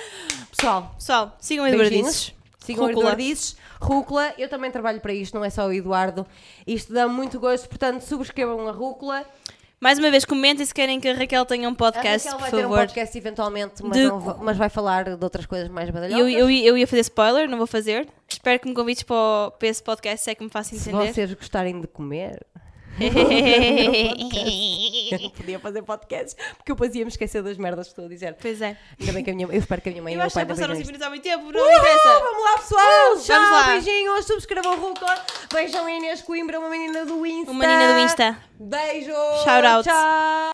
[SPEAKER 4] Pessoal,
[SPEAKER 2] Pessoal, sigam a
[SPEAKER 4] Beijinhos.
[SPEAKER 2] Eduardices.
[SPEAKER 4] Sigam o
[SPEAKER 2] Rúcula.
[SPEAKER 4] Eduardices. Rúcula, eu também trabalho para isto, não é só o Eduardo. Isto dá muito gosto, portanto, subscrevam a Rúcula.
[SPEAKER 2] Mais uma vez, comentem se querem que a Raquel tenha um
[SPEAKER 4] A
[SPEAKER 2] podcast,
[SPEAKER 4] Raquel vai
[SPEAKER 2] por
[SPEAKER 4] ter um
[SPEAKER 2] favor.
[SPEAKER 4] podcast eventualmente, mas,
[SPEAKER 2] De-
[SPEAKER 4] não va- mas vai falar de outras coisas mais
[SPEAKER 2] E
[SPEAKER 4] badalhocas.
[SPEAKER 2] eu, eu, eu ia fazer spoiler, não vou fazer. Espero que me convides para, o- para esse podcast, se é que me faço
[SPEAKER 4] Se
[SPEAKER 2] entender.
[SPEAKER 4] vocês gostarem de comer, é um eu não podia fazer podcast, porque eu depois ia me esquecer das merdas que estou a dizer.
[SPEAKER 2] pois é.
[SPEAKER 4] Ainda bem que a minha mãe, eu espero que a minha mãe
[SPEAKER 2] Eu
[SPEAKER 4] e o meu
[SPEAKER 2] acho que
[SPEAKER 4] pai é
[SPEAKER 2] já
[SPEAKER 4] ainda
[SPEAKER 2] passaram
[SPEAKER 4] vejam
[SPEAKER 2] 5 minutos
[SPEAKER 4] isto.
[SPEAKER 2] há muito tempo, não interessa.
[SPEAKER 4] Vamos lá, pessoal!
[SPEAKER 2] Uh,
[SPEAKER 4] Tchau,
[SPEAKER 2] vamos lá.
[SPEAKER 4] beijinhos, subscrevam o Rúcula. Beijam a Inês Coimbra, uma menina do Insta.
[SPEAKER 2] Uma menina do Insta.
[SPEAKER 4] Beijo!
[SPEAKER 2] Shout out.
[SPEAKER 4] Tchau!